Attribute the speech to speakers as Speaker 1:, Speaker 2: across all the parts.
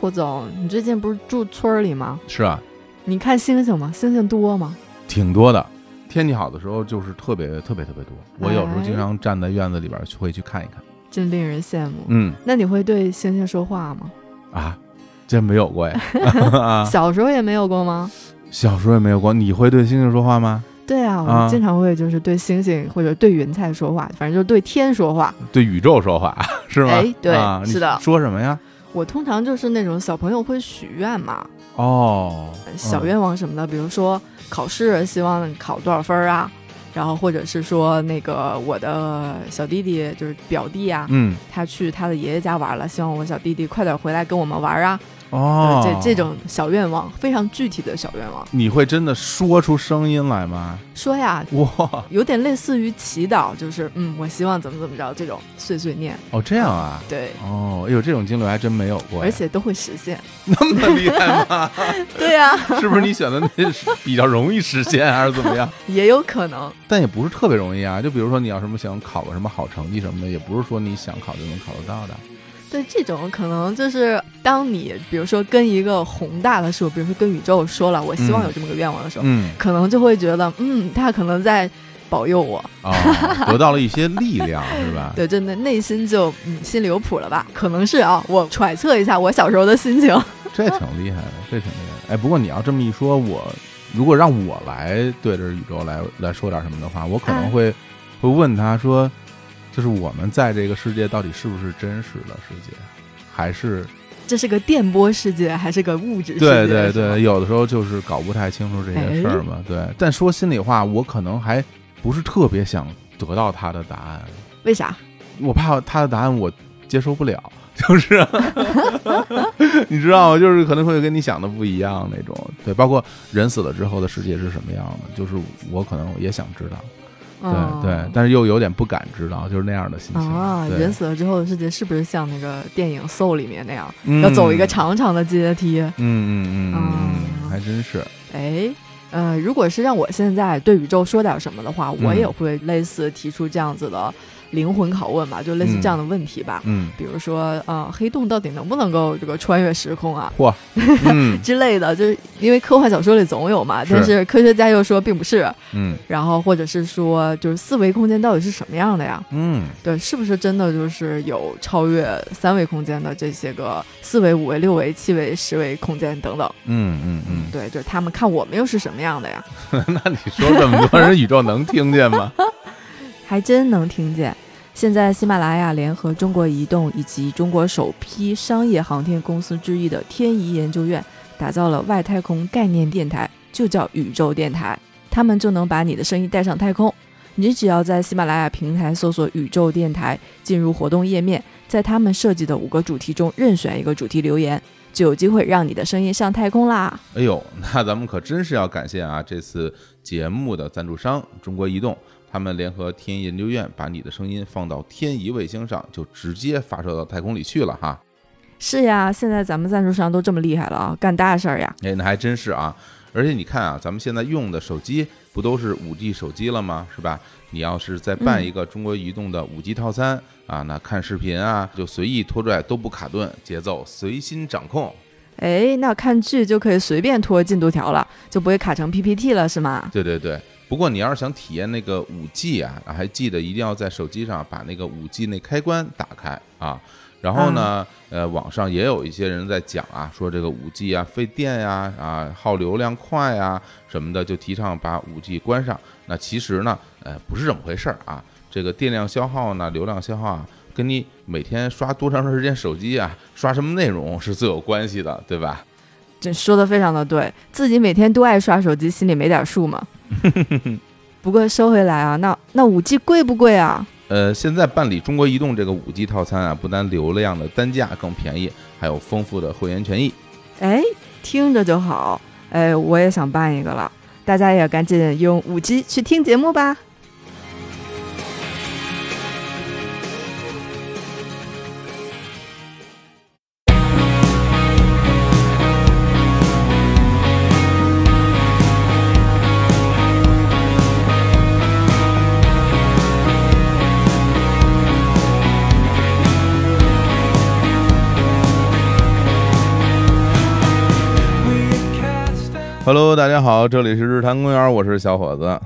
Speaker 1: 霍哎总，你最近不是住村儿里吗？
Speaker 2: 是啊，
Speaker 1: 你看星星吗？星星多吗？
Speaker 2: 挺多的。天气好的时候就是特别特别特别多，我有时候
Speaker 1: 哎
Speaker 2: 经常站在院子里边儿去会去看一看。
Speaker 1: 真令人羡慕。
Speaker 2: 嗯
Speaker 1: 那你会对星星说话吗？
Speaker 2: 啊，真没有过哎，
Speaker 1: 小时候也没有过吗？
Speaker 2: 小时候也没有过。你会对星星说话吗？
Speaker 1: 对啊，我
Speaker 2: 啊
Speaker 1: 们经常会就是对星星或者对云彩说话，反正就是对天说话。
Speaker 2: 对宇宙说话 是吗？
Speaker 1: 哎对
Speaker 2: 啊、你
Speaker 1: 是的
Speaker 2: 说什么呀？
Speaker 1: 我通常就是那种小朋友会许愿嘛，
Speaker 2: 哦，
Speaker 1: 小
Speaker 2: 月
Speaker 1: 愿望什么的，比如说考试希望考多少分儿啊，然后或者是说那个我的小弟弟就是表弟啊，
Speaker 2: 嗯，
Speaker 1: 他去他的爷爷家玩了，希望我小弟弟快点回来跟我们玩啊，
Speaker 2: 哦，
Speaker 1: 就是这这种小愿望，非常具体的小愿望。
Speaker 2: 你会真的说出声音来吗？
Speaker 1: 说呀，
Speaker 2: 哇，
Speaker 1: 有点类似于祈祷，就是嗯，我希望怎么怎么着这种碎碎念，
Speaker 2: 哦，这样啊，
Speaker 1: 对，
Speaker 2: 哦，哎呦，这种经历还真没有过哎，
Speaker 1: 而且都会实现。
Speaker 2: 那么厉害吗？
Speaker 1: 对呀、
Speaker 2: 是不是你选的那是比较容易实现，还是怎么样？
Speaker 1: 也有可能。
Speaker 2: 但也不是特别容易啊。就比如说你要什么想考个什么好成绩什么的，也不是说你想考就能考得到的。
Speaker 1: 对这种可能就是，当你比如说跟一个宏大的事物，比如说跟宇宙说了我希望有这么个愿望的时候，
Speaker 2: 嗯，
Speaker 1: 可能就会觉得，嗯，他可能在保佑我，
Speaker 2: 啊、得到了一些力量，是吧？
Speaker 1: 对，真的内心就嗯心里有谱了吧？可能是啊，我揣测一下我小时候的心情。
Speaker 2: 这挺厉害的，这挺厉害的。哎，不过你要这么一说，我如果让我来对着宇宙来来说点什么的话，我可能
Speaker 1: 嗯
Speaker 2: 会、会问他说，就是我们在这个世界到底是不是真实的世界，还是
Speaker 1: 这是个电波世界还是个物质世界？
Speaker 2: 对对对，，有的时候就是搞不太清楚这
Speaker 1: 哎
Speaker 2: 些事儿嘛。对，但说心里话，我可能还不是特别想得到他的答案，
Speaker 1: 为啥？
Speaker 2: 我怕他的答案我接受不了， 就是你知道吗？就是可能会跟你想的不一样那种。对，包括人死了之后的世界是什么样的，就是我可能也想知道，对、
Speaker 1: 嗯、
Speaker 2: 对，。但是又有点不敢知道，就是那样的心情。
Speaker 1: 啊，
Speaker 2: 对
Speaker 1: 人死了之后的世界是不是像那个电影《Soul》里面那样，
Speaker 2: 嗯
Speaker 1: 要走一个长长的阶梯？
Speaker 2: 嗯嗯嗯嗯嗯，
Speaker 1: 嗯
Speaker 2: 还真是
Speaker 1: 哎，呃，如果是让我现在对宇宙说点什么的话，我
Speaker 2: 嗯
Speaker 1: 也会类似提出这样子的灵魂拷问吧，就类似
Speaker 2: 嗯
Speaker 1: 这样的问题吧。
Speaker 2: 嗯。
Speaker 1: 比如说，呃，黑洞到底能不能够这个穿越时空啊
Speaker 2: 嚯，嗯
Speaker 1: 之类的，就是因为科幻小说里总有嘛，
Speaker 2: 是
Speaker 1: 但是科学家又说并不是。
Speaker 2: 嗯
Speaker 1: 然后或者是说，就是四维空间到底是什么样的呀？
Speaker 2: 嗯，
Speaker 1: 对，是不是真的就是有超越三维空间的这些个四维、五维、六维、七维、十维空间等等？
Speaker 2: 嗯嗯嗯，
Speaker 1: 对，就是他们看我们又是什么样的呀？
Speaker 2: 那你说这么多人，宇宙能听见吗？
Speaker 1: 还真能听见。现在，喜马拉雅联合中国移动以及中国首批商业航天公司之一的天仪研究院，打造了外太空概念电台，就叫宇宙电台。他们就能把你的声音带上太空。你只要在喜马拉雅平台搜索“宇宙电台”，进入活动页面，在他们设计的五个主题中任选一个主题留言，就有机会让你的声音上太空啦！
Speaker 2: 哎呦，那咱们可真是要感谢啊，这次节目的赞助商中国移动，他们联合天仪研究院，把你的声音放到天仪卫星上，就直接发射到太空里去了哈。
Speaker 1: 是呀，现在咱们赞助商都这么厉害了啊，干大事儿呀！
Speaker 2: 哎，那还真是啊。而且你看啊，咱们现在用的手机不都是五 G 手机了吗？是吧？你要是再办一个中国移动的五 G 套餐啊，那看视频啊，就随意拖拽都不卡顿，节奏随心掌控。
Speaker 1: 哎，那看剧就可以随便拖进度条了，就不会卡成 PPT 了，是吗？
Speaker 2: 对对对，不过你要是想体验那个五 G 啊，还记得一定要在手机上把那个五 G 那开关打开啊。然后呢，呃，网上也有一些人在讲啊，说这个五 G 啊费电呀、啊，耗流量快啊什么的，就提倡把五 G 关上。那其实呢，呃，不是这么回事儿啊。这个电量消耗呢，流量消耗啊，跟你每天刷多长时间手机啊，刷什么内容是最有关系的，对吧？
Speaker 1: 这说的非常的对，自己每天都爱刷手机，心里没点数吗？不过收回来啊，那那五 G 贵不贵啊？
Speaker 2: 呃，现在办理中国移动这个五 G 套餐啊，不单流量的单价更便宜，还有丰富的会员权益。
Speaker 1: 哎，听着就好。哎，我也想办一个了，大家也赶紧用五 G 去听节目吧。
Speaker 2: Hello，大家好，这里是日坛公园，我是小伙子。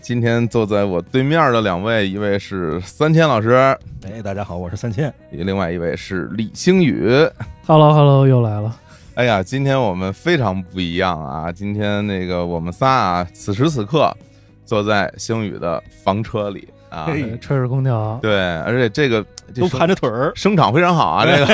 Speaker 2: 今天坐在我对面的两位，一位是三千老师，
Speaker 3: 哎，大家好，我是三千。
Speaker 2: 另外一位是李星宇。
Speaker 4: Hello Hello，又来了。
Speaker 2: 哎呀，今天我们非常不一样啊！今天那个我们仨啊，此时此刻坐在星宇的房车里啊，
Speaker 3: 嘿
Speaker 4: 吹着空调，
Speaker 2: 对，而且这个这
Speaker 3: 都
Speaker 2: 声
Speaker 3: 盘着腿儿，
Speaker 2: 声场非常好啊，这个，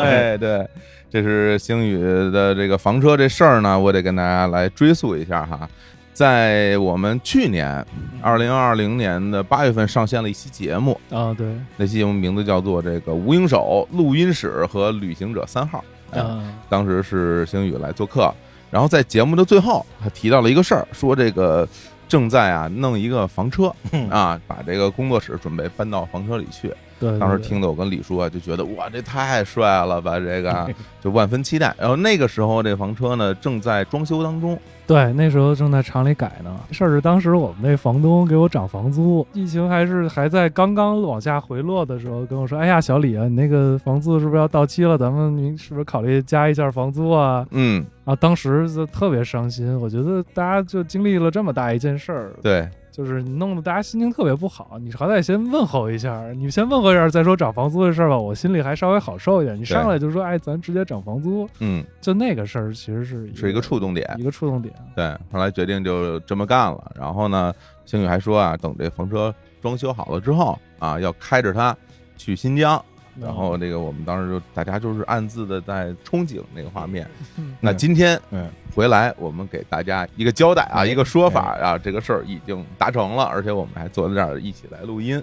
Speaker 2: 哎，对，这是星宇的这个房车这事儿呢，我得跟大家来追溯一下哈。在我们去年二零二零年的八月份上线了一期节目，
Speaker 4: 啊，对，
Speaker 2: 那期节目名字叫做《这个无影手录音室和旅行者三号》。哎
Speaker 4: 嗯，
Speaker 2: 当时是星宇来做客，然后在节目的最后，他提到了一个事儿，说这个正在啊弄一个房车
Speaker 3: 嗯
Speaker 2: 啊，把这个工作室准备搬到房车里去。
Speaker 4: 对，对
Speaker 2: 当时
Speaker 4: 对
Speaker 2: 听的我跟李叔啊就觉得哇，这太帅了吧，这个啊就万分期待。然后那个时候这房车呢正在装修当中，
Speaker 4: 对，那时候正在厂里改呢。事儿是当时我们那房东给我涨房租，疫情还是还在刚刚往下回落的时候，跟我说：“哎呀，小李啊，你那个房租是不是要到期了？咱们您是不是考虑加一下房租啊
Speaker 2: 嗯，？”
Speaker 4: 啊，当时就特别伤心。我觉得大家就经历了这么大一件事儿，
Speaker 2: 对，
Speaker 4: 就是弄得大家心情特别不好。你好歹先问候一下，你先问候一下再说涨房租的事儿吧，我心里还稍微好受一点。你上来就说：“哎，咱直接涨房租。
Speaker 2: 嗯，”
Speaker 4: 就那个事儿其实是
Speaker 2: 是一个触动点。
Speaker 4: 一个触动点。嗯
Speaker 2: 对，后来决定就这么干了。然后呢，星宇还说啊，等这房车装修好了之后啊，要开着它去新疆。然后这个我们当时就大家就是暗自的在憧憬那个画面。
Speaker 4: 嗯
Speaker 2: 那今天
Speaker 3: 嗯，
Speaker 2: 回来，我们给大家一个交代啊，
Speaker 3: 哎
Speaker 2: 一个说法啊，这个事儿已经达成了，而且我们还坐在这儿一起来录音。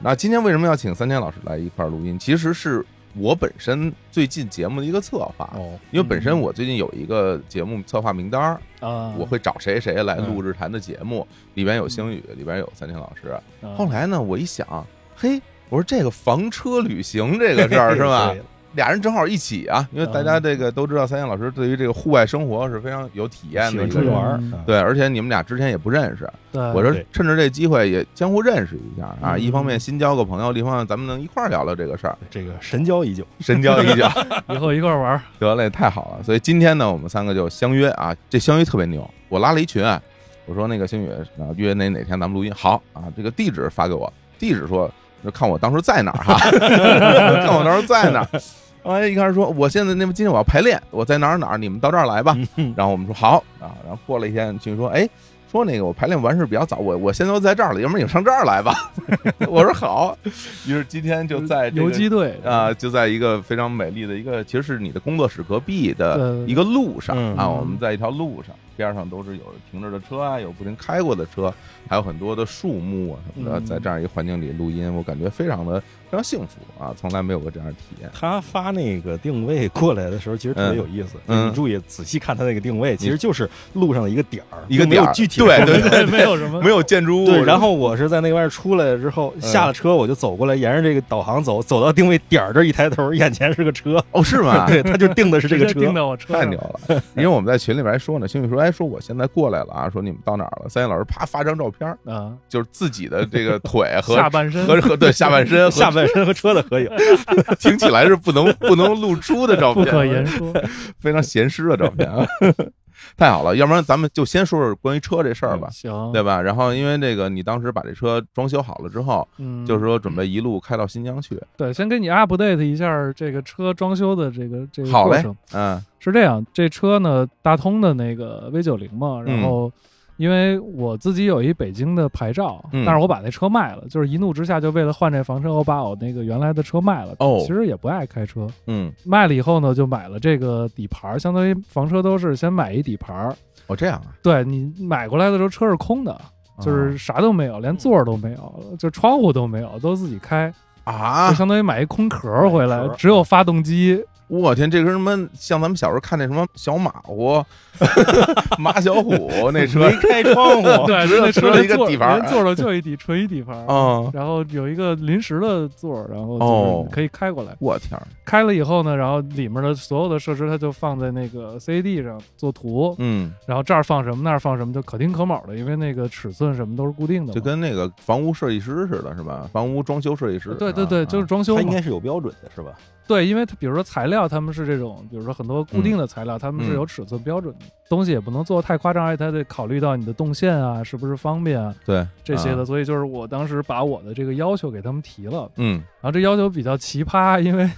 Speaker 2: 那今天为什么要请三千老师来一块儿录音？其实是我本身最近节目的一个策划，
Speaker 3: 哦，
Speaker 2: 因为本身我最近有一个节目策划名单儿，
Speaker 3: 嗯
Speaker 4: 啊，
Speaker 2: 我会找谁谁来录日坛的节目，里边有星宇，里边有三千老师。
Speaker 4: 啊
Speaker 2: 后来呢，我一想，嘿，我说这个房车旅行这个事儿是 吧？俩人正好一起啊，因为大家这个都知道，三千老师对于这个户外生活是非常有体验
Speaker 3: 喜
Speaker 2: 的一
Speaker 3: 欢
Speaker 2: 个
Speaker 3: 出去
Speaker 2: 人。
Speaker 3: 玩儿
Speaker 4: 嗯，
Speaker 3: 啊，
Speaker 2: 对，而且你们俩之前也不认识，
Speaker 4: 对
Speaker 2: 我说
Speaker 3: 对
Speaker 2: 趁着这机会也相互认识一下啊，
Speaker 4: 嗯
Speaker 2: 一方面新交个朋友，另一方面咱们能一块儿聊聊这个 事儿，
Speaker 3: 这个神交已久，
Speaker 2: 深交已久。
Speaker 4: 以后一块儿玩儿，
Speaker 2: 得嘞，太好了！所以今天呢，我们三个就相约啊，这相约特别牛。我拉了一群啊，我说那个星宇啊，约哪哪天咱们录音？好啊，这个地址发给我，地址说就看我当时在哪儿哈， 看我当时在哪儿。哎，一开始说我现在那边今天我要排练，我在哪儿哪儿，你们到这儿来
Speaker 4: 嗯
Speaker 2: 吧。然后我们说好啊，然后过了一天，星宇说哎，说那个我排练完事比较早，我我现在都在这儿了，要不然你们上这儿来吧。 我说好，于是今天就在这个
Speaker 4: 游击队
Speaker 2: 啊，，就在一个非常美丽的一个，其实是你的工作室隔壁的
Speaker 4: 嗯对
Speaker 2: 呃一个路上
Speaker 3: 嗯
Speaker 2: 啊，我们在一条路上，边上都是有停着的车啊，有不停开过的车，还有很多的树木啊什么的，
Speaker 4: 嗯
Speaker 2: 在这样一个环境里录音，我感觉非常的非常幸福啊，从来没有过这样的体验。
Speaker 3: 他发那个定位过来的时候，其实特别有意思。
Speaker 2: 嗯
Speaker 3: 你注意仔细看他那个定位，其实就是路上的一个点儿，
Speaker 2: 一个点儿
Speaker 3: 没有具体的
Speaker 2: 对
Speaker 3: 定
Speaker 2: 对
Speaker 3: 位
Speaker 2: 对
Speaker 4: 没有什么
Speaker 2: 没有建筑物，
Speaker 3: 对，然后我是在那外出来之
Speaker 2: 嗯
Speaker 3: 后，下了车我就走过来，沿着这个导航走，走到定位点儿这儿一抬头，眼前是个车，
Speaker 2: 哦是吗？
Speaker 3: 对，他就定的 是这个
Speaker 4: 直
Speaker 3: 车
Speaker 4: 接盯，到我车
Speaker 2: 太
Speaker 4: 上
Speaker 2: 牛了！因为我们在群里边还说呢，星宇说：“哎，说我现在过来了啊，说你们到哪儿了？”三叶老师啪发张照片，
Speaker 4: 啊，
Speaker 2: 就是自己的这个腿和
Speaker 4: 下半身
Speaker 2: 和和对下半身和
Speaker 3: 下半身和车的合影，
Speaker 2: 听起来是不 能不能露出的照
Speaker 4: 不
Speaker 2: 片，
Speaker 4: 可言说，
Speaker 2: 非常咸湿的照片啊！ 太好了，要不然咱们就先说说关于车这事儿吧，
Speaker 4: 行，
Speaker 2: 对吧？然后因为这个，你当时把这车装修好了之后，
Speaker 4: 嗯，
Speaker 2: 就是说准备一路开到新疆去，
Speaker 4: 对，先给你 update 一下这个车装修的这个这个
Speaker 2: 好
Speaker 4: 过
Speaker 2: 嘞
Speaker 4: 程。
Speaker 2: 嗯
Speaker 4: 是这样，这车呢，大通的那个 V 九零嘛，
Speaker 2: 嗯
Speaker 4: 然后因为我自己有一北京的牌照，
Speaker 2: 嗯
Speaker 4: 但是我把那车卖了，就是一怒之下就为了换这房车，我把我那个原来的车卖了。
Speaker 2: 哦
Speaker 4: 其实也不爱开车，
Speaker 2: 嗯，
Speaker 4: 卖了以后呢，就买了这个底盘儿，相当于房车都是先买一底盘儿。
Speaker 2: 哦这样啊，
Speaker 4: 对你买过来的时候车是空的，
Speaker 2: 哦
Speaker 4: 就是啥都没有，连座儿都没有，就窗户都没有，都自己开，就
Speaker 2: 啊，
Speaker 4: 相当于买一空壳儿回
Speaker 3: 买
Speaker 4: 来
Speaker 3: 壳，儿
Speaker 4: 只有发动机，
Speaker 2: 我天，这跟什么像咱们小时候看那什么小马 虎、马小虎那车
Speaker 3: 没，开 窗户，
Speaker 4: 对，
Speaker 2: 哦只有
Speaker 4: 那
Speaker 2: 只有
Speaker 4: 车连
Speaker 2: 一个
Speaker 4: 座儿
Speaker 2: 底盘儿
Speaker 4: 连座儿都就一底纯一底盘儿，
Speaker 2: 嗯，
Speaker 4: 然后有一个临时的座儿，然后
Speaker 2: 哦
Speaker 4: 就是可以开过来。
Speaker 2: 我天儿，
Speaker 4: 开了以后呢，然后里面的所有的设施它就放在那个 CAD 上做图，
Speaker 2: 嗯，
Speaker 4: 然后这儿放什么那儿放什么，就可丁可卯的，因为那个尺寸什么都是固定的嘛。
Speaker 2: 就跟那个房屋设计师似的，是吧？房屋装修设计师，
Speaker 4: 对对
Speaker 2: 啊
Speaker 4: 对，就是装修
Speaker 3: 他
Speaker 4: 嘛。
Speaker 3: 应该是有标准的，是吧？
Speaker 4: 对，因为它比如说材料，他们是这种，比如说很多固定的材料，他们
Speaker 2: 嗯
Speaker 4: 是有尺寸标准的，东西也不能做得太夸张，而且它得考虑到你的动线啊，是不是方便啊
Speaker 2: 对
Speaker 4: 这些，的。
Speaker 2: 啊
Speaker 4: 所以就是我当时把我的这个要求给他们提了，
Speaker 2: 嗯
Speaker 4: 然后这要求比较奇葩， 因为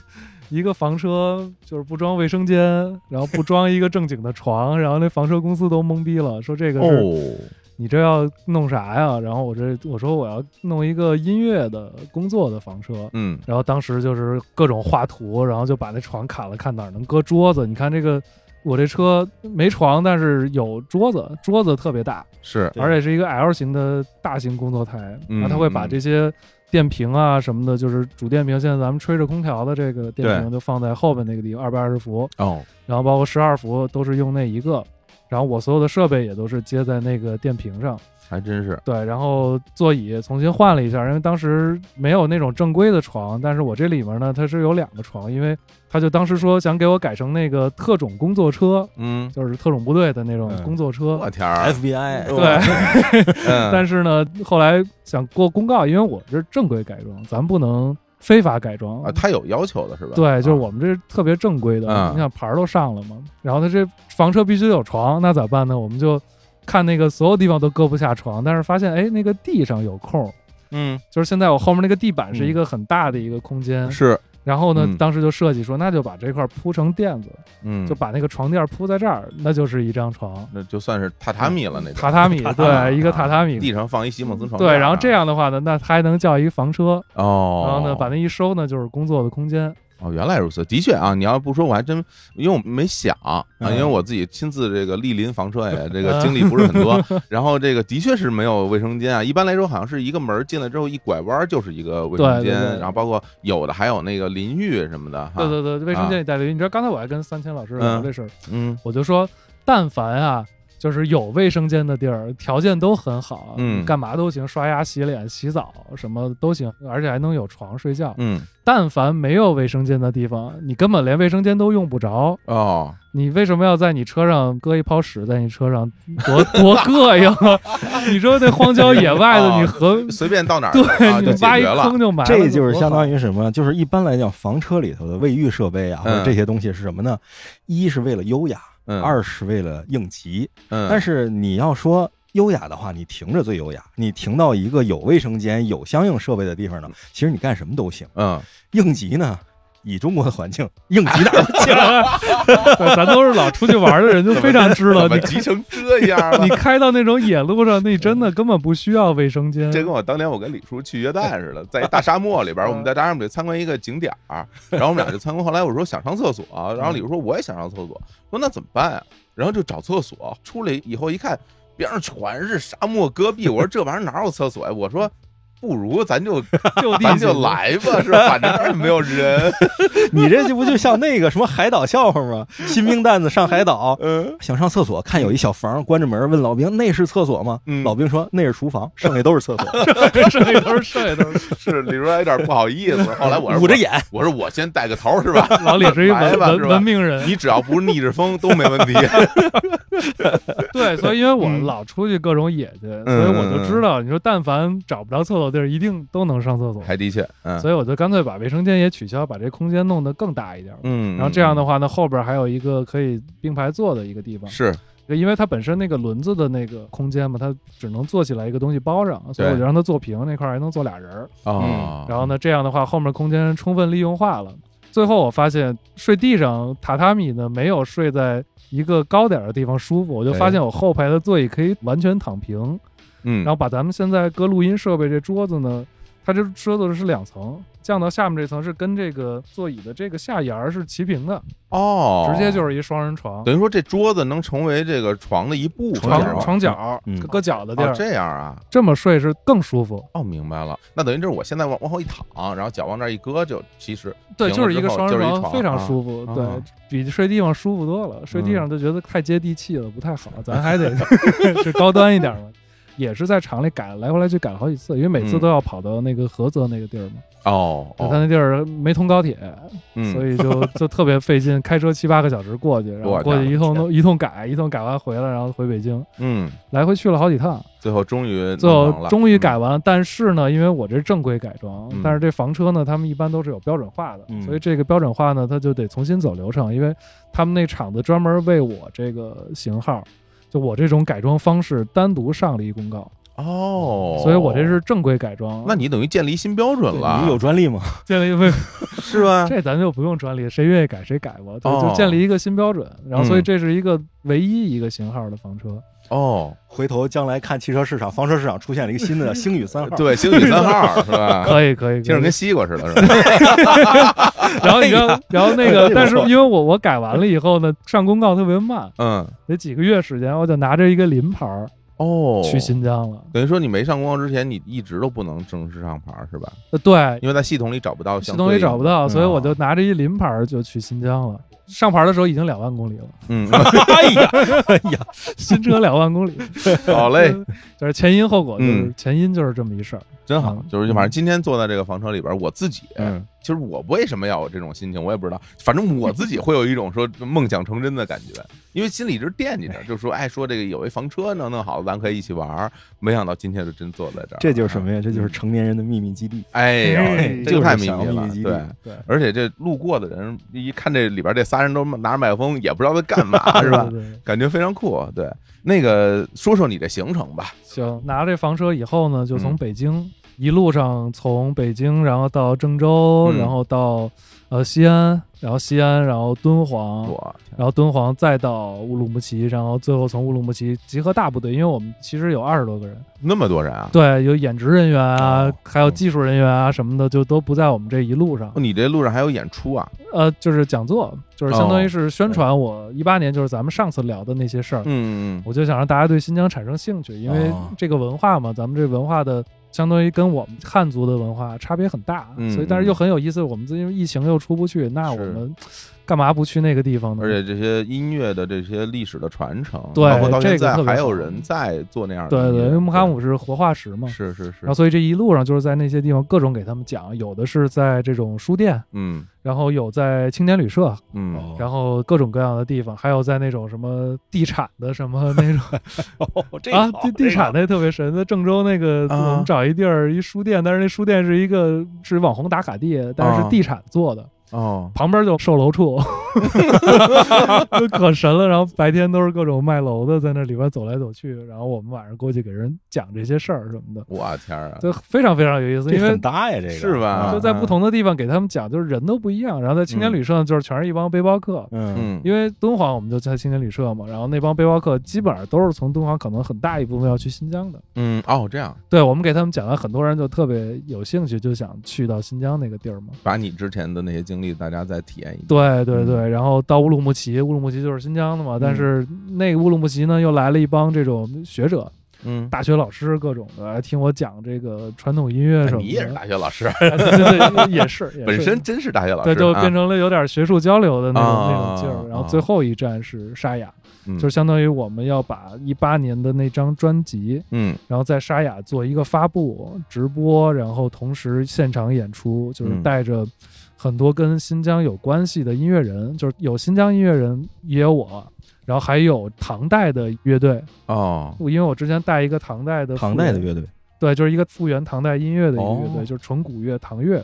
Speaker 4: 一个房车就是不装卫生间，然后不装一个正经的床， 然后那房车公司都懵逼了，说这个是
Speaker 2: 哦，
Speaker 4: 你这要弄啥呀？然后我这我说我要弄一个音乐的工作的房车，
Speaker 2: 嗯
Speaker 4: 然后当时就是各种画图，然后就把那床砍了，看哪儿能搁桌子。你看这个，我这车没床，但是有桌子，桌子特别大，
Speaker 2: 是
Speaker 3: 对
Speaker 4: 而且是一个 L 型的大型工作台，
Speaker 2: 嗯
Speaker 4: 然后它会把
Speaker 2: 嗯
Speaker 4: 这些电瓶啊什么的，就是主电瓶，现在咱们吹着空调的这个电
Speaker 2: 对
Speaker 4: 瓶就放在后边那个地方，二百二十伏，
Speaker 2: 哦，
Speaker 4: 然后包括十二伏都是用那一个。然后我所有的设备也都是接在那个电瓶上，
Speaker 2: 还真是
Speaker 4: 对，然后座椅重新换了一下，因为当时没有那种正规的床，但是我这里面呢，它是有两个床，因为他就当时说想给我改成那个特种工作车，
Speaker 2: 嗯，
Speaker 4: 就是特种部队的那种
Speaker 3: 嗯
Speaker 4: 工作车。
Speaker 2: 我天儿，
Speaker 3: FBI
Speaker 4: 对，
Speaker 2: 嗯
Speaker 4: 哎但是呢，后来想过公告，因为我这是正规改装，咱不能非法改装
Speaker 2: 啊，他有要求的是吧？
Speaker 4: 对，就是
Speaker 2: 啊
Speaker 4: 我们这是特别正规的，
Speaker 2: 嗯
Speaker 4: 你想牌儿都上了嘛，然后他这房车必须得有床，那咋办呢？我们就看那个所有地方都搁不下床，但是发现哎，那个地上有空，
Speaker 2: 嗯
Speaker 4: 就是现在我后面那个地板是一个很大的一个空间，
Speaker 2: 是
Speaker 4: 然后呢，
Speaker 2: 嗯
Speaker 4: 当时就设计说，那就把这块儿铺成垫子，
Speaker 2: 嗯，
Speaker 4: 就把那个床垫铺在这儿，那就是一张床，
Speaker 2: 那就算是榻榻米了那种
Speaker 4: 榻榻米，
Speaker 2: 啊
Speaker 4: 对，一个榻榻米。
Speaker 2: 地上放一席梦思床
Speaker 4: 对，
Speaker 2: 垫
Speaker 4: 然后
Speaker 2: 啊
Speaker 4: 这样的话呢，那它还能叫一房车，
Speaker 2: 哦，
Speaker 4: 然后呢，把那一收呢，就是工作的空间。
Speaker 2: 哦，原来如此，的确啊，你要不说我还真，因为我没想啊，
Speaker 3: 嗯
Speaker 2: 因为我自己亲自这个莅临房车也这
Speaker 4: 嗯
Speaker 2: 个经历不是很 多，然后这个的确是没有卫生间啊，一般来说好像是一个门儿进来之后一拐弯儿就是一个卫生
Speaker 4: 对对
Speaker 2: 间，
Speaker 4: 对
Speaker 2: 然后包括有的还有那个淋浴什么的哈，
Speaker 4: 对对对，卫生间里带淋浴。你知道刚才我还跟三千老师聊
Speaker 2: 嗯
Speaker 4: 这事儿，
Speaker 2: 嗯
Speaker 4: 我就说，但凡啊，就是有卫生间的地儿，条件都很好，
Speaker 2: 嗯
Speaker 4: 干嘛都行，刷牙、洗脸、洗澡什么都行，而且还能有床睡觉。
Speaker 2: 嗯
Speaker 4: 但凡没有卫生间的地方，你根本连卫生间都用不着，
Speaker 2: 哦，
Speaker 4: 你为什么要在你车上搁一泡屎在你车上， 多多膈应啊！ 你说那荒郊野外的，
Speaker 2: 哦
Speaker 4: 你和
Speaker 2: 随便到哪儿啊
Speaker 4: 对
Speaker 2: 就
Speaker 4: 你
Speaker 2: 解
Speaker 4: 挖一
Speaker 2: 决了
Speaker 4: 坑，就埋了，
Speaker 3: 这就是相当
Speaker 4: 于
Speaker 3: 于什么？就是一般来讲，房车里头的卫浴设备啊，或
Speaker 2: 嗯
Speaker 3: 者这些东西是什么呢？一是为了优雅，
Speaker 2: 嗯
Speaker 3: 二是为了应急。
Speaker 2: 嗯，
Speaker 3: 但是你要说优雅的话，你停着最优雅。你停到一个有卫生间、有相应设备的地方呢，其实你干什么都行。
Speaker 2: 嗯
Speaker 3: 应急呢，以中国的环境，应急哪儿都 行。
Speaker 4: 咱都是老出去玩的人，就非常知道
Speaker 2: 怎么
Speaker 4: 你
Speaker 2: 急成这样了
Speaker 4: 你？开到那种野路上，那真的根本不需要卫生 间。
Speaker 2: 这跟我当年我跟李叔去约旦似的，在一大沙漠里边儿，
Speaker 4: 嗯
Speaker 2: 我们在大沙漠里参观一个景点儿，然后我们俩就参观。后来我说想上厕所，然后李叔说我也想上厕所，说那怎么办呀、啊然后就找厕所，出来以后一看，边上全是沙漠戈壁，我说这玩意儿哪有厕所呀、我说。不如咱 就
Speaker 4: 就地
Speaker 2: 咱
Speaker 4: 起
Speaker 2: 就来吧，是吧？反正这儿也没有 人。
Speaker 3: 你这就不就像那个什么海岛笑话吗？新兵蛋子上海岛，
Speaker 2: 嗯
Speaker 3: 想上厕所，看有一小房，关着门，问老兵那是厕所吗？
Speaker 2: 嗯
Speaker 3: 老兵说那是厨房，剩下都是厕所，
Speaker 4: 剩一头剩一头，
Speaker 2: 是李叔还有点不好意思。后 来我说
Speaker 3: 捂着，眼。
Speaker 2: 我说我先带个头儿是吧？
Speaker 4: 老李是一
Speaker 2: 来
Speaker 4: 文
Speaker 2: 吧
Speaker 4: 文
Speaker 2: 是吧
Speaker 4: 文明 人，
Speaker 2: 你只要不是逆着风都没问 题。
Speaker 4: 对，所以因为
Speaker 2: 嗯
Speaker 4: 我老出去各种野去，所以我就知道，你说但凡找不着厕所地儿，一定都能上厕所，
Speaker 2: 还的确， 嗯
Speaker 4: 所以我就干脆把卫生间也取消，把这空间弄得更大一点。
Speaker 2: 嗯。
Speaker 4: 然后这样的话呢，后边还有一个可以并排坐的一个地方，
Speaker 2: 是
Speaker 4: 因为它本身那个轮子的那个空间嘛，它只能坐起来一个东西包上，所
Speaker 2: 对
Speaker 4: 以我就让它坐平，那块儿还能坐俩人儿。嗯
Speaker 2: 哦
Speaker 4: 然后呢，这样的话后面空间充分利用化了。最后我发现睡地上榻榻米呢，没有睡在一个高点儿的地方舒服，我就
Speaker 2: 哎
Speaker 4: 发现我后排的座椅可以完全躺平，
Speaker 2: 嗯，
Speaker 4: 然后把咱们现在搁录音设备这桌子呢，它这桌子是两层，降到下面这层是跟这个座椅的这个下沿儿是齐平的，
Speaker 2: 哦，
Speaker 4: 直接就是一双人床，
Speaker 2: 等于说这桌子能成为这个床的一部分，
Speaker 3: 床
Speaker 2: 是
Speaker 4: 床
Speaker 2: 吧
Speaker 4: 床角
Speaker 3: 嗯
Speaker 4: 搁脚的地
Speaker 2: 哦
Speaker 4: 儿，
Speaker 2: 这样啊，
Speaker 4: 这么睡是更舒服。
Speaker 2: 哦，明白了，那等于就是我现在往往后一躺，然后脚往那儿一搁，就其实
Speaker 4: 对，
Speaker 2: 停
Speaker 4: 就
Speaker 2: 了
Speaker 4: 是一
Speaker 2: 之
Speaker 4: 个
Speaker 2: 后
Speaker 4: 双
Speaker 2: 就是一
Speaker 4: 人
Speaker 2: 床
Speaker 4: 非常
Speaker 2: 啊
Speaker 4: 舒服，对
Speaker 2: 啊，
Speaker 4: 比睡地方舒服多了。睡地
Speaker 2: 嗯
Speaker 4: 上就觉得太接地气了，不太 好，咱还得 是高端一点嘛。也是在厂里改，来回来去改了好几次，因为每次
Speaker 2: 嗯
Speaker 4: 都要跑到那个菏泽那个地儿嘛，
Speaker 2: 哦，
Speaker 4: 就他
Speaker 2: 哦
Speaker 4: 那地儿没通高铁，
Speaker 2: 嗯，
Speaker 4: 所以 就就特别费劲，开车七八个小时过去，然后
Speaker 2: 我
Speaker 4: 过
Speaker 2: 天
Speaker 4: 去一通弄一通改，一通改完回来，然后回北京，
Speaker 2: 嗯，
Speaker 4: 来回去了好几趟。
Speaker 2: 最后终于弄
Speaker 4: 最
Speaker 2: 成
Speaker 4: 后
Speaker 2: 了
Speaker 4: 终于
Speaker 2: 嗯
Speaker 4: 改完了，但是呢，因为我这是正规改装，
Speaker 2: 嗯
Speaker 4: 但是这房车呢，他们一般都是有标准化的，
Speaker 3: 嗯
Speaker 4: 所以这个标准化呢，它就得重新走流程，因为他们那厂子专门为我这个型号，就我这种改装方式单独上了一公告，
Speaker 2: 哦，
Speaker 4: 所以我这是正规改装。
Speaker 2: 那你等于建立新标准了，
Speaker 3: 你有专利吗？
Speaker 4: 建立一个，
Speaker 2: 是吧？
Speaker 4: 这咱就不用专利，谁愿意改谁改吧，对，
Speaker 2: 哦
Speaker 4: 就建立一个新标准，然后所以
Speaker 2: 嗯
Speaker 4: 这是一个唯一一个型号的房车，
Speaker 2: 哦，
Speaker 3: 回头将来看汽车市场、房车市场出现了一个新的星宇三号，，
Speaker 2: 对，星宇三号是 吧？
Speaker 4: 可以可以，
Speaker 2: 啊听
Speaker 4: 可
Speaker 2: 着
Speaker 4: 以
Speaker 2: 跟西瓜似的，是 吧？
Speaker 4: 然后你知道，然后那个
Speaker 3: 哎呀，
Speaker 4: 但是因为我我改完了以后呢，上公告特别慢，
Speaker 2: 嗯，
Speaker 4: 得几个月时间，我就拿着一个临牌儿
Speaker 2: 哦，
Speaker 4: 去新疆了。
Speaker 2: 等于说你没上公告之前，你一直都不能正式上牌儿是吧？
Speaker 4: 呃，对，
Speaker 2: 因为在系统里找不到
Speaker 4: 系
Speaker 2: 相
Speaker 4: 统
Speaker 2: 对应的，
Speaker 4: 里找不到，所以我就
Speaker 2: 嗯
Speaker 4: 拿着一临牌儿就去新疆了。上牌儿的时候已经两万公里了，
Speaker 2: 嗯，
Speaker 3: 哎呀，哎呀，
Speaker 4: 新车两万 公里，
Speaker 2: 嗯 好嘞，
Speaker 4: 嗯就是前因后果，就
Speaker 2: 嗯
Speaker 4: 是前因就是这么一事儿。
Speaker 2: 真好
Speaker 4: 嗯，
Speaker 2: 就是反正今天坐在这个房车里边儿，我自己，
Speaker 3: 嗯
Speaker 2: 其实我为什么要有这种心情，我也不知道，反正我自己会有一种说梦想成真的感觉，因为心里一直惦记着，就说哎，说这个有一房车能弄好，咱可以一起玩儿。没想到今天就真坐在这儿，
Speaker 3: 这就是什么呀？这就是成年人的秘密基地。
Speaker 2: 哎
Speaker 4: 哎
Speaker 2: 呦，这个
Speaker 3: 就是
Speaker 2: 太秘
Speaker 3: 想
Speaker 2: 密
Speaker 3: 秘
Speaker 2: 了
Speaker 3: 密，基地
Speaker 2: 对。
Speaker 4: 对，
Speaker 2: 而且这路过的人一看这里边这仨人都拿着麦克风，也不知道在干 嘛，是吧
Speaker 4: 对？？对对
Speaker 2: 感觉非常酷。对，那个说说你的行程吧。
Speaker 4: 行，拿着这房车以后呢，就
Speaker 2: 嗯
Speaker 4: 从北京一路上从北京，然后到郑州，
Speaker 2: 嗯
Speaker 4: 然后到呃西安，然后西安，然后敦煌，
Speaker 2: 我天
Speaker 4: 然后敦煌再到乌鲁木齐，然后最后从乌鲁木齐集合大部队，因为我们其实有二十多个人，
Speaker 2: 那么多人啊！
Speaker 4: 对，有演职人员啊，
Speaker 2: 哦
Speaker 4: 还有技术人员啊什么的，就都不在我们这一路上
Speaker 2: 哦。你这路上还有演出啊？
Speaker 4: 呃，就是讲座，就是相当
Speaker 2: 哦
Speaker 4: 于是宣传我一八年，就是咱们上次聊的那些事儿。
Speaker 2: 嗯，
Speaker 4: 我就想让大家对新疆产生兴趣，因为
Speaker 3: 哦
Speaker 4: 这个文化嘛，咱们这文化的相当于跟我们汉族的文化差别很大，
Speaker 2: 嗯
Speaker 4: 所以但是又很有意思。我们因为疫情又出不去，那我
Speaker 2: 是
Speaker 4: 们干嘛不去那个地方
Speaker 2: 嗯
Speaker 4: 呢？
Speaker 2: 而且这些音乐的这些历史的传承，
Speaker 4: 对
Speaker 2: 包括到现
Speaker 4: 这个
Speaker 2: 在
Speaker 4: 特别
Speaker 2: 还有
Speaker 4: 好
Speaker 2: 人在做那样的
Speaker 4: 对
Speaker 2: 音乐。
Speaker 4: 对，因为木卡姆是活化石嘛
Speaker 2: 对，是是
Speaker 4: 然后
Speaker 2: 是，
Speaker 4: 所以这一路上就是在那些地方各种给他们讲，有的是在这种书店，
Speaker 2: 嗯
Speaker 4: 然后有在青年旅社，
Speaker 2: 嗯，
Speaker 3: 哦
Speaker 4: 然后各种各样的地方，还有在那种 什么地产的什么那种。
Speaker 3: 后哦这
Speaker 4: 啊，地地产那特别神，在郑州那个，
Speaker 2: 啊
Speaker 4: 我们找一地儿一书店，但是那书店是一个是网红打卡地，但是
Speaker 2: 啊
Speaker 4: 是地产做的，
Speaker 2: 哦，
Speaker 4: 旁边就售楼处， 就可神了。然后白天都是各种卖楼的在那里边走来走去，然后我们晚上过去给人讲这些事儿什么的，
Speaker 2: 我天儿啊！
Speaker 4: 就非常非常有意思，
Speaker 3: 这
Speaker 4: 因为
Speaker 3: 很。大呀，这个
Speaker 2: 是吧
Speaker 4: 就
Speaker 3: 啊
Speaker 4: 在不同的地方给他们讲，就是人都不一样。然后在青年旅社呢，就是全是一帮背包客，
Speaker 3: 嗯，
Speaker 2: 嗯，
Speaker 4: 因为敦煌我们就在青年旅社嘛，然后那帮背包客基本上都是从敦煌，可能很大一部分要去新疆的。
Speaker 2: 嗯哦，这样
Speaker 4: 对我们给他们讲完，很多人就特别有兴趣，就想去到新疆那个地儿嘛。
Speaker 2: 把你之前的那些经历，大家再体验一遍。
Speaker 4: 对对对，
Speaker 2: 嗯
Speaker 4: 然后到乌鲁木齐，乌鲁木齐就是新疆的嘛，但是那个乌鲁木齐呢，又来了一帮这种学者、
Speaker 2: 嗯，
Speaker 4: 大学老师各种的，来听我讲这个传统音乐
Speaker 2: 哎
Speaker 4: 什么的。
Speaker 2: 你也是大学老师，啊
Speaker 4: 哎 对对对，也是，也是
Speaker 2: 本身真是大学老师
Speaker 4: 对，
Speaker 2: 啊，
Speaker 4: 就变成了有点学术交流的那种、那种劲
Speaker 2: 啊
Speaker 4: 儿。然
Speaker 2: 啊
Speaker 4: 后最后一站是沙雅，
Speaker 2: 嗯
Speaker 4: 就是相当于我们要把一八年的那张专辑，
Speaker 2: 嗯
Speaker 4: 然后在沙雅做一个发布直播，然后同时现场演出，就是
Speaker 2: 嗯
Speaker 4: 带着很多跟新疆有关系的音乐人，就是有新疆音乐人，也有我，然后还有唐代的乐队，
Speaker 2: 哦，
Speaker 4: 因为我之前带一个唐代的
Speaker 3: 唐代的
Speaker 4: 复原
Speaker 3: 乐队，
Speaker 4: 对，就是一个复原唐代音乐的一个乐队，
Speaker 3: 哦
Speaker 4: 就是纯古乐唐乐。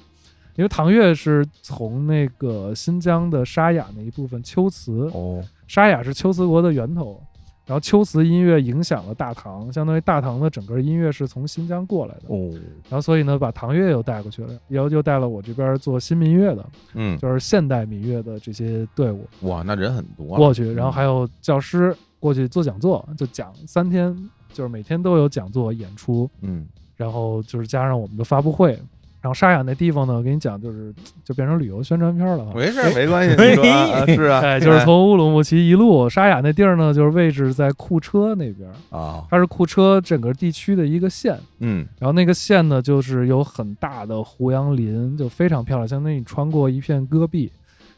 Speaker 4: 因为唐乐是从那个新疆的沙雅那一部分秋词，
Speaker 3: 哦，
Speaker 4: 沙雅是秋词国的源头，然后秋词音乐影响了大唐，相当于大唐的整个音乐是从新疆过来的。
Speaker 3: 哦，
Speaker 4: 然后所以呢，把唐乐又带过去了，然后又带了我这边做新民乐的，
Speaker 2: 嗯，
Speaker 4: 就是现代民乐的这些队伍
Speaker 2: 哇，那人很多啊，
Speaker 4: 过去，
Speaker 3: 嗯
Speaker 4: 然后还有教师过去做讲座，就讲三天，就是每天都有讲座演出，
Speaker 2: 嗯
Speaker 4: 然后就是加上我们的发布会。然后沙雅那地方呢，我跟你讲，就是就变成旅游宣传片了啊。
Speaker 2: 没事儿，没关系，你说啊啊是啊，
Speaker 4: 哎，就是从乌鲁木齐一路，沙雅那地儿呢，就是位置在库车那边儿，
Speaker 3: 啊，
Speaker 4: 它是库车整个地区的一个县。
Speaker 2: 嗯
Speaker 4: 然后那个县呢，就是有很大的胡杨林，就非常漂亮，相当于你穿过一片戈壁，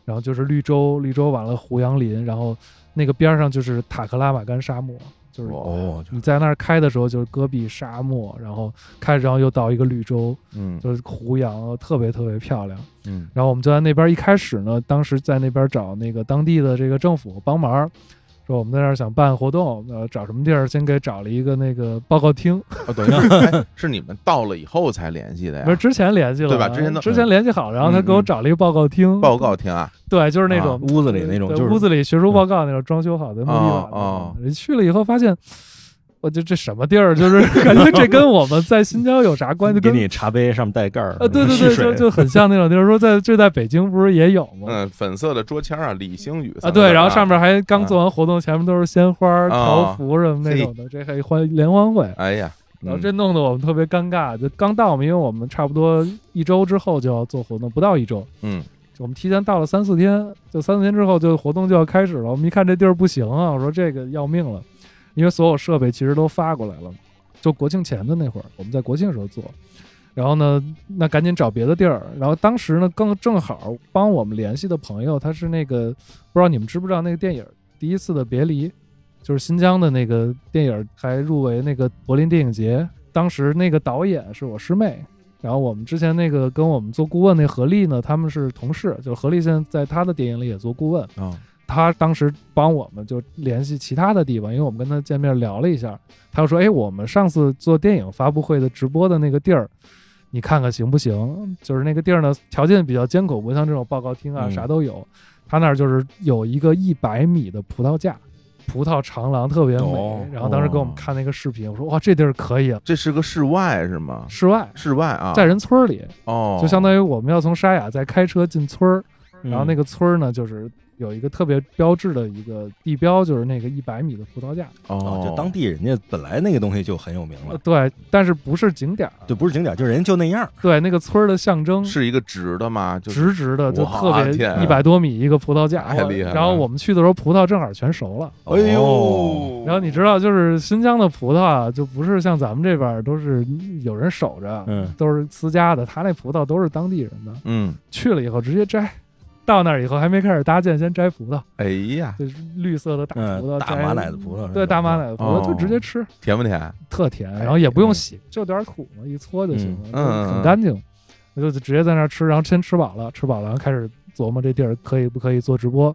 Speaker 4: 然后就是绿洲，绿洲完了胡杨林，然后那个边儿上就是塔克拉玛干沙漠，就是
Speaker 3: 哦，
Speaker 4: 你在那儿开的时候就是戈壁沙漠，然后开然后又到一个绿洲，
Speaker 2: 嗯
Speaker 4: 就是胡杨，特别特别漂亮。
Speaker 2: 嗯
Speaker 4: 然后我们就在那边一开始呢，当时在那边找那个当地的这个政府帮忙，说我们在这儿想办活动，呃，找什么地儿？先给找了一个那个报告厅，
Speaker 2: 哦，等于是、哎、是你们到了以后才联系的
Speaker 3: 啊
Speaker 2: 呀？
Speaker 4: 不是之前联系了，
Speaker 2: 对吧之前都
Speaker 4: 之前联系好，然后他
Speaker 3: 嗯
Speaker 4: 给我找了一个报告厅，
Speaker 2: 报告厅啊，
Speaker 4: 对，就是那种
Speaker 3: 啊屋子里那种
Speaker 4: 对
Speaker 3: 就是嗯
Speaker 4: 屋子里学术报告那种装修好的木地板
Speaker 2: 哦
Speaker 4: 那
Speaker 2: 哦
Speaker 4: 种。你去了以后发现，我就这什么地儿？就是 感觉这跟我们在新疆有啥关系？
Speaker 3: 给
Speaker 4: 跟
Speaker 3: 你茶杯上面带盖儿
Speaker 4: 啊，对对
Speaker 3: 蓄
Speaker 4: 对，
Speaker 3: 水
Speaker 4: 就就很像那种地儿。说在这在北京不是也有吗？
Speaker 2: 嗯，粉色的桌签啊，李星宇
Speaker 4: 啊，对，然后上
Speaker 2: 面，
Speaker 4: 面还刚做完活动，前面都是鲜花
Speaker 2: 哦
Speaker 4: 儿、条幅什么那种的，这还欢联欢会，
Speaker 2: 哎呀，
Speaker 4: 然后
Speaker 2: 嗯
Speaker 4: 这弄得我们特别尴尬。就刚到我们，因为我们差不多一周之后就要做活动，不到一周，
Speaker 2: 嗯，
Speaker 4: 我们提前到了三四天，就三四天之后就活动就要开始了。我们一看这地儿不行啊，我说这个要命了，因为所有设备其实都发过来了，就国庆前的那会儿，我们在国庆时候做。然后呢，那赶紧找别的地儿。然后当时呢，更正好帮我们联系的朋友，他是那个不知道你们知不知道那个电影《第一次的别离》，就是新疆的那个电影，还入围那个柏林电影节。当时那个导演是我师妹，然后我们之前那个跟我们做顾问那何丽呢，他们是同事，就是何丽现在在她的电影里也做顾问，
Speaker 3: 嗯
Speaker 2: 哦
Speaker 4: 她当时帮我们就联系其他的地方，因为我们跟她见面聊了一下，她就说，哎，我们上次做电影发布会的直播的那个地儿。你看看行不行？就是那个地儿呢，条件比较艰苦，不像这种报告厅啊，
Speaker 2: 嗯
Speaker 4: 啥都有。他那儿就是有一个一百米的葡萄架，葡萄长廊特别美。
Speaker 3: 哦
Speaker 4: 然后当时给我们看那个视频，我说哇，这地儿可以啊，
Speaker 2: 这是个室外是吗？
Speaker 4: 室外
Speaker 2: 室外啊，
Speaker 4: 在人村儿里，
Speaker 2: 哦，
Speaker 4: 就相当于我们要从沙雅再开车进村儿，然后那
Speaker 3: 个
Speaker 4: 个村儿呢，就是有一个特别标志的一个地标，就是那个一百米的葡萄架。
Speaker 2: 哦，
Speaker 3: 就当地人家本来那个东西就很有名
Speaker 4: 呃
Speaker 3: 了，
Speaker 4: 对，但是不是景点儿，
Speaker 2: 啊
Speaker 3: 就不是景点，就人家就那样儿。
Speaker 4: 对，那个村儿的象征。
Speaker 2: 是一个直的吗？就是
Speaker 4: 直直的，就
Speaker 2: 哇
Speaker 4: 特别
Speaker 2: 天啊
Speaker 4: 一百多米一个葡萄架，
Speaker 2: 太厉害了
Speaker 4: 然后我们去的时候，葡萄正好全熟了。
Speaker 2: 哎
Speaker 3: 哦，
Speaker 2: 呦，
Speaker 4: 然后你知道，就是新疆的葡萄啊，就不是像咱们这边儿都是有人守着，
Speaker 3: 嗯
Speaker 4: 都是私家的，他那葡萄都是当地人的。
Speaker 2: 嗯，
Speaker 4: 去了以后直接摘，到那儿以后还没开始搭建，先摘葡萄，
Speaker 2: 哎呀，
Speaker 4: 就是绿色的大葡
Speaker 3: 嗯，
Speaker 4: 萄，
Speaker 3: 大
Speaker 4: 摘
Speaker 3: 马奶的葡萄是吧，
Speaker 4: 对大马奶的葡萄、
Speaker 2: 哦
Speaker 4: 就直接吃，
Speaker 2: 甜不甜？
Speaker 4: 特甜，
Speaker 3: 哎
Speaker 4: 然后也不用洗，就点儿土嘛，一搓就行了，
Speaker 2: 嗯
Speaker 4: 就
Speaker 2: 嗯
Speaker 4: 很干净。我就直接在那儿吃，然后先吃饱了，吃饱了，然后开始琢磨这地儿可以不可以做直播，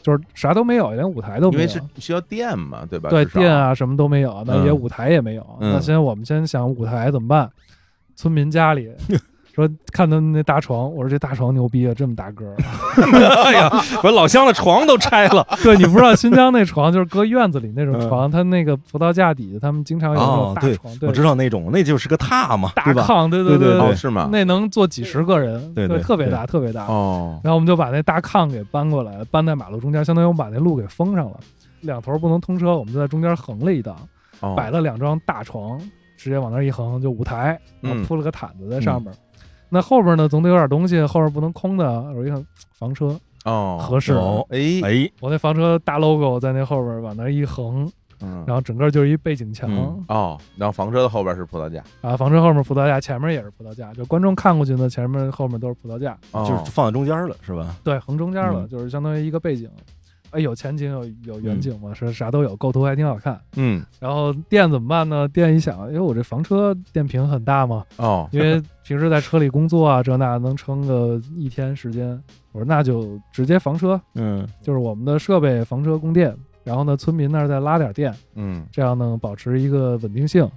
Speaker 4: 就是啥都没有，连舞台都
Speaker 2: 因
Speaker 4: 没
Speaker 2: 为
Speaker 4: 有。
Speaker 2: 是需要电嘛，对吧？
Speaker 4: 对
Speaker 2: 至少
Speaker 4: 店，啊什么都没有，那
Speaker 3: 嗯
Speaker 4: 也舞台也没有。
Speaker 2: 嗯
Speaker 4: 那先我们先想舞台怎么办？村民 家里说看他们那大床，我说这大床牛逼啊，这么大个儿。
Speaker 3: 哎呀，把老乡的床都拆了，
Speaker 4: 对你不知道新疆那床就是搁院子里那种床，它那个葡萄架底下，他们经常有那种
Speaker 3: 嗯哦
Speaker 4: 大
Speaker 3: 对
Speaker 4: 床，
Speaker 3: 我知
Speaker 4: 道
Speaker 3: 道那种，那就是个榻嘛，
Speaker 4: 大
Speaker 3: 对吧？
Speaker 4: 炕，对
Speaker 3: 对
Speaker 4: 对
Speaker 3: 对
Speaker 2: 哦，
Speaker 3: 对
Speaker 2: 是吗？
Speaker 4: 那能坐几十个人，
Speaker 3: 对对
Speaker 4: 特别
Speaker 3: 对
Speaker 4: 大，特别大。
Speaker 2: 哦，
Speaker 4: 然后我们就把那大炕给搬过来，搬在马路中间，相当于我们把那路给封上了，两头不能通车，我们就在中间横了一档，
Speaker 2: 哦
Speaker 4: 摆了两张大床，直接往那儿一横就舞台，然
Speaker 2: 嗯
Speaker 4: 后铺了个毯子在上面。那后边呢，总得有点东西，后边不能空的。我一看，房车
Speaker 2: 哦，
Speaker 4: 合适，
Speaker 3: 哦
Speaker 2: 哎，
Speaker 3: 哎，
Speaker 4: 我那房车大 logo 在那后边往那儿一横，
Speaker 2: 嗯
Speaker 4: 然后整个就是一背景墙、
Speaker 3: 嗯
Speaker 2: 哦，然后房车的后边是葡萄架，
Speaker 4: 啊，房车后面葡萄架，前面也是葡萄架，就观众看过去呢，前面后面都是葡萄架，
Speaker 2: 哦
Speaker 3: 就是放在中间了，是吧？
Speaker 4: 对，横中间了，
Speaker 3: 嗯
Speaker 4: 就是相当于一个背景，哎，有前景有有远景嘛，
Speaker 3: 嗯
Speaker 4: 是啥都有，构图还挺好看。
Speaker 2: 嗯
Speaker 4: 然后电怎么办呢？电一想，因哎为我这房车电瓶很大嘛，
Speaker 2: 哦，
Speaker 4: 因 为平时在车里工作啊，这那能撑个一天时间，我说那就直接房车，
Speaker 3: 嗯，
Speaker 4: 就是我们的设备房车供电，然后呢，村民那儿再拉点电，
Speaker 2: 嗯
Speaker 4: 这样呢保持一个稳定性。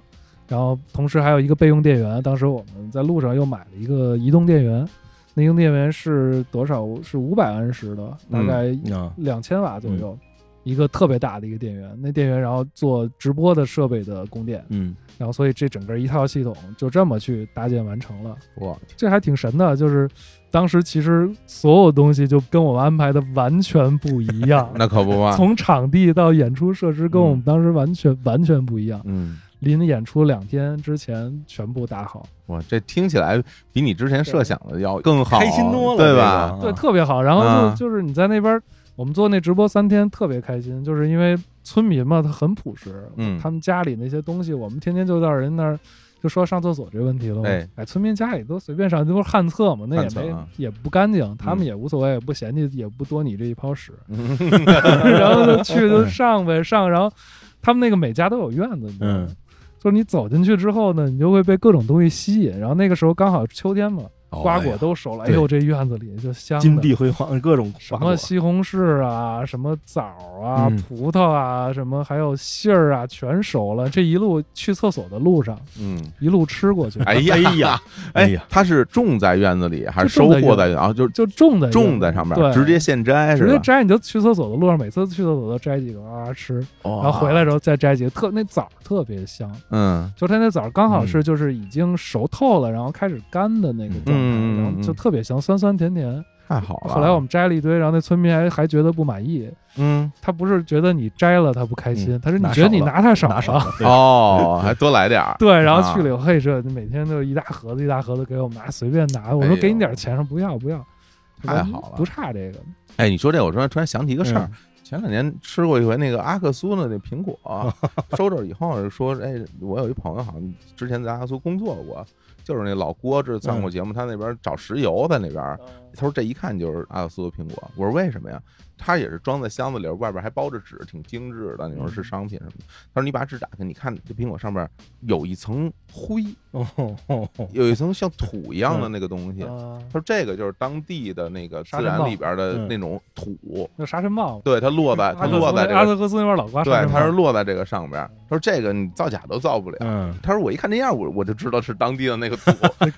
Speaker 4: 然后同时还有一个备用电源，当时我们在路上又买了一个移动电源，那移动电源是多少？是五百安时的，大
Speaker 2: 嗯
Speaker 4: 概
Speaker 3: 啊，
Speaker 4: 两千瓦左右，一个特别大的一个电源。那电源然后做直播的设备的供电，
Speaker 3: 嗯，
Speaker 4: 然后所以这整个一套系统就这么去搭建完成了。
Speaker 2: 我
Speaker 4: 这还挺神的，就是当时其实所有东西就跟我们安排的完全不一
Speaker 2: ，
Speaker 4: 样
Speaker 2: 那可不嘛，
Speaker 4: 从场地到演出设施跟我们当时完全、完全不一样。
Speaker 2: 嗯。
Speaker 4: 临演出两天之前全部打好，
Speaker 2: 哇，这听起来比你之前设想的要更好，
Speaker 3: 开心多了，
Speaker 2: 对吧？
Speaker 4: 对，
Speaker 3: 这个啊
Speaker 4: 特别好。然后就、
Speaker 2: 啊
Speaker 4: 就是你在那边，我们做那直播三天特别开心，就是因为村民嘛，他很朴实，
Speaker 2: 嗯
Speaker 4: 他们家里那些东西，我们天天就到人那儿。就说上厕所这问题了嘛，
Speaker 2: 哎
Speaker 4: 村民家里都随便上，这不是旱厕嘛，那
Speaker 2: 旱
Speaker 4: 也
Speaker 2: 厕
Speaker 4: 没、
Speaker 2: 啊
Speaker 4: 也不干净，他们
Speaker 2: 嗯
Speaker 4: 也无所谓，也不嫌弃，也不多你这一泡屎，
Speaker 2: 嗯
Speaker 4: 然后就去就上呗上，然后他们那个每家都有院子，你知道吗
Speaker 3: 嗯，
Speaker 4: 就是你走进去之后呢，你就会被各种东西吸引，然后那个时候刚好秋天嘛，
Speaker 3: 哦
Speaker 4: 瓜
Speaker 3: 哎
Speaker 4: 果
Speaker 3: 呀
Speaker 4: 都熟了。哎
Speaker 3: 对
Speaker 4: 呦，这院子里就香
Speaker 3: 金
Speaker 4: 的
Speaker 3: 碧辉煌，各种
Speaker 4: 什
Speaker 3: 瓜
Speaker 4: 么
Speaker 3: 果，
Speaker 4: 西红柿啊，什么枣啊，
Speaker 3: 嗯
Speaker 4: 葡萄啊，什么还有杏儿啊，全熟了。这一路去厕所的路上，
Speaker 2: 嗯，
Speaker 4: 一路吃过去，
Speaker 2: 哎
Speaker 3: 哎
Speaker 2: 呀
Speaker 3: 呀，哎
Speaker 2: 哎
Speaker 3: 呀，
Speaker 2: 它是种在院子里还是
Speaker 4: 就
Speaker 2: 收
Speaker 4: 种在
Speaker 2: 获在
Speaker 4: 院
Speaker 2: 院？啊，就是
Speaker 4: 就种在
Speaker 2: 种在上面，
Speaker 4: 对，
Speaker 2: 直接现摘是
Speaker 4: 直接
Speaker 2: 吧？
Speaker 4: 摘，你就去厕所的路上，每次去厕所都摘几个啊吃，
Speaker 2: 然
Speaker 4: 然后回来，
Speaker 3: 啊
Speaker 4: 之后再摘几个，特那枣儿特别香，
Speaker 2: 嗯
Speaker 4: 就它那枣儿刚好
Speaker 3: 嗯
Speaker 4: 是就是已经熟透了，然后开始干的那个状态，
Speaker 2: 嗯嗯嗯
Speaker 4: 然后就特别香，酸酸甜甜。
Speaker 2: 太好了。
Speaker 4: 后来我们摘了一堆，然后那村民还还觉得不满意，
Speaker 2: 嗯
Speaker 4: 他不是觉得你摘了他不开心，
Speaker 3: 嗯
Speaker 4: 他是你
Speaker 3: 拿
Speaker 4: 觉得你
Speaker 3: 少了
Speaker 4: 拿太少
Speaker 3: 拿少了，对
Speaker 2: 哦，还多来点儿。
Speaker 4: 对，然后
Speaker 2: 啊
Speaker 4: 去了以后，嘿，这每天都一大盒子一大盒子给我们拿，随便拿。我
Speaker 2: 哎呦
Speaker 4: 说给你点钱，说不要不要，
Speaker 2: 太好了
Speaker 4: 不差这个。
Speaker 2: 哎，你说这，我突然突然想起一个事儿
Speaker 3: 嗯。
Speaker 2: 前两年吃过一回那个阿克苏的那苹果， 收着以后说，哎，我有一朋友好像之前在阿克苏工作过，就是那老郭，这上过节目，他那边找石油在那边，
Speaker 4: 嗯
Speaker 2: 他说这一看就是啊阿克苏的苹果。我说为什么呀？他也是装在箱子里，外边还包着纸，挺精致的。你说是商品什么的？他说你把纸打开，你看这苹果上面有一层灰，
Speaker 3: 哦哦哦
Speaker 2: 有一层像土一样的那个东西。
Speaker 4: 啊，
Speaker 2: 他说这个就是当地的那个自
Speaker 4: 沙尘
Speaker 2: 然
Speaker 4: 暴
Speaker 2: 里边的
Speaker 3: 嗯
Speaker 2: 那种土，
Speaker 4: 那沙尘暴，
Speaker 2: 对，它落在它
Speaker 4: 阿特
Speaker 2: 落
Speaker 4: 克
Speaker 2: 在
Speaker 4: 斯
Speaker 2: 这
Speaker 4: 阿
Speaker 2: 个，
Speaker 4: 特克斯那边老刮沙
Speaker 2: 对，
Speaker 4: 尘暴，
Speaker 2: 它是落在这个上边儿。他说这个你造假都造不了。
Speaker 3: 嗯，
Speaker 2: 他说我一看这样，我我就知道是当地的那个 土，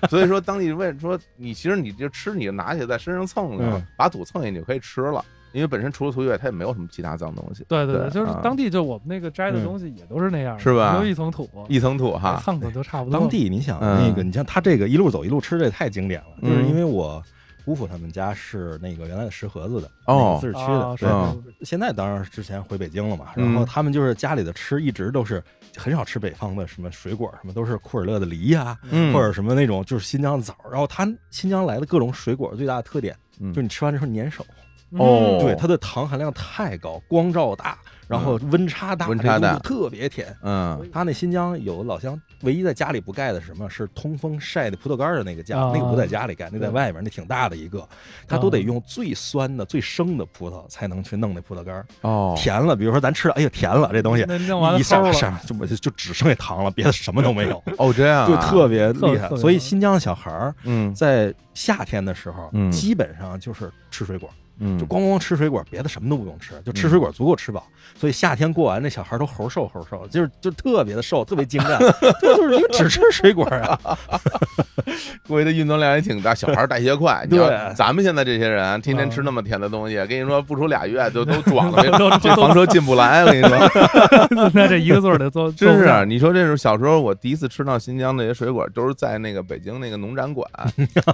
Speaker 2: 所以说当地为说你其实你就吃，你就拿起来在身上蹭蹭
Speaker 3: 嗯，
Speaker 2: 把土蹭下去你就可以吃了，因为本身除了土以外，它也没有什么其他脏东西，
Speaker 4: 对对
Speaker 2: 对
Speaker 4: 对，就是
Speaker 2: 啊
Speaker 4: 当地就我们那个摘的
Speaker 3: 嗯
Speaker 4: 东西也都是那样的，
Speaker 2: 是吧
Speaker 4: 就一层土，
Speaker 2: 一层土哈。
Speaker 4: 蹭蹭就差不多。
Speaker 3: 当地你想
Speaker 2: 嗯
Speaker 3: 那个，你像他这个一路走一路吃，这也太经典了。就是
Speaker 2: 嗯
Speaker 3: 因为我姑父他们家是那个原来的石河子的，那
Speaker 2: 哦
Speaker 3: 个自治区
Speaker 4: 啊
Speaker 3: 的，
Speaker 4: 是
Speaker 3: 对。
Speaker 2: 嗯
Speaker 4: 是是
Speaker 3: 现在当然是之前回北京了嘛，
Speaker 2: 嗯
Speaker 3: 然后他们就是家里的吃一直都是很少吃北方的什么水果，什么都是库尔勒的梨呀、
Speaker 2: 嗯，
Speaker 3: 或者什么那种就是新疆的枣儿。然后他新疆来的各种水果最大的特点
Speaker 2: 嗯
Speaker 3: 就是你吃完之后粘手，
Speaker 4: 嗯
Speaker 2: 哦
Speaker 3: 对它的糖含量太高，光照大，然后温差大，
Speaker 2: 嗯温差大
Speaker 3: 这东西特别甜。
Speaker 2: 嗯
Speaker 3: 他那新疆有老乡，唯一在家里不盖的是什么是通风晒的葡萄干儿的那个架，
Speaker 4: 啊
Speaker 3: 那个不在家里盖，那在外面，那挺大的一个，他
Speaker 2: 啊
Speaker 3: 都得用最酸的、最生的葡萄才能去弄那葡萄干儿，
Speaker 2: 哦，
Speaker 3: 甜了，比如说咱吃了，哎呦甜了，这东西
Speaker 4: 那弄完了
Speaker 3: 一
Speaker 4: 齁
Speaker 3: 上
Speaker 4: 了
Speaker 3: 上就就就只剩下糖了，别的什么都没 有，
Speaker 2: 哦这样啊
Speaker 3: 就特别
Speaker 4: 特
Speaker 3: 厉害
Speaker 4: 特。别
Speaker 3: 所以
Speaker 4: 好
Speaker 3: 新疆的小孩儿
Speaker 2: 嗯
Speaker 3: 在夏天的时候
Speaker 2: 嗯，
Speaker 3: 基本上就是吃水果，
Speaker 2: 嗯
Speaker 3: 就光光吃水果，别的什么都不用吃，就吃水果足够吃饱。所以夏天过完，这小孩都猴瘦猴瘦，就是就特别的瘦，特别精干， 对，就是因为只吃水果啊。
Speaker 2: 估计他运动量也挺大，小孩儿代谢 快。你要
Speaker 3: 对嗯
Speaker 2: 咱们现在这些人天天吃那么甜的东西，跟你说不出俩月就 都壮了，
Speaker 4: 都
Speaker 2: 这
Speaker 4: 都
Speaker 2: 房车进不来。我跟你说，
Speaker 4: 那这一个座儿得坐，
Speaker 2: 真
Speaker 4: 坐不
Speaker 2: 是啊
Speaker 4: 下
Speaker 2: 你说这是小时候我第一次吃到新疆那些水果，都是在那个北京那个农展 馆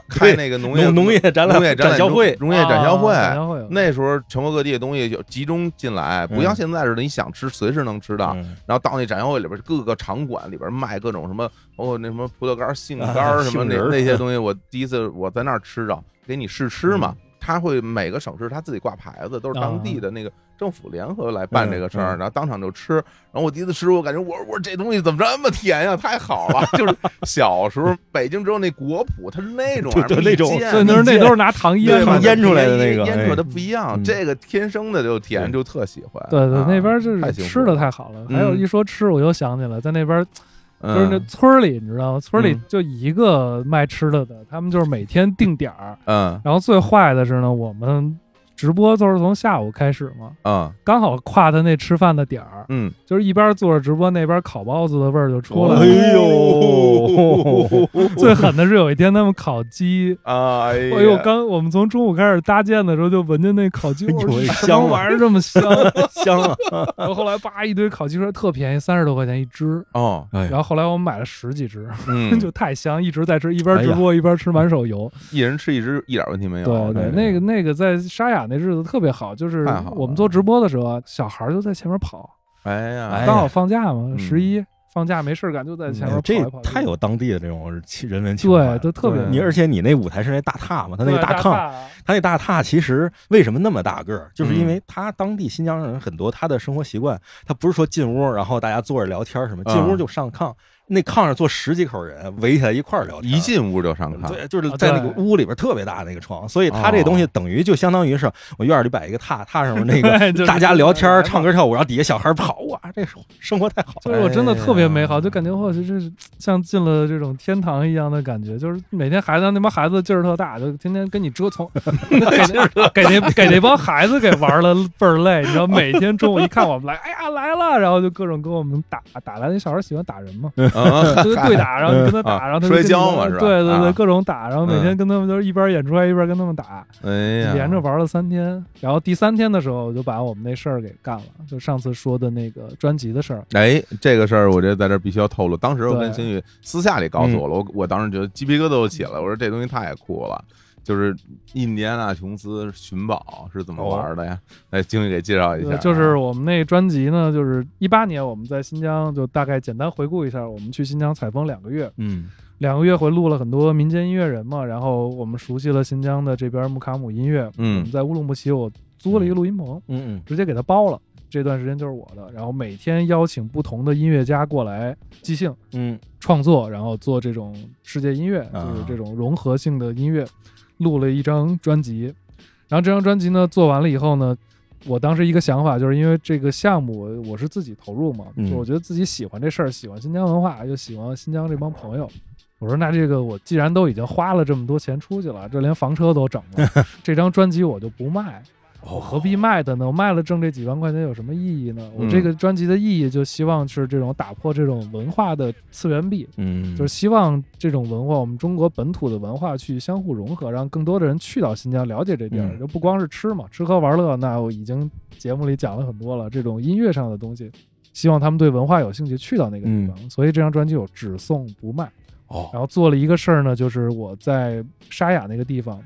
Speaker 2: 开那个农业
Speaker 3: 农农业展览
Speaker 2: 农业展
Speaker 3: 销会，
Speaker 2: 农业展销会。
Speaker 4: 啊展销会
Speaker 2: 那时候全国各地的东西就集中进来，不像现在似的，你想吃随时能吃到。
Speaker 3: 嗯
Speaker 2: 然后到那展销会里边，各个场馆里边卖各种什么，哦，那什么葡萄干、杏干
Speaker 3: 啊
Speaker 2: 儿什么
Speaker 3: 杏
Speaker 2: 那
Speaker 3: 仁儿
Speaker 2: 那些东西，我第一次我在那儿吃着，给你试吃
Speaker 4: 嗯
Speaker 2: 嘛。他会每个省市他自己挂牌子，都是当
Speaker 4: 啊
Speaker 2: 地的那个政府联合来办这个事儿，
Speaker 3: 嗯嗯
Speaker 2: 然后当场就吃。然后我第一次吃，我感觉我我这东西怎么这么甜呀，太好了！ 就是小时候北京只有那果脯，它是那种
Speaker 3: 对对
Speaker 2: 蜜
Speaker 3: 那种
Speaker 2: 饯
Speaker 4: 所以那是
Speaker 3: 你
Speaker 4: 那
Speaker 3: 见
Speaker 4: 都是拿糖
Speaker 2: 对
Speaker 4: 腌
Speaker 3: 糖
Speaker 4: 嘛
Speaker 2: 嘛
Speaker 3: 腌出来的那个
Speaker 2: 腌
Speaker 3: 哎
Speaker 2: 出来的不一样，
Speaker 3: 嗯
Speaker 2: 这个天生的就甜，就特喜欢。
Speaker 4: 对对
Speaker 2: 啊，
Speaker 4: 那边就是
Speaker 2: 太幸福
Speaker 4: 吃的
Speaker 2: 了
Speaker 4: 太好了。
Speaker 2: 嗯
Speaker 4: 还有一说吃，我又想起来，在那边就是那
Speaker 2: 嗯
Speaker 4: 村儿里，你知道吗？村儿里
Speaker 2: 嗯
Speaker 4: 就一个卖吃的的，他们就是每天定点儿。
Speaker 2: 嗯
Speaker 4: 然后最坏的是呢，我们直播都是从下午开始嘛，
Speaker 2: 嗯
Speaker 4: 刚好跨他那吃饭的点儿，
Speaker 2: 嗯，
Speaker 4: 就是一边坐着直播，那边烤包子的味儿就出来
Speaker 2: 哦
Speaker 3: 哎
Speaker 4: 了。
Speaker 3: 呦，
Speaker 4: 最狠的是有一天他们烤鸡。
Speaker 2: 哎
Speaker 4: 哎
Speaker 2: 呦
Speaker 4: 呦，，刚我们从中午开始搭建的时候，就闻见那烤鸡，
Speaker 3: 呦
Speaker 4: 我说
Speaker 3: 喂
Speaker 4: 什
Speaker 3: 香
Speaker 4: 么
Speaker 3: 啊
Speaker 4: 玩意儿这么香？
Speaker 3: 香啊！
Speaker 4: 然后后来叭一堆烤鸡出来，特便宜，三十多块钱一只。
Speaker 2: 哦，
Speaker 3: 哎
Speaker 4: 然后后来我们买了十几只，，
Speaker 2: 嗯
Speaker 4: 就太香，一直在吃，一边
Speaker 3: 哎
Speaker 4: 直播一边吃满手油。
Speaker 2: 一人吃一只，一点问题没有。
Speaker 4: 对
Speaker 3: 哎
Speaker 4: 对，那个那个在沙雅那日子特别好，就是
Speaker 2: 太好了
Speaker 4: 我们做直播的时候啊，小孩儿就在前面跑，
Speaker 2: 哎呀，
Speaker 3: 嗯哎嗯
Speaker 4: 刚好放假嘛
Speaker 2: 嗯，
Speaker 4: 十一放假没事儿干就在前面跑
Speaker 3: 哎这
Speaker 4: 一跑。
Speaker 3: 太有当地的这种气人文情怀了
Speaker 4: 对，。都特别
Speaker 2: 对
Speaker 3: 你而且你那舞台是那大榻嘛，他那
Speaker 4: 对啊
Speaker 3: 个大炕，
Speaker 4: 炕
Speaker 3: 他那大榻其实为什么那么大个儿，就是因
Speaker 2: 嗯
Speaker 3: 为他当地新疆人很多，他的生活习惯，他不是说进屋然后大家坐着聊天儿什么，进
Speaker 2: 嗯
Speaker 3: 屋就上炕，那炕上坐十几口人围起来一块儿聊天
Speaker 2: 一进屋就上炕，哦
Speaker 3: 对，就是
Speaker 4: 啊
Speaker 3: 在那个
Speaker 4: 对
Speaker 3: 屋里边特别大那个床，所以他这东西等于就相当于是我院里摆一个榻，榻上面那个
Speaker 4: 对 就是
Speaker 3: 大家聊天、唱歌跳舞，然后底下小孩跑，哇，这生活太好
Speaker 4: 就
Speaker 3: 了。
Speaker 4: 是我真的特别美好，
Speaker 3: 哎
Speaker 4: 就感觉我就是像进了这种天堂一样的感觉，就是每天孩子那帮孩子劲儿特大，就天天跟你 折腾，给那给那给那帮孩子给玩了倍儿累，你知道，每天中午一看我们来，哎呀来了，然后就各种跟我们打打来，那小孩喜欢打人嘛，
Speaker 2: 嗯
Speaker 4: 就是对打，然后你跟他
Speaker 2: 啊
Speaker 4: 打，然后他就
Speaker 2: 摔跤嘛
Speaker 4: 跟
Speaker 2: 是吧
Speaker 4: 你对对
Speaker 2: 啊嗯
Speaker 4: 对，各种打，然后每天跟他们就是一边演出还一边跟他们打，
Speaker 2: 哎呀，
Speaker 4: 连着玩了三天，然后第三天的时候我就把我们那事儿给干了，就上次说的那个专辑的事儿。
Speaker 2: 哎，这个事儿我觉得在这儿必须要透露。当时我跟
Speaker 4: 对
Speaker 2: 新宇私下里告诉我了，我我当时觉得鸡皮疙瘩都起来了。我说这东西太酷了，就是印第安纳琼斯寻宝是怎么玩的呀？来，经理给介绍一下啊
Speaker 4: 对，。就是我们那专辑呢，就是一八年我们在新疆，就大概简单回顾一下，我们去新疆采风两个月，
Speaker 3: 嗯，
Speaker 4: 两个月回录了很多民间音乐人嘛，然后我们熟悉了新疆的这边木卡姆音乐。我
Speaker 2: 嗯
Speaker 4: 们在乌鲁木齐，我租了一个录音棚，
Speaker 3: 嗯嗯
Speaker 4: 直接给它包了。这段时间就是我的，然后每天邀请不同的音乐家过来即兴
Speaker 3: 嗯，
Speaker 4: 创作，然后做这种世界音乐，
Speaker 3: 啊
Speaker 4: 就是这种融合性的音乐，录了一张专辑。然后这张专辑呢做完了以后呢，我当时一个想法就是因为这个项目我是自己投入嘛，
Speaker 3: 嗯
Speaker 4: 就我觉得自己喜欢这事儿，喜欢新疆文化，又喜欢新疆这帮朋友。我说那这个我既然都已经花了这么多钱出去了，这连房车都整了，这张专辑我就不卖，我何必卖它呢？我卖了挣这几万块钱有什么意义呢？我这
Speaker 2: 嗯
Speaker 4: 个专辑的意义就希望是这种打破这种文化的次元壁，
Speaker 3: 嗯，
Speaker 4: 就是希望这种文化，我们中国本土的文化去相互融合，让更多的人去到新疆了解这地儿，
Speaker 3: 嗯
Speaker 4: 就不光是吃嘛，吃喝玩乐，那我已经节目里讲了很多了。这种音乐上的东西，希望他们对文化有兴趣，去到那个地方。所以这张专辑我只送不卖。
Speaker 3: 嗯哦
Speaker 4: 然后做了一个事儿呢，就是我在沙雅那个地方，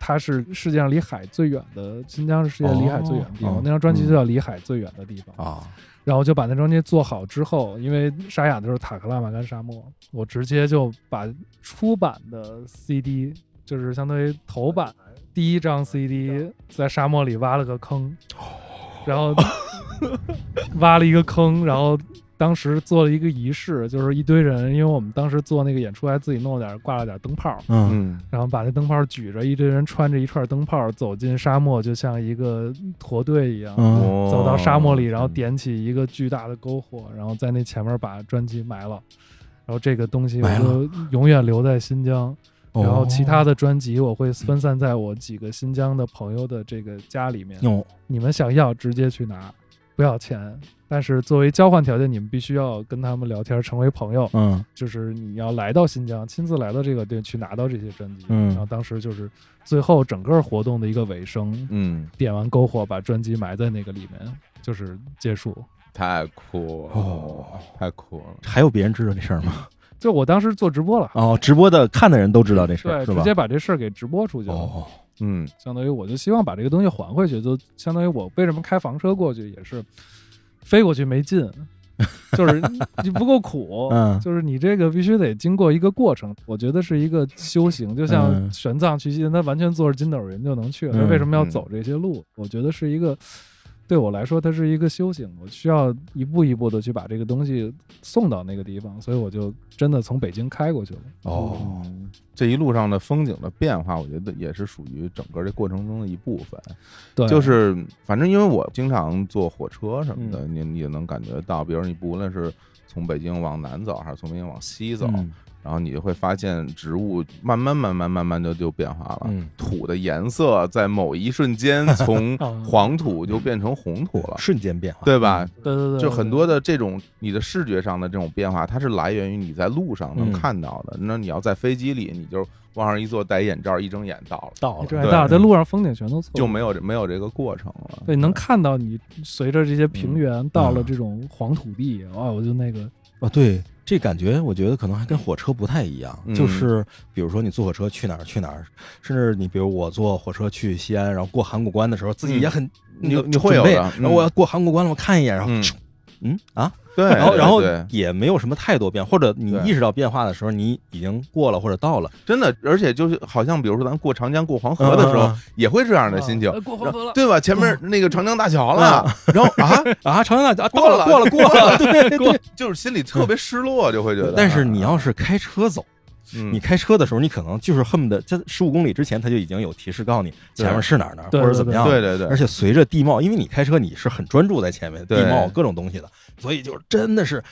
Speaker 4: 它是世界上离海最远的，新疆是世界离海最远的地方。
Speaker 3: 哦
Speaker 4: 那张专辑
Speaker 3: 嗯
Speaker 4: 就叫《离海最远的地方》
Speaker 2: 哦
Speaker 3: 啊，
Speaker 4: 然后就把那张专辑做好之后，因为沙哑的时候塔克拉玛干沙漠，我直接就把出版的 CD，就是相当于头版第一张 CD，在沙漠里挖了个坑，然后 挖了一个坑，然后当时做了一个仪式，就是一堆人，因为我们当时做那个演出还自己弄了点挂了点灯泡，
Speaker 3: 嗯
Speaker 2: 嗯，
Speaker 4: 然后把那灯泡举着，一堆人穿着一串灯泡走进沙漠，就像一个驼队一样。
Speaker 3: 嗯
Speaker 2: 哦
Speaker 4: 走到沙漠里，然后点起一个巨大的篝火，然后在那前面把专辑埋了。然后这个东西我
Speaker 3: 埋了
Speaker 4: 就永远留在新疆，
Speaker 3: 哦
Speaker 4: 然后其他的专辑我会分散在我几个新疆的朋友的这个家里面。
Speaker 3: 哟，
Speaker 4: 你们想要直接去拿，不要钱，但是作为交换条件，你们必须要跟他们聊天，成为朋友。
Speaker 3: 嗯
Speaker 4: 就是你要来到新疆，亲自来到这个地去拿到这些专辑。
Speaker 3: 嗯
Speaker 4: 然后当时就是最后整个活动的一个尾声，
Speaker 2: 嗯，
Speaker 4: 点完篝火，把专辑埋在那个里面，就是结束。
Speaker 2: 太酷了，
Speaker 3: 哦
Speaker 2: 太酷了。
Speaker 3: 还有别人知道这事儿吗？
Speaker 4: 就我当时做直播了，
Speaker 3: 哦，直播的看的人都知道这事儿
Speaker 4: 对，
Speaker 3: 是
Speaker 4: 直
Speaker 3: 吧？
Speaker 4: 接把这事儿给直播出去了，
Speaker 3: 哦，
Speaker 2: 嗯，
Speaker 4: 相当于我就希望把这个东西还回去，就相当于我为什么开房车过去也是飞过去没劲，就是你不够苦。
Speaker 3: 嗯
Speaker 4: 就是你这个必须得经过一个过程，我觉得是一个修行，就像
Speaker 3: 嗯
Speaker 4: 玄奘去西天，他完全坐着筋斗云就能去了，
Speaker 3: 嗯
Speaker 4: 他为什么要
Speaker 2: 嗯
Speaker 4: 走这些路？我觉得是一个，对我来说，它是一个修行，我需要一步一步的去把这个东西送到那个地方，所以我就真的从北京开过去了。
Speaker 3: 哦，
Speaker 2: 这一路上的风景的变化，我觉得也是属于整个这过程中的一部分。
Speaker 4: 对，
Speaker 2: 就是反正因为我经常坐火车什么的，
Speaker 3: 嗯
Speaker 2: 你你也能感觉到，比如你不论是从北京往南走，还是从北京往西走，
Speaker 3: 嗯
Speaker 2: 然后你就会发现植物慢慢慢慢慢慢就就变化了，
Speaker 3: 嗯，
Speaker 2: 土的颜色在某一瞬间 从
Speaker 4: 啊
Speaker 2: 黄土就变成红土了，
Speaker 3: 瞬间变化，
Speaker 2: 对吧？
Speaker 4: 对对对，
Speaker 2: 就很多的这种你的视觉上的这种变化，它是来源于你在路上能
Speaker 3: 嗯
Speaker 2: 看到的。那你要在飞机里，你就往上一坐，戴眼罩，一睁眼到了，
Speaker 3: 到了，
Speaker 4: 这
Speaker 2: 对
Speaker 4: 大在路上风景全都错了，
Speaker 2: 就没有这没有这个过程了。嗯
Speaker 4: 对，能看到你随着这些平原到了这种黄土地，哇，我就那个
Speaker 3: 哦，对，这感觉我觉得可能还跟火车不太一样，就
Speaker 2: 嗯
Speaker 3: 是比如说你坐火车去哪儿去哪儿，甚至你比如我坐火车去西安，然后过函谷关的时候，自己也
Speaker 2: 嗯
Speaker 3: 很那
Speaker 2: 你
Speaker 3: 个
Speaker 2: 你会
Speaker 3: 准
Speaker 2: 有
Speaker 3: 备
Speaker 2: 的
Speaker 3: 然后我要过函谷关了，我看一眼，然后
Speaker 2: 嗯
Speaker 3: 咻嗯啊，
Speaker 2: 对，
Speaker 3: 然后
Speaker 2: 对
Speaker 3: 然后
Speaker 2: 对
Speaker 3: 也没有什么太多变，或者你
Speaker 2: 对
Speaker 3: 意识到变化的时候，你已经过了或者到了。
Speaker 2: 真的，而且就是好像比如说咱过长江、过黄河的时
Speaker 3: 嗯
Speaker 2: 候
Speaker 3: 嗯嗯，
Speaker 2: 也会这样的心情
Speaker 4: 啊，过黄河 了，
Speaker 2: 对吧？前面那个长江大
Speaker 3: 嗯
Speaker 2: 桥了，然后啊，
Speaker 3: 啊，长江大桥啊
Speaker 2: 过
Speaker 3: 到
Speaker 2: 了
Speaker 3: 了，过了，过了， 对对。
Speaker 2: 就是心里特别失落，就会觉得。 啊
Speaker 3: 但是你要是开车走，
Speaker 2: 嗯
Speaker 3: 你开车的时候，你可能就是恨不得在十五公里之前，它就已经有提示告诉你前面是哪儿哪儿，
Speaker 4: 对
Speaker 3: 或者怎么样。
Speaker 2: 对对对，
Speaker 3: 而且随着地貌，因为你开车你是很专注在前面
Speaker 2: 对
Speaker 3: 地貌各种东西的，所以就是真的是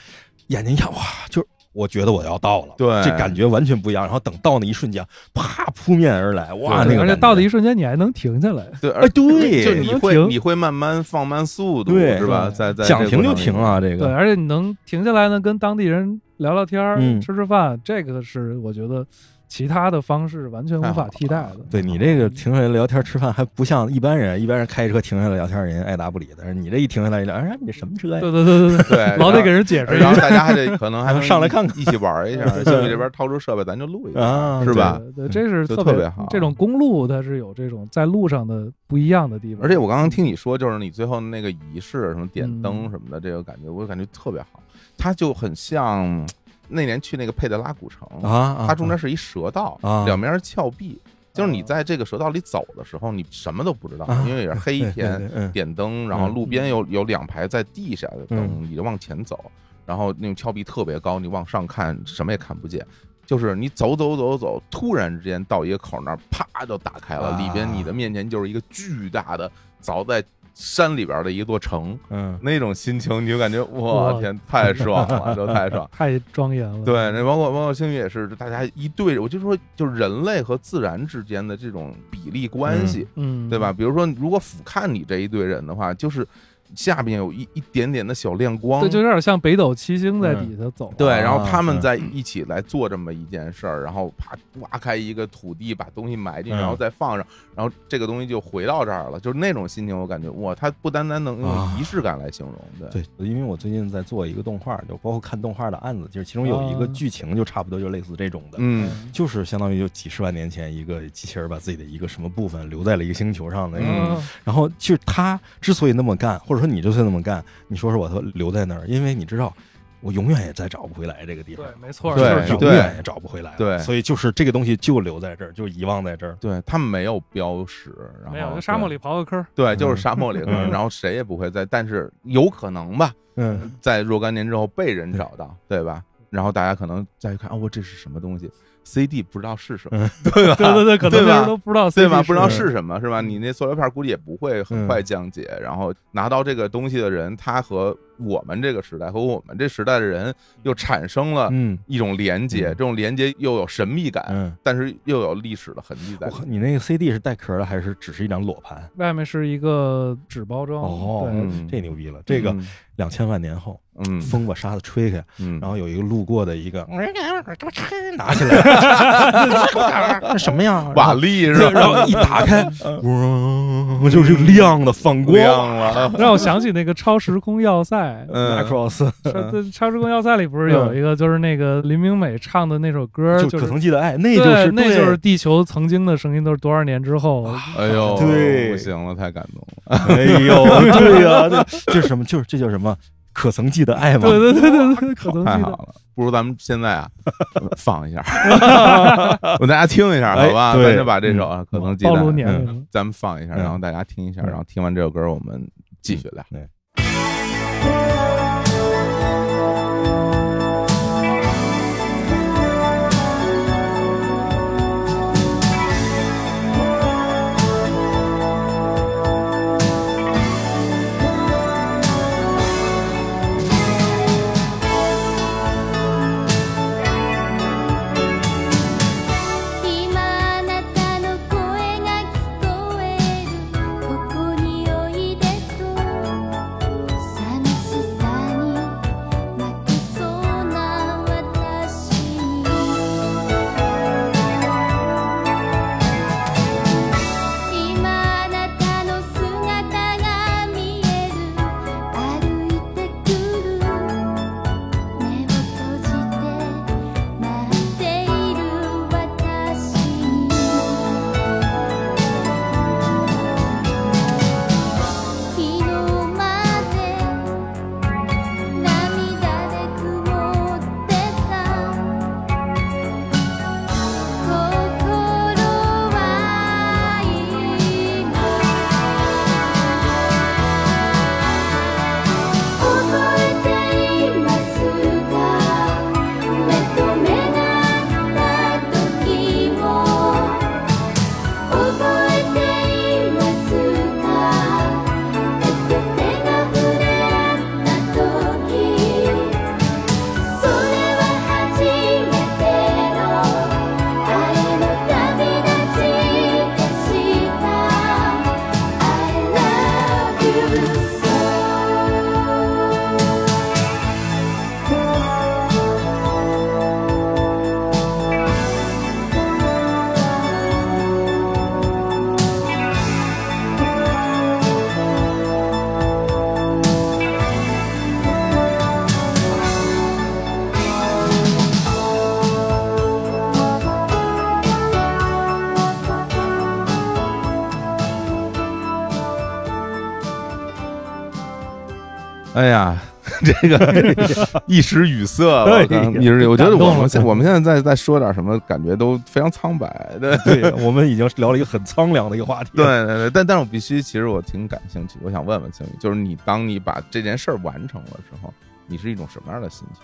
Speaker 3: 眼睛一看哇，就是我觉得我要到了，
Speaker 2: 对
Speaker 3: 这感觉完全不一样。然后等到那一瞬间，啪扑面而来，哇，那个
Speaker 4: 对而且
Speaker 3: 感觉
Speaker 4: 到的一瞬间你还能停下来，
Speaker 2: 对，而
Speaker 3: 哎对
Speaker 2: 就你
Speaker 4: 能
Speaker 2: 会
Speaker 4: 停
Speaker 2: 你会慢慢放慢速度，
Speaker 3: 对
Speaker 2: 是吧？在在
Speaker 3: 想
Speaker 2: 这个
Speaker 3: 停就
Speaker 2: 过程
Speaker 3: 停
Speaker 2: 里，
Speaker 3: 啊，这
Speaker 4: 对，
Speaker 3: 个
Speaker 4: 而且你能停下来呢，跟当地人聊聊天儿、
Speaker 3: 嗯
Speaker 4: 吃吃饭，这个是我觉得其他的方式完全无法替代的。嗯
Speaker 3: 对你这个停下来聊天吃饭还不像一般人，一般人开车停下来聊天人家爱答不理的，但是你这一停下来一聊，哎，你这什么车呀？
Speaker 4: 对对对对 对，
Speaker 2: 对，
Speaker 4: 老得给
Speaker 2: 人。
Speaker 4: 人解释一
Speaker 2: 哎然后
Speaker 4: 下。
Speaker 2: 大家还得可能还能
Speaker 3: 上来看看
Speaker 2: 一起玩 一下。
Speaker 4: 对
Speaker 2: 兄弟这边掏出设备，咱就录一下，
Speaker 3: 啊
Speaker 2: 是吧？嗯
Speaker 4: 对，对这是
Speaker 2: 就
Speaker 4: 特
Speaker 2: 特别好
Speaker 4: 这种公路它是有这种在路上的不一样的地方。
Speaker 2: 而且我刚刚听你说，就是你最后那个仪式，什么点
Speaker 4: 嗯
Speaker 2: 灯什么的，这个感觉我感觉特别好，它就很像那年去那个佩德拉古城
Speaker 3: 啊，啊
Speaker 2: 它中间是一蛇道，
Speaker 3: 啊
Speaker 2: 两边是峭壁，就是
Speaker 4: 呃
Speaker 2: 你在这个蛇道里走的时候，你什么都不知道，
Speaker 3: 啊
Speaker 2: 因为也是黑
Speaker 3: 对
Speaker 2: 一
Speaker 3: 对
Speaker 2: 天，
Speaker 3: 对嗯
Speaker 2: 点灯，然后
Speaker 3: 嗯
Speaker 2: 路边有有两排在地下的灯，你就往前走，然后那种峭壁特别高，你往上看什么也看不见。就是你走走走走，突然之间到一个口那儿，啪就打开了，
Speaker 3: 啊
Speaker 2: 里边你的面前就是一个巨大的凿在山里边的一座城，
Speaker 3: 嗯，
Speaker 2: 那种心情你就 感觉我
Speaker 4: 哇
Speaker 2: 天太爽了，就太爽。
Speaker 4: 太庄严了。
Speaker 2: 对，那包括包括星宇也是，大家一对着，我就说，就是人类和自然之间的这种比例关系，
Speaker 4: 嗯，
Speaker 2: 对吧？？比如说，如果俯瞰你这一队人的话，就是下边有一一点点的小亮光，
Speaker 4: 对，就有点像北斗七星在底下走啊。
Speaker 2: 对然后
Speaker 3: 啊
Speaker 2: 他们
Speaker 3: 嗯
Speaker 2: 在一起来做这么一件事儿，然后啪挖开一个土地，把东西埋进去，
Speaker 3: 嗯
Speaker 2: 然后再放上，然后这个东西就回到这儿了，就是那种心情，我感觉哇，它不单单能
Speaker 3: 啊
Speaker 2: 用仪式感来形容，对，
Speaker 3: 对，因为我最近在做一个动画，就包括看动画的案子，就是其中有一个
Speaker 4: 啊
Speaker 3: 剧情就差不多就类似这种的，
Speaker 2: 嗯，
Speaker 3: 就是相当于有几十万年前一个机器人把自己的一个什么部分留在了一个星球上的那
Speaker 2: 嗯
Speaker 3: 种
Speaker 4: 嗯，
Speaker 3: 然后就是他之所以那么干，或者说你之所以那么干，你说说我都留在那儿，因为你知道我永远也再找不回来这个地方
Speaker 4: 对，，没错，
Speaker 3: 就
Speaker 2: 对
Speaker 3: 是永远也找不回来了
Speaker 2: 对
Speaker 3: 所以就是这个东西就留在这儿，就遗忘在这儿。
Speaker 2: 对，它没有标识，然后
Speaker 4: 没有，就沙漠
Speaker 2: 对
Speaker 4: 里刨个坑 儿。
Speaker 2: 对，就是沙漠里，
Speaker 3: 嗯
Speaker 2: 然后谁也不会在，但是有可能吧，
Speaker 3: 嗯，
Speaker 2: 在若干年之后被人找到，对吧？然后大家可能再一看，哦，这是什么东西？CD 不知道是什么，
Speaker 3: 嗯
Speaker 2: 对吧？
Speaker 4: 对对对，可能
Speaker 2: 对
Speaker 4: 那时
Speaker 2: 吧
Speaker 4: 候都不知道 CD
Speaker 2: 对
Speaker 4: 是，
Speaker 2: 吧？不知道
Speaker 3: 是嗯
Speaker 2: 是什么，是吧？你那塑料片估计也不会很快降解。然后拿到这个东西的人，他和我们这个时代和我们这时代的人又产生了
Speaker 3: 嗯
Speaker 2: 一种连接，
Speaker 3: 嗯
Speaker 2: 这种连接又有神秘感，
Speaker 3: 嗯，
Speaker 2: 但是又有历史的痕迹在
Speaker 3: 我
Speaker 2: 里
Speaker 3: 靠，
Speaker 2: 面。
Speaker 3: 你那个 CD 是带壳的还是只是一张裸盘？
Speaker 4: 外面是一个纸包装。
Speaker 3: 哦
Speaker 4: 对
Speaker 2: 嗯
Speaker 3: 这牛逼了！这个
Speaker 2: 嗯
Speaker 3: 两千万年后，
Speaker 2: 嗯
Speaker 3: 风把沙子吹开，
Speaker 2: 嗯，
Speaker 3: 然后有一个路过的一个，拿起 来，这什么呀？
Speaker 2: 瓦砾是 吧？
Speaker 3: 然后一打开，嗡，就是亮的反光。
Speaker 2: 亮了，
Speaker 4: 让我想起那个《超时空要塞
Speaker 2: 嗯
Speaker 3: Macross》
Speaker 4: 超，《超时空要塞》里不是有一个，就是那个林明美唱的那首歌，
Speaker 3: 嗯就
Speaker 4: 就
Speaker 3: 可
Speaker 4: 是
Speaker 3: 曾记得爱，那就
Speaker 4: 对
Speaker 3: 是，
Speaker 4: 那就是地球曾经的声音，都是多少年之后，
Speaker 2: 哎呦，
Speaker 3: 对
Speaker 2: 不行了，太感动了。
Speaker 3: 哎 呦，对呀，这这是什么？就是这叫什么？可曾记得爱吗？
Speaker 4: 对对对对对，可能
Speaker 2: 太
Speaker 4: 记
Speaker 2: 好
Speaker 4: 得。
Speaker 2: 了，不如咱们现在啊 放一下，我大家听一下，好吧？
Speaker 3: 哎对
Speaker 2: 咱就把这首啊，可能记
Speaker 4: 暴露
Speaker 2: 得
Speaker 4: 年龄了，
Speaker 2: 咱们放一下，
Speaker 3: 嗯
Speaker 2: 然后大家听一下，
Speaker 3: 嗯
Speaker 2: 然后听完这首歌我们继续
Speaker 4: 嗯
Speaker 2: 聊。
Speaker 3: 对
Speaker 5: 今あなたの声が聞こえるここにおいでと
Speaker 2: 哎呀， 这 个一时语塞。我
Speaker 3: 哎呀
Speaker 2: 刚你是我觉得我
Speaker 4: 感动了
Speaker 2: 们现我们现在在在说点什么，感觉都非常苍白。对
Speaker 3: 对，我们已经聊了一个很苍凉的一个话题。
Speaker 2: 对，对对，但但是我必须，其实我挺感兴趣，我想问问青宇，就是你当你把这件事儿完成了之后，你是一种什么样的心情？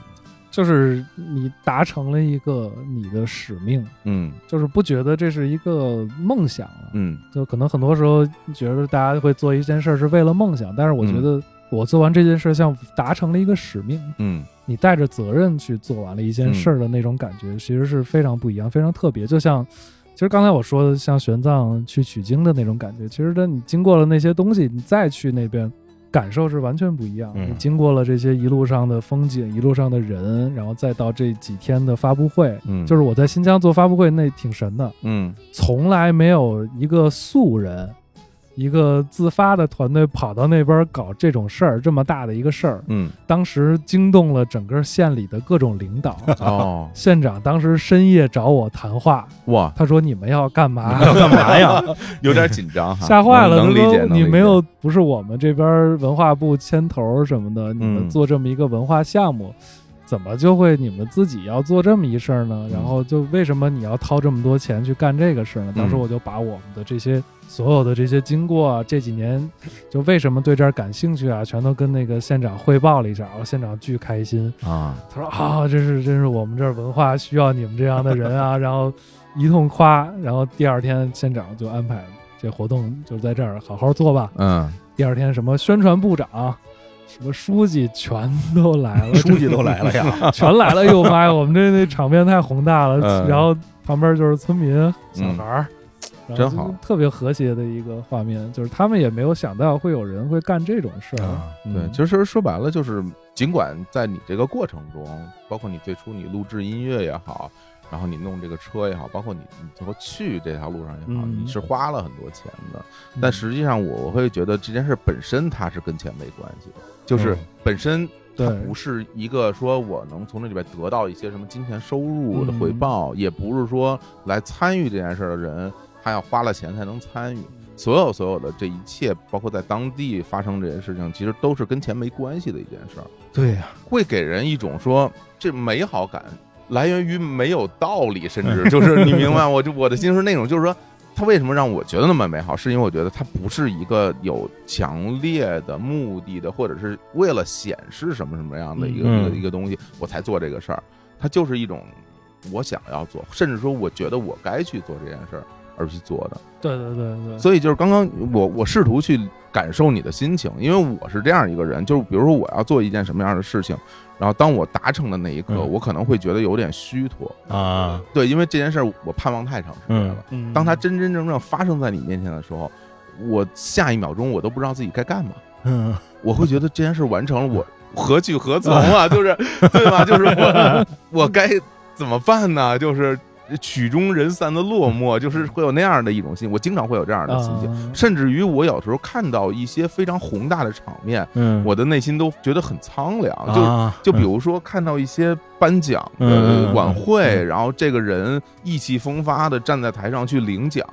Speaker 4: 就是你达成了一个你的使命，
Speaker 2: 嗯
Speaker 4: 就是不觉得这是一个梦想了。
Speaker 2: 嗯
Speaker 4: 就可能很多时候觉得大家会做一件事儿是为了梦想，但是我觉
Speaker 2: 嗯
Speaker 4: 得我做完这件事儿像达成了一个使命，
Speaker 2: 嗯
Speaker 4: 你带着责任去做完了一件事儿的那种感觉，其实是非常不一样，非常特别。就像，其实刚才我说的，像玄奘去取经的那种感觉，其实当你经过了那些东西，你再去那边，感受是完全不一样。
Speaker 3: 嗯
Speaker 4: 你经过了这些一路上的风景，一路上的人，然后再到这几天的发布会，
Speaker 2: 嗯，
Speaker 4: 就是我在新疆做发布会，那挺神的，
Speaker 2: 嗯
Speaker 4: 从来没有一个素人。一个自发的团队跑到那边搞这种事儿，这么大的一个事儿，
Speaker 2: 嗯
Speaker 4: 当时惊动了整个县里的各种 领导。
Speaker 2: 哦
Speaker 4: 县长当时深夜找我谈话，
Speaker 2: 哇，
Speaker 4: 他说：“你们要干嘛
Speaker 3: 要干嘛呀？
Speaker 2: 有点紧张哈，
Speaker 4: 吓坏了。”
Speaker 2: 啊能能
Speaker 4: 他
Speaker 2: 理解
Speaker 4: 说：“，
Speaker 2: 能
Speaker 4: 你
Speaker 2: 理
Speaker 4: 没
Speaker 2: 解
Speaker 4: 有，不是我们这边文化部牵头什么
Speaker 2: 嗯
Speaker 4: 的，你们做这么一个文化项目，怎么就会你们自己要做这么一事儿呢？
Speaker 2: 嗯
Speaker 4: 然后就为什么你要掏这么多钱去干这个事儿呢？”
Speaker 2: 嗯
Speaker 4: 当时我就把我们的这些所有的这些经过啊，这几年就为什么对这儿感兴趣啊，全都跟那个县长汇报了一下，然后县长巨开心。
Speaker 2: 啊，
Speaker 4: 他说啊，这是真是我们这儿文化需要你们这样的 人啊，然后一通夸，然后第二天县长就安排这活动就在这儿好好做吧。
Speaker 2: 嗯
Speaker 4: 第二天什么宣传部长、什么书记全都 来了，
Speaker 3: 书记都来了呀，
Speaker 4: 全来了，哎呦妈呀，我们这那场面太宏大了。
Speaker 2: 嗯
Speaker 4: 然后旁边就是村民、小孩儿。然后
Speaker 2: 真
Speaker 4: 就
Speaker 2: 好
Speaker 4: 特别和谐的一个画面，就是他们也没有想到会有人会干这种事儿。
Speaker 2: 啊对，
Speaker 4: 嗯
Speaker 2: 其实说白了就是，尽管在你这个过程中，包括你最初你录制音乐也好，然后你弄这个车也好，包括你你最后去这条路上也好，
Speaker 4: 嗯
Speaker 2: 你是花了很多钱的。但
Speaker 4: 嗯
Speaker 2: 实际上，我我会觉得这件事本身它是跟钱没关系的，就是
Speaker 3: 嗯
Speaker 2: 本身它
Speaker 4: 对
Speaker 2: 不是一个说我能从这里边得到一些什么金钱收入的回
Speaker 4: 嗯
Speaker 2: 报，也不是说来参与这件事儿的人他要花了钱才能参与。所有所有的这一切，包括在当地发生这些事情，其实都是跟钱没关系的一件事儿，
Speaker 3: 对呀，
Speaker 2: 会给人一种说这美好感来源于没有道理，甚至就是你明白，我就我的心是那种，就是说。它为什么让我觉得那么美好？是因为我觉得它不是一个有强烈的目的的，或者是为了显示什么什么样的一个、
Speaker 3: 嗯
Speaker 2: 一个一个东西，我才做这个事儿。它就是一种我想要做，甚至说我觉得我该去做这件事儿而去做的。
Speaker 4: 对对对对，
Speaker 2: 所以就是刚刚我我试图去感受你的心情，因为我是这样一个人，就是比如说我要做一件什么样的事情，然后当我达成的那一刻，
Speaker 3: 嗯
Speaker 2: 我可能会觉得有点虚脱
Speaker 3: 啊，嗯
Speaker 2: 对，因为这件事儿我盼望太长时间了。
Speaker 4: 以
Speaker 2: 当它真真正正发生在你面前的时候，我下一秒钟我都不知道自己该干嘛，
Speaker 3: 嗯，
Speaker 2: 我会觉得这件事完成了，我何去何从啊？就是对吧？就是我我该怎么办呢？就是曲终人散的落寞，就是会有那样的一种心，我经常会有这样的心情。
Speaker 4: 啊
Speaker 2: 甚至于我有时候看到一些非常宏大的场面，
Speaker 3: 嗯
Speaker 2: 我的内心都觉得很苍凉。就
Speaker 3: 啊
Speaker 2: 就比如说看到一些颁奖
Speaker 3: 嗯
Speaker 2: 的
Speaker 3: 嗯
Speaker 2: 晚会，
Speaker 3: 嗯
Speaker 2: 然后这个人意气风发的站在台上去领奖，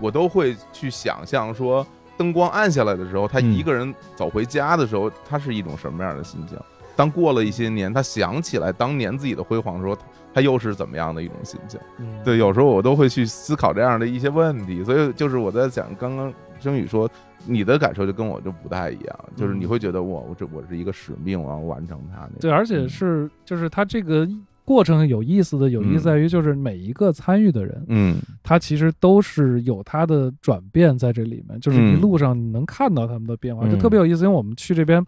Speaker 2: 我都会去想象说，灯光暗下来的时候，他
Speaker 3: 嗯
Speaker 2: 一个人走回家的时候，他是一种什么样的心情？当过了一些年，他想起来当年自己的辉煌的时候，他他又是怎么样的一种心情？
Speaker 4: 嗯
Speaker 2: 对，有时候我都会去思考这样的一些问题，所以就是我在想，刚刚声宇说你的感受就跟我就不太一样，就是你会觉得我我这我是一个使命，我要完成它那种。
Speaker 4: 嗯对，而且是就是他这个过程有意思的，有意
Speaker 2: 嗯
Speaker 4: 思在于就是每一个参与的人，
Speaker 2: 嗯
Speaker 4: 他其实都是有他的转变在这里面，就是一
Speaker 2: 嗯
Speaker 4: 路上你能看到他们的变化，就
Speaker 3: 嗯
Speaker 4: 特别有意思。因为我们去这边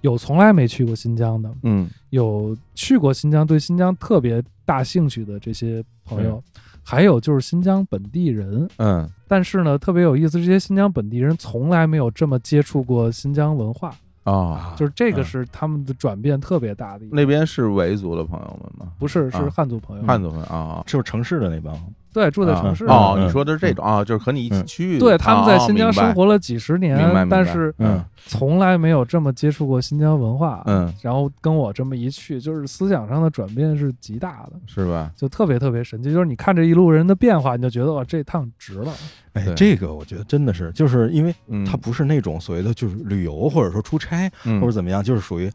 Speaker 4: 有从来没去过新疆的，
Speaker 2: 嗯
Speaker 4: 有去过新疆对新疆特别大兴趣的这些朋友，还有就是新疆本地人。
Speaker 2: 嗯
Speaker 4: 但是呢，特别有意思，这些新疆本地人从来没有这么接触过新疆文化，
Speaker 2: 哦，
Speaker 4: 啊就是这个
Speaker 3: 嗯
Speaker 4: 是他们的转变特别大的一个。
Speaker 2: 那边是维族的朋友们吗？
Speaker 4: 不是，
Speaker 2: 啊
Speaker 4: 是汉族朋友。
Speaker 2: 汉族朋友啊，
Speaker 3: 就是城市的那帮，
Speaker 4: 对，嗯住在城市里。啊
Speaker 2: 哦，
Speaker 3: 嗯
Speaker 2: 你说的是这种啊，就是和你一起
Speaker 3: 嗯
Speaker 2: 去。啊
Speaker 4: 对，他们在新疆生
Speaker 2: 活，
Speaker 4: 活了几十年
Speaker 2: 明白明白，
Speaker 4: 但是
Speaker 3: 嗯
Speaker 4: 从来没有这么接触过新疆文化。
Speaker 2: 嗯，
Speaker 4: 然后跟我这么一去，就是思想上的转变是极大的，
Speaker 2: 是吧？
Speaker 4: 就特别特别神奇。就是你看这一路人的变化，你就觉得哇，这趟值了。
Speaker 3: 哎
Speaker 2: 对，
Speaker 3: 这个我觉得真的是，就是因为
Speaker 2: 嗯，
Speaker 3: 它不是那种所谓的就是旅游或者说出差
Speaker 2: 嗯
Speaker 3: 或者怎么样，就是属于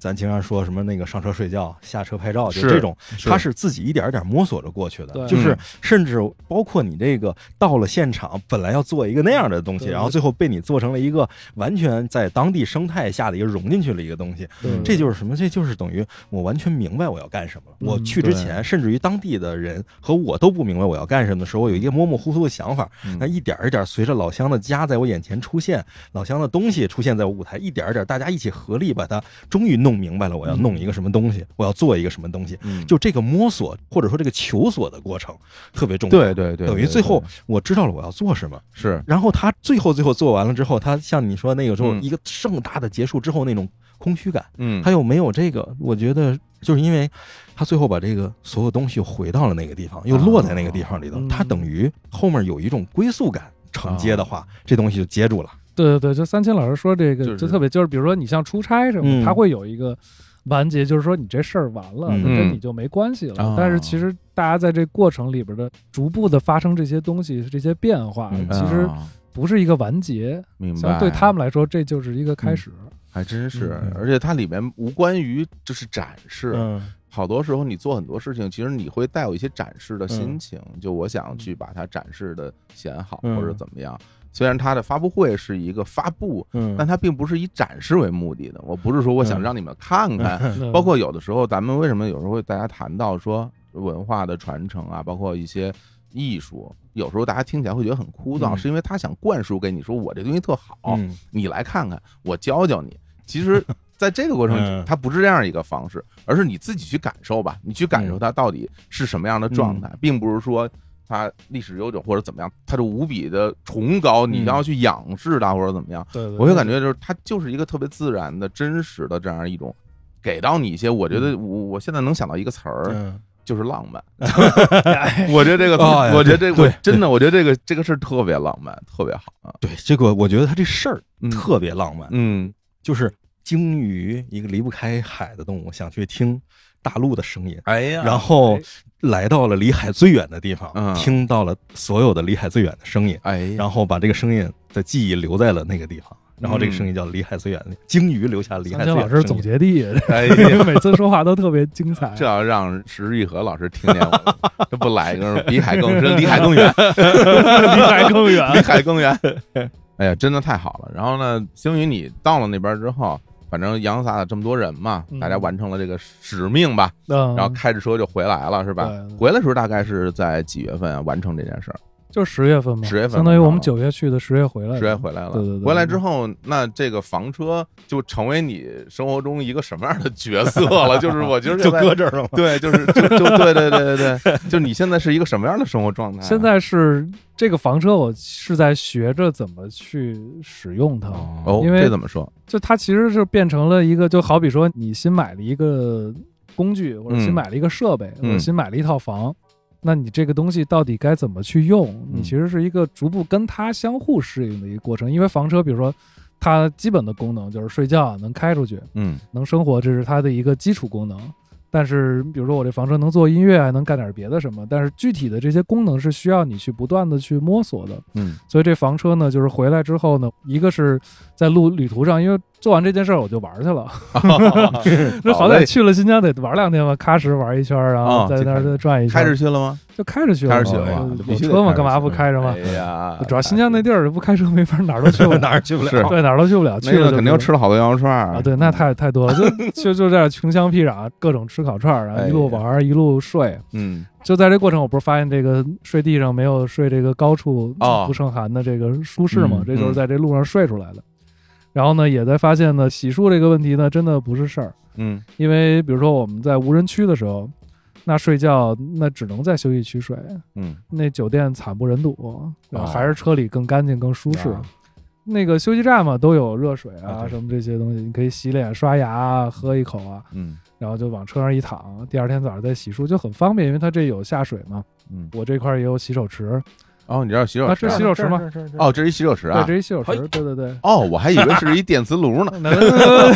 Speaker 3: 咱经常说什么那个上车睡觉、下车拍照，就是这种，
Speaker 2: 是
Speaker 3: 他是自己一点一点摸索着过去的
Speaker 4: 对，
Speaker 3: 就是
Speaker 2: 嗯
Speaker 3: 甚至包括你这个到了现场，本来要做一个那样的东西，
Speaker 4: 对
Speaker 3: 然后最后被你做成了一个完全在当地生态下的一个融进去了一个东西，
Speaker 2: 嗯
Speaker 4: 对
Speaker 3: 这就是什么？这就是等于我完全明白我要干什么了。
Speaker 4: 嗯
Speaker 3: 我去之前，甚至于当地的人和我都不明白我要干什么的时候，我有一个模模糊糊的想法，
Speaker 2: 嗯
Speaker 4: 哎
Speaker 3: 那一点儿一点儿随着老乡的家在我眼前出现，老乡的东西出现在我舞台，一点儿一点儿大家一起合力把它终于弄明白了，我要弄一个什么东西，我要做一个什么东西，
Speaker 2: 嗯
Speaker 3: 就这个摸索或者说这个求索的过程特别重要。
Speaker 2: 对对对，
Speaker 3: 等于
Speaker 2: 对
Speaker 3: 最后
Speaker 2: 对
Speaker 3: 我知道了我要做什么，
Speaker 2: 是
Speaker 3: 然后他最后最后做完了之后，他像你说那个时候
Speaker 2: 嗯
Speaker 3: 一个盛大的结束之后那种空虚感，
Speaker 2: 嗯，
Speaker 3: 他又没有这个，我觉得就是因为他最后把这个所有东西又回到了那个地方，又
Speaker 2: 啊
Speaker 3: 落在那个地方里头
Speaker 4: 嗯，
Speaker 3: 他等于后面有一种归宿感。承接的话，
Speaker 2: 嗯
Speaker 3: 这东西就接住了。
Speaker 4: 对对对，就三清老师说这个，
Speaker 2: 就是
Speaker 4: 就特别就是，比如说你像出差什么，
Speaker 3: 嗯
Speaker 4: 他会有一个完结，就是说你这事儿完了，
Speaker 3: 嗯
Speaker 4: 它跟你就没关系了。
Speaker 2: 啊
Speaker 4: 但是其实大家在这过程里边的逐步的发生这些东西，这些变化，
Speaker 3: 嗯
Speaker 4: 其实
Speaker 2: 啊
Speaker 4: 不是一个完结，
Speaker 2: 明白
Speaker 4: 像，对他们来说，这就是一个开始。
Speaker 2: 还真是
Speaker 3: 嗯嗯，
Speaker 2: 而且它里面无关于就是展示，
Speaker 3: 嗯，
Speaker 2: 好多时候你做很多事情，其实你会带有一些展示的心情，就我想去把它展示的显好、
Speaker 3: 嗯
Speaker 2: 或者怎么样。虽然它的发布会是一个发布，
Speaker 3: 嗯
Speaker 2: 但它并不是以展示为目的的。我不是说我想
Speaker 3: 嗯
Speaker 2: 让你们看看，
Speaker 4: 嗯
Speaker 2: 包括有的时候咱们为什么有时候会大家谈到说文化的传承啊，包括一些艺术，有时候大家听起来会觉得很枯燥，
Speaker 3: 嗯
Speaker 2: 是因为他想灌输给你说我这东西特好，
Speaker 3: 嗯
Speaker 2: 你来看看，我教教你。其 实，在这个过程中
Speaker 3: 嗯，
Speaker 2: 它不是这样一个方式，而是你自己去感受吧，你去感受它到底是什么样的状
Speaker 3: 嗯
Speaker 2: 态，并不是说它历史悠久或者怎么样，它就无比的崇高，你
Speaker 3: 嗯
Speaker 2: 要去仰视它或者怎么样。
Speaker 4: 对对，
Speaker 2: 我会感觉就是它就是一个特别自然的、真实的这样一种。给到你一些，我觉得我我现在能想到一个词儿，
Speaker 3: 嗯
Speaker 2: 就是浪 漫。 我觉得这个词
Speaker 3: 哎
Speaker 2: 儿，
Speaker 3: 呀
Speaker 2: 我觉得这个，
Speaker 3: 对
Speaker 2: 我真的，我觉得这个这个事儿特别浪漫，特别好啊。
Speaker 3: 对，这个我觉得他这事儿
Speaker 2: 嗯
Speaker 3: 特别浪漫，
Speaker 2: 嗯
Speaker 3: 就是鲸鱼一个离不开海的动物，想去听大陆的声音，
Speaker 2: 哎呀
Speaker 3: 然后来到了离海最远的地方，
Speaker 2: 嗯
Speaker 3: 听到了所有的离海最远的声音，
Speaker 2: 哎呀，
Speaker 3: 然后把这个声音的记忆留在了那个地方。然后这个声音叫离海最远，鲸鱼留下离海最
Speaker 4: 三清
Speaker 3: 远
Speaker 4: 老
Speaker 3: 的声
Speaker 4: 师
Speaker 3: 音。
Speaker 4: 总结 地，
Speaker 2: 哎 呀，
Speaker 4: 每次说话都特别精彩。
Speaker 2: 这要让石一和老师听见我，这不来一个比海更深，离海更 远，
Speaker 4: 离海更远，
Speaker 2: 离海更远。哎呀，真的太好了。然后呢，星宇，你到了那边之后，反正洋洒了这么多人嘛，
Speaker 4: 嗯
Speaker 2: 大家完成了这个使命吧，
Speaker 4: 嗯，
Speaker 2: 然后开着车就回来了，是吧
Speaker 4: 对？
Speaker 2: 回来的时候大概是在几月份啊？完成这件事儿，
Speaker 4: 就十月份嘛，
Speaker 2: 10月份
Speaker 4: 相当于我
Speaker 2: 嘛
Speaker 4: 们九月去的，十月回来的，
Speaker 2: 十月回来了。
Speaker 4: 对对对
Speaker 2: 回来之后，那这个房车就成为你生活中一个什么样的角色了？就是我觉得现
Speaker 3: 就
Speaker 2: 在
Speaker 3: 搁这儿了吗？
Speaker 2: 对，就是就就对对对对对，就你现在是一个什么样的生活状态啊？
Speaker 4: 现在是这个房车，我是在学着怎么去使用它。
Speaker 2: 哦，
Speaker 4: 因为
Speaker 2: 这怎么说？
Speaker 4: 就它其实是变成了一个，就好比说你新买了一个工具，或者
Speaker 2: 嗯
Speaker 4: 新买了一个设备，
Speaker 2: 嗯
Speaker 4: 或者新买了一套房，那你这个东西到底该怎么去用？
Speaker 2: 嗯
Speaker 4: 你其实是一个逐步跟它相互适应的一个过程。因为房车，比如说它基本的功能就是睡觉能开出去，
Speaker 2: 嗯
Speaker 4: 能生活，这是它的一个基础功能。但是，比如说我这房车能做音乐，啊还能干点别的什么，但是具体的这些功能是需要你去不断的去摸索的。
Speaker 2: 嗯
Speaker 4: 所以这房车呢，就是回来之后呢，一个是在路旅途上，因为做完这件事儿我就玩儿去 了，
Speaker 2: 啊
Speaker 4: 这好歹去了新疆得玩两天吧，喀什玩一圈儿，然
Speaker 2: 哦
Speaker 4: 后在那
Speaker 2: 就
Speaker 4: 儿
Speaker 2: 开
Speaker 4: 再转一圈
Speaker 2: 开
Speaker 4: 儿，
Speaker 2: 着去了吗？
Speaker 4: 就开着去了，哎
Speaker 2: 开着去了
Speaker 3: 哇
Speaker 2: 哇，
Speaker 4: 就
Speaker 2: 这必
Speaker 4: 有
Speaker 2: 须得
Speaker 4: 车嘛，
Speaker 2: 开着
Speaker 4: 干嘛
Speaker 2: 去
Speaker 4: 不开着嘛
Speaker 2: 哎？呀，
Speaker 4: 主要新疆那地儿不开车没法儿哪儿 都去不了，
Speaker 3: 哪儿去不了？
Speaker 2: 是
Speaker 4: 对哪儿都去不了，去
Speaker 2: 那
Speaker 4: 了
Speaker 2: 个
Speaker 4: 就
Speaker 2: 肯定吃了好多羊肉串儿
Speaker 4: 啊，对，那太太多了，就就就这样穷乡僻壤，各种吃烤串儿，然后一路玩儿一路睡。
Speaker 2: 嗯
Speaker 4: 就在这过程，我不是发现这个睡地上没有睡这个高处
Speaker 2: 哦
Speaker 4: 不胜寒的这个舒适嘛，
Speaker 3: 嗯
Speaker 4: 这就是
Speaker 2: 嗯
Speaker 4: 在这路上睡出来的。然后呢，也在发现呢，洗漱这个问题呢，真的不是事儿，
Speaker 2: 嗯
Speaker 4: 因为比如说我们在无人区的时候，那睡觉那只能在休息区睡，啊
Speaker 2: 嗯
Speaker 4: 那酒店惨不忍睹，然后
Speaker 2: 哦
Speaker 4: 还是车里更干净更舒适。
Speaker 2: 啊
Speaker 4: 那个休息站嘛，都有热水
Speaker 2: 啊
Speaker 4: 啊
Speaker 2: 对
Speaker 4: 什么这些东西，你可以洗脸、刷牙、啊、喝一口啊。
Speaker 2: 嗯
Speaker 4: 然后就往车上一躺，第二天早上再洗漱就很方便，因为它这有下水嘛。
Speaker 2: 嗯，
Speaker 4: 我这块儿也有洗手池，
Speaker 2: 哦，你这儿有洗手
Speaker 4: 啊
Speaker 2: 池
Speaker 4: 这
Speaker 2: 啊
Speaker 4: 洗手池吗？
Speaker 2: 哦，这是一洗手池
Speaker 4: 对，
Speaker 2: 啊
Speaker 4: 这。是洗手池
Speaker 3: 嘿，
Speaker 4: 对对对。
Speaker 2: 哦，我还以为是一电磁炉 呢。哦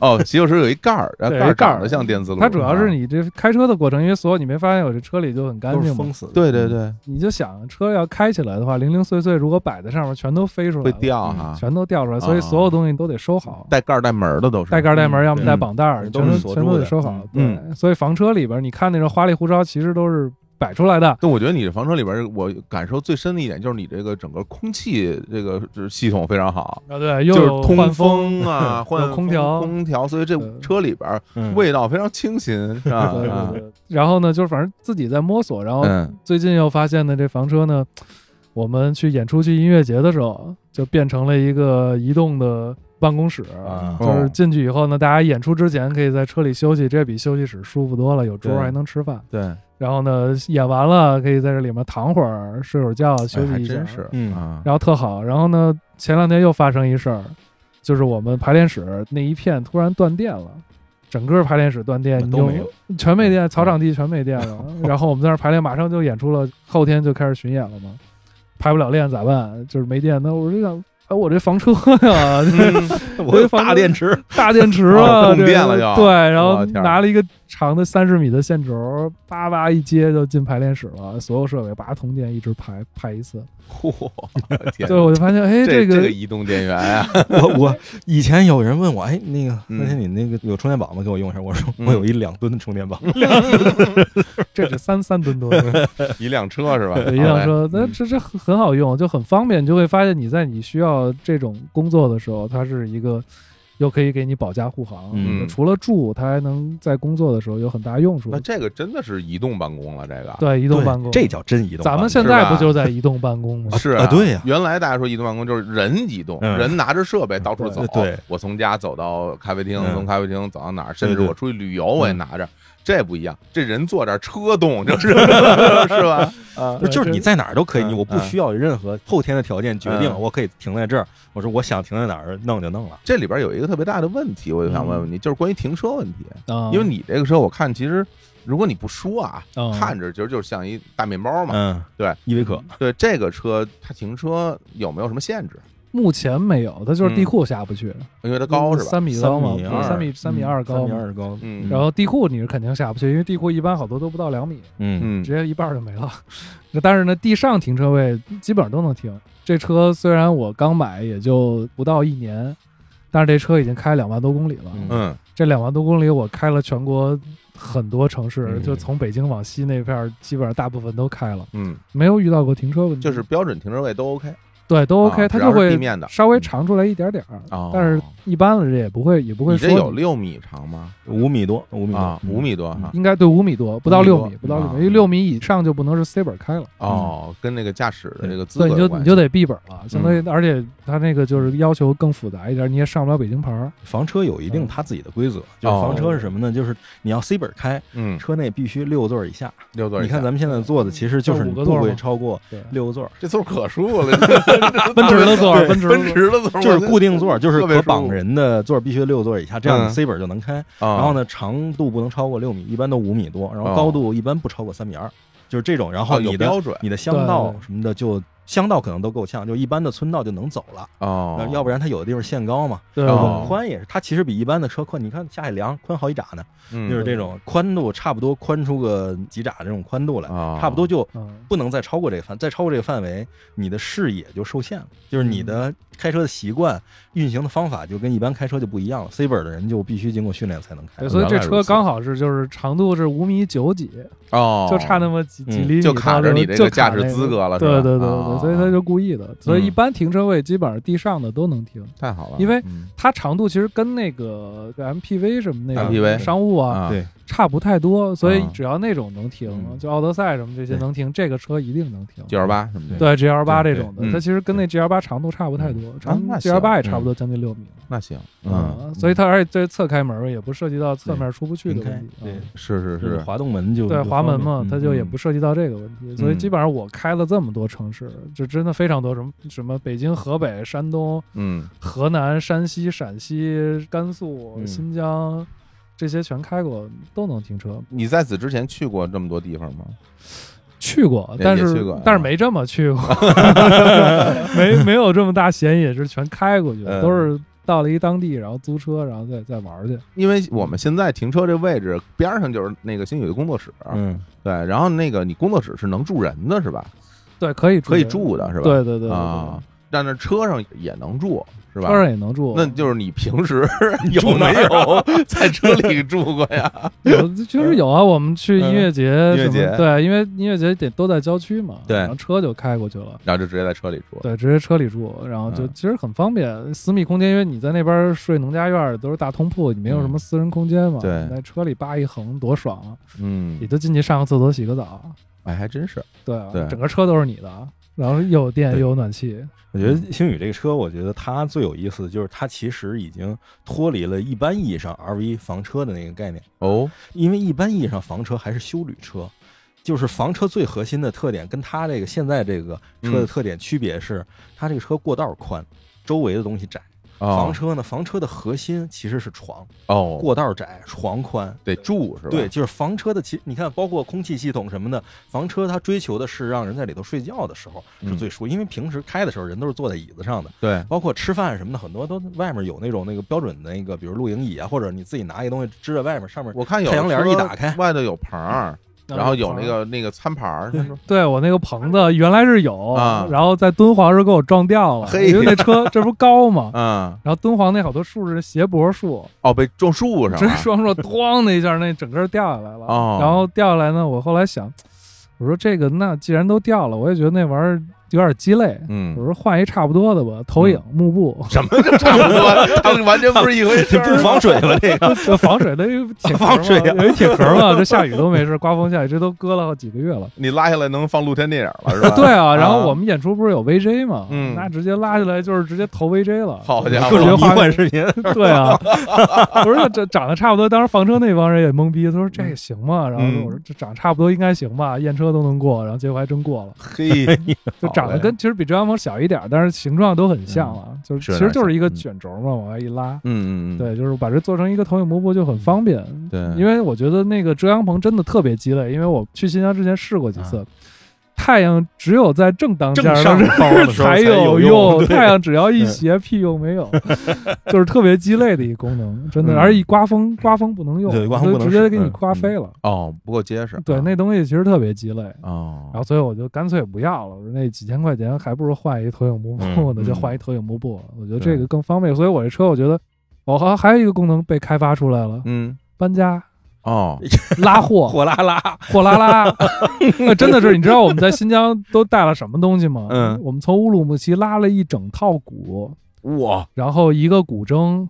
Speaker 2: 哦哦，洗手池有一盖儿，然后
Speaker 4: 对
Speaker 2: 盖儿
Speaker 4: 有一盖儿
Speaker 2: 长得像电磁炉。啊
Speaker 4: 它主要是你这开车的过程，因为所有你没发现我这车里就很干
Speaker 3: 都是
Speaker 4: 净嘛
Speaker 3: 封，死的。
Speaker 2: 对对对，
Speaker 4: 你就想车要开起来的话，零零碎碎如果摆在上面，全都飞出来
Speaker 2: 会
Speaker 4: 了
Speaker 2: 掉哈，
Speaker 4: 全都掉出来，所
Speaker 2: 啊
Speaker 4: 以所有东西都得收好。
Speaker 2: 带盖儿带门儿的都是。
Speaker 4: 带盖儿带门儿，
Speaker 3: 嗯
Speaker 4: 要么
Speaker 3: 对
Speaker 4: 带绑带儿，
Speaker 3: 嗯
Speaker 4: 全
Speaker 3: 都
Speaker 4: 都
Speaker 3: 是锁
Speaker 4: 全都
Speaker 3: 住
Speaker 4: 得
Speaker 3: 的
Speaker 4: 收好。
Speaker 2: 嗯
Speaker 4: 对，所以房车里边儿你看那种花里胡哨，其实都是摆出来的。
Speaker 2: 但我觉得你这房车里边儿，我感受最深的一点就是你这个整个空气这个就是系统非常好，
Speaker 4: 啊，对，又
Speaker 2: 就是
Speaker 4: 有
Speaker 2: 通
Speaker 4: 换风，
Speaker 2: 风 啊，换
Speaker 4: 空调
Speaker 2: 空调，所以这
Speaker 4: 对
Speaker 2: 车里边儿
Speaker 3: 嗯，
Speaker 2: 味道非常清新，是吧？
Speaker 4: 对
Speaker 2: 啊
Speaker 4: 对对。然后呢，就是反正自己在摸索，然后
Speaker 2: 嗯，
Speaker 4: 最近又发现呢，这房车呢，我们去演出去音乐节的时候，就变成了一个移动的办公室。
Speaker 3: 啊
Speaker 4: 就是
Speaker 2: 哦
Speaker 4: 进去以后呢，大家演出之前可以在车里休息，这比休息室舒服多了，有桌
Speaker 2: 对
Speaker 4: 还能吃饭。
Speaker 2: 对，哎
Speaker 4: 然后呢，演完了可以在这里面躺会儿，睡会儿觉，休
Speaker 2: 哎
Speaker 4: 息
Speaker 2: 还
Speaker 4: 一下。
Speaker 2: 真是
Speaker 3: 嗯
Speaker 2: 啊，
Speaker 4: 然后特好。然后呢，前两天又发生一事儿，就是我们排练室那一片突然断电了，整个排练室断电，你
Speaker 3: 都
Speaker 4: 就
Speaker 3: 没有，
Speaker 4: 全
Speaker 2: 嗯
Speaker 4: 没电，草场地全没电 了。然后我们在那儿排练，马上就演出了，后天就开始巡演了嘛。排不了练咋办？就是没电，那我就想，哎，我这房车呀，
Speaker 2: 嗯
Speaker 3: 我有大电池，
Speaker 4: 大电池
Speaker 2: 哦
Speaker 4: 啊，
Speaker 2: 供
Speaker 4: 这
Speaker 2: 电了就
Speaker 4: 对，然
Speaker 2: 我的
Speaker 4: 后
Speaker 2: 天儿
Speaker 4: 拿了一个长的三十米的线轴，叭叭一接就进排练室了，所有设备拔通电一直排排一次，
Speaker 2: 嚯，天
Speaker 4: 对，我就发现，哎，
Speaker 2: 这
Speaker 4: 个
Speaker 2: 移动电源啊，
Speaker 3: 我我以前有人问我，哎，那个
Speaker 2: 嗯
Speaker 3: 那天你那个有充电宝吗？给我用一下。我说
Speaker 2: 嗯
Speaker 3: 我有一两吨的充电宝，
Speaker 4: 这是三三吨多，
Speaker 2: 一辆车是吧？
Speaker 4: 对，一辆
Speaker 2: 好嘞，嗯
Speaker 4: 车，那这这很很好用，就很方便，你就会发现你在你需要这种工作的时候，它是一个又可以给你保驾护航，
Speaker 2: 嗯
Speaker 4: 除了住，它还能在工作的时候有很大用处
Speaker 2: 那。这个真的是移动办公了，这个。
Speaker 4: 对，移动办公，
Speaker 3: 这叫真移动办
Speaker 4: 咱
Speaker 3: 公。
Speaker 4: 们现
Speaker 2: 是
Speaker 4: 在
Speaker 2: 吧
Speaker 4: 不就在移动办公吗？
Speaker 2: 是
Speaker 3: 啊对 呀
Speaker 2: 原来大家说移动办公就是人移动，
Speaker 3: 嗯
Speaker 2: 人拿着设备到处走。
Speaker 3: 对对
Speaker 2: 我从家走到咖啡厅，
Speaker 3: 嗯
Speaker 2: 从咖啡厅走到哪儿，甚至
Speaker 3: 对对
Speaker 2: 我出去旅游
Speaker 4: 嗯
Speaker 2: 我也拿着。这不一样，这人坐这儿，车动，这是 是吧？啊
Speaker 3: 不是就是你在哪儿都可以，
Speaker 2: 嗯
Speaker 3: 你我不需要任何后天的条件决定，
Speaker 2: 嗯
Speaker 3: 我可以停在这儿。我说我想停在哪儿，弄就弄了。
Speaker 2: 这里边有一个特别大的问题，我就想问问你，
Speaker 4: 嗯
Speaker 2: 就是关于停车问题。
Speaker 4: 啊，
Speaker 2: 因为你这个车，我看其实如果你不说啊，
Speaker 4: 嗯
Speaker 2: 看着其实就是像一大面包嘛。
Speaker 3: 嗯，
Speaker 2: 对，
Speaker 3: 依维柯
Speaker 2: 对，这个车它停车有没有什么限制？
Speaker 4: 目前没有，它就是地
Speaker 2: 嗯
Speaker 4: 库下不去，
Speaker 2: 因为它高是吧？
Speaker 4: 三米高嘛，
Speaker 3: 三米二
Speaker 4: 三米三米二
Speaker 3: 三
Speaker 4: 高
Speaker 3: 米
Speaker 4: 嘛。
Speaker 3: 二高，
Speaker 2: 嗯
Speaker 4: 然后地库你是肯定下不去，因为地库一般好多都不到两米，
Speaker 3: 嗯
Speaker 2: 嗯
Speaker 4: 直接一半儿就没了。那但是呢，地上停车位基本上都能停。这车虽然我刚买也就不到一年，但是这车已经开两万多公里了。
Speaker 3: 嗯
Speaker 2: 嗯，
Speaker 4: 这两万多公里我开了全国很多城市，
Speaker 3: 嗯
Speaker 4: 就从北京往西那片儿，基本上大部分都开了，
Speaker 2: 嗯，
Speaker 4: 没有遇到过停车问题。
Speaker 2: 就是标准停车位都 OK
Speaker 4: 对都
Speaker 2: 啊
Speaker 4: OK，、它
Speaker 2: 只要
Speaker 4: 就是会
Speaker 2: 地面的嗯
Speaker 4: 稍微长出来一点点儿，
Speaker 2: 哦
Speaker 4: 但是一般的人也不会也不会
Speaker 2: 你
Speaker 4: 说
Speaker 2: 这有
Speaker 4: 你
Speaker 2: 六米长吗？
Speaker 3: 嗯五米多，五米
Speaker 2: 啊
Speaker 3: 多，，
Speaker 2: 五米多哈。
Speaker 4: 应该对五米多，不到
Speaker 2: 五米
Speaker 4: 六
Speaker 2: 多
Speaker 4: 米，不到六
Speaker 2: 啊
Speaker 4: 米，因为六米以上就不能是 C 本开了，
Speaker 2: 哦，跟那个驾驶的这个资格
Speaker 4: 对，你就
Speaker 2: 有关
Speaker 4: 你
Speaker 2: 系嗯
Speaker 4: 就得 B 本了，相当于，而且它那个就是要求更复杂一点，你也上不了北京牌儿，
Speaker 3: 房车有一定
Speaker 4: 嗯
Speaker 3: 它自己的规则，就是
Speaker 2: 哦
Speaker 3: 房车是什么呢？就是你要 C 本开，
Speaker 2: 嗯，
Speaker 3: 车内必须六座以下。
Speaker 2: 六座以
Speaker 3: 你
Speaker 2: 下。
Speaker 3: 看咱们现在坐的其实就是你
Speaker 4: 嗯五个座
Speaker 3: 不会
Speaker 4: 吗
Speaker 3: 超过
Speaker 4: 对，
Speaker 3: 六个座，
Speaker 2: 这座可舒服了，
Speaker 4: 奔驰的座儿，
Speaker 3: 对
Speaker 4: 奔驰的
Speaker 2: 奔
Speaker 4: 座
Speaker 2: 驰的座
Speaker 4: 儿，
Speaker 2: 儿
Speaker 3: 就是固定座，就是
Speaker 2: 特别舒
Speaker 3: 可
Speaker 2: 服
Speaker 3: 绑人的座必须六座以下，这样
Speaker 2: 嗯
Speaker 3: 你 C 本就能开。
Speaker 2: 然
Speaker 3: 然后？呢，长度不能超过六米，一般都五米多，然
Speaker 2: 哦
Speaker 3: 后高度一般不超过三米二，就是这种。然后
Speaker 2: 哦有
Speaker 3: 你的
Speaker 2: 标准
Speaker 3: 你的乡道
Speaker 4: 对对
Speaker 3: 什么的就。乡道可能都够呛，就一般的村道就能走了，
Speaker 2: 哦
Speaker 3: 那，要不然它有的地方限高嘛，
Speaker 4: 对
Speaker 2: 哦
Speaker 4: 对
Speaker 3: 然后
Speaker 4: 对
Speaker 3: 宽也是，它其实比一般的车宽，你看下海梁宽好几拃呢，
Speaker 2: 嗯
Speaker 3: 就是这种宽度差不多宽出个几拃这种宽度来，
Speaker 2: 哦
Speaker 3: 差不多就
Speaker 4: 嗯，
Speaker 3: 不能再超过这个范，再超过这个范围，你的视野就受限了，就是你
Speaker 2: 嗯
Speaker 3: 的开车的习惯、运行的方法就跟一般开车就不一样了。C 本的人就必须经过训练才能开
Speaker 4: 对，，所以这
Speaker 2: 原来如
Speaker 4: 车
Speaker 2: 此
Speaker 4: 刚好是就是长度是五米九几，
Speaker 2: 哦，
Speaker 4: 就差那么几几
Speaker 3: 嗯
Speaker 4: 厘米，
Speaker 2: 就卡着你这
Speaker 4: 这
Speaker 2: 个驾驶资格了，
Speaker 4: 对
Speaker 2: 是吧
Speaker 4: 对对对
Speaker 2: 哦嗯
Speaker 4: 对，所以他就故意的，所以一般停车位基本上地上的都能停。
Speaker 2: 太好了，
Speaker 4: 因为
Speaker 2: 嗯
Speaker 4: 它长度其实跟那个 MPV 什么那种
Speaker 2: MPV
Speaker 4: 商务啊
Speaker 2: 啊
Speaker 3: 对
Speaker 4: 差不太多，所以
Speaker 2: 啊
Speaker 4: 只要那种能停，
Speaker 3: 嗯
Speaker 4: 就奥德赛什么这些
Speaker 3: 对
Speaker 4: 能停，这个车一定能停。
Speaker 2: 九二八什么的，
Speaker 4: 对 G L 八
Speaker 3: 对
Speaker 4: 这种的
Speaker 2: 嗯，
Speaker 4: 它其实跟那 G L 八长度差不太多，长
Speaker 2: 那
Speaker 4: G
Speaker 2: 行
Speaker 4: L 八也差不多将近六米了。
Speaker 2: 那行，嗯，
Speaker 4: 嗯，所以它而且这侧开门也不涉及到侧面出不去的
Speaker 3: 能开
Speaker 4: 问题。，
Speaker 3: 对
Speaker 4: 嗯，
Speaker 2: 是是
Speaker 3: 就是
Speaker 2: 是，
Speaker 3: 滑动门就
Speaker 4: 对
Speaker 3: 就
Speaker 4: 滑门嘛
Speaker 3: 方，便
Speaker 4: 它就也不涉及到这个问题，所以基本上我开了这么多城市，这真的非常多，什么什么北京、河北、山东、
Speaker 2: 嗯，
Speaker 4: 河南、山西、陕西、甘肃、
Speaker 2: 嗯
Speaker 4: 新疆、这些全开过，都能停车。
Speaker 2: 你在此之前去过这么多地方吗？
Speaker 4: 去过，
Speaker 2: 也
Speaker 4: 但
Speaker 2: 也
Speaker 4: 是
Speaker 2: 去过
Speaker 4: 但是
Speaker 2: 啊
Speaker 4: 没这么 去过，没没有这么大闲野，是全开过去的，
Speaker 2: 嗯
Speaker 4: 都是到了一当地，然后租车，然后再再玩去。
Speaker 2: 因为我们现在停车这位置边上就是那个星宇的工作室，
Speaker 3: 嗯，
Speaker 2: 对，然后那个你工作室是能住人的是吧？
Speaker 4: 对，可以
Speaker 2: 可以
Speaker 4: 的
Speaker 2: 住的是吧？
Speaker 4: 对对对对
Speaker 2: 啊
Speaker 4: 对，，
Speaker 2: 但是车上也能住是吧？
Speaker 4: 车上也能住。
Speaker 2: 那就是你平时有
Speaker 3: 住哪
Speaker 2: 没
Speaker 3: 儿啊
Speaker 2: 有 在车里住过呀？
Speaker 4: 有确实有啊，我们去音乐节
Speaker 2: 嗯
Speaker 4: 什么，
Speaker 2: 音乐节
Speaker 4: 对，因为音乐节得都在郊区嘛，
Speaker 2: 对
Speaker 4: 然后车就开过去了。
Speaker 2: 然后就直接在车里住。
Speaker 4: 对，直接车里住，然后就
Speaker 2: 嗯
Speaker 4: 其实很方便，私密空间，因为你在那边睡农家院儿都是大通铺，你没有什么私人空间嘛，
Speaker 2: 嗯对
Speaker 4: 你在车里扒一横多爽啊！你
Speaker 2: 嗯，
Speaker 4: 就进去上个厕所、洗个澡，
Speaker 2: 哎，还真是。
Speaker 4: 对啊，
Speaker 2: 对
Speaker 4: 整个车都是你的，然后又有电
Speaker 3: 对
Speaker 4: 又有暖气，
Speaker 3: 我觉得星宇这个车，我觉得它最有意思的就是它其实已经脱离了一般意义上 RV 房车的那个概念，
Speaker 2: 哦，
Speaker 3: 因为一般意义上房车还是休旅车，就是房车最核心的特点跟它这个现在这个车的特点区别
Speaker 2: 嗯
Speaker 3: 是，它这个车过道宽，周围的东西窄。
Speaker 2: 哦
Speaker 3: 房车呢，房车的核心其实是床，
Speaker 2: 哦，
Speaker 3: 过道窄，床宽。
Speaker 2: 得住是吧？
Speaker 3: 对，，就是房车的其你看，包括空气系统什么的，房车它追求的是让人在里头睡觉的时候是
Speaker 2: 嗯
Speaker 3: 最舒服，因为平时开的时候人都是坐在椅子上的，
Speaker 2: 对，
Speaker 3: 包括吃饭什么的，很多都外面有那种那个标准的那个，比如露营椅啊，或者你自己拿一个东西支在外面，上面
Speaker 2: 我看有
Speaker 3: 太阳帘
Speaker 2: 车
Speaker 3: 一打开
Speaker 2: 外头有棚儿，然后有那个那个餐盘儿，是吧
Speaker 4: 对我那个棚子原来是有，
Speaker 2: 啊
Speaker 4: 然后在敦煌时候给我撞掉了，
Speaker 2: 嘿
Speaker 4: 因为那车这不高嘛。
Speaker 2: 嗯，
Speaker 4: 然后敦煌那好多树是斜脖树，
Speaker 2: 哦，被撞树上
Speaker 4: 直
Speaker 2: 了，
Speaker 4: 双手咣的一下，那整个掉下来了。
Speaker 2: 哦
Speaker 4: 然后掉下来呢，我后来想，我说这个那既然都掉了，我也觉得那玩意儿有点鸡肋。
Speaker 2: 嗯
Speaker 4: 我，说换一差不多的吧，投影、幕
Speaker 2: ，
Speaker 4: 布
Speaker 2: 什么就 差不 多，它完全不是一回事
Speaker 3: 这
Speaker 2: 儿。
Speaker 3: 不防水了，这个
Speaker 4: 这防水的有 铁壳嘛
Speaker 3: 防水啊
Speaker 4: 有一铁壳嘛，这下雨都没事，刮风下雨这都搁了好几个月了。
Speaker 2: 你拉下来能放露天电影了是吧？
Speaker 4: 对啊，然后我们演出不是有 VJ 嘛，
Speaker 2: 嗯
Speaker 4: 那直接拉下来就是直接投 VJ 了。
Speaker 2: 好家伙
Speaker 3: 各
Speaker 4: 我
Speaker 3: 种
Speaker 4: 觉得
Speaker 3: 迷
Speaker 4: 画面
Speaker 3: 幻视频，
Speaker 4: 对啊，我说这长得差不多，当时房车那帮人也懵逼，他说这也行吗？然后
Speaker 2: 嗯
Speaker 4: 我说这长得差不多应该行吧，验车都能过，然后结果还真过了，
Speaker 2: 嘿，
Speaker 4: 就长得跟其实比追阳魔小一点，但是形状都很像了，就是
Speaker 2: 嗯是
Speaker 4: 其实就是一个
Speaker 2: 嗯
Speaker 4: 卷轴嘛，往外一拉，
Speaker 2: 嗯嗯嗯，
Speaker 4: 对，就是把这做成一个投影幕布就很方便。
Speaker 2: 对，
Speaker 3: 嗯
Speaker 4: 因为我觉得那个遮阳棚真的特别鸡肋，因为我去新疆之前试过几次。太阳只有在正当间儿
Speaker 3: 啊正上
Speaker 4: 的
Speaker 3: 方的
Speaker 4: 时候
Speaker 3: 时候才有
Speaker 4: 有
Speaker 3: 用对
Speaker 4: 太阳只要一斜，屁 用没有，就是特别鸡肋的一功能，真的。
Speaker 2: 嗯
Speaker 4: 而且一刮风，刮风不能用，
Speaker 3: 对刮风不能
Speaker 4: 就直接
Speaker 3: 使
Speaker 4: 给你
Speaker 3: 嗯
Speaker 4: 刮飞了。
Speaker 2: 哦不够结实，
Speaker 4: 对，
Speaker 2: 啊
Speaker 4: 那东西其实特别鸡肋。然
Speaker 2: 哦，
Speaker 4: 后，所以我就干脆不要了。我说那几千块钱还不如换一投影幕 布呢，
Speaker 2: 嗯
Speaker 4: 就换一投影幕布。我觉得
Speaker 2: 对
Speaker 4: 这个更方便。所以我这车，我觉得我还还有一个功能被开发出来了，
Speaker 2: 嗯
Speaker 4: 搬家、
Speaker 2: 哦，
Speaker 4: 拉货、
Speaker 3: 火辣辣，
Speaker 4: 货 拉拉，那真的是，你知道我们在新疆都带了什么东西吗？
Speaker 2: 嗯
Speaker 4: 我们从乌鲁木齐拉了一整套鼓，
Speaker 2: 哇，
Speaker 4: 然后一个古筝，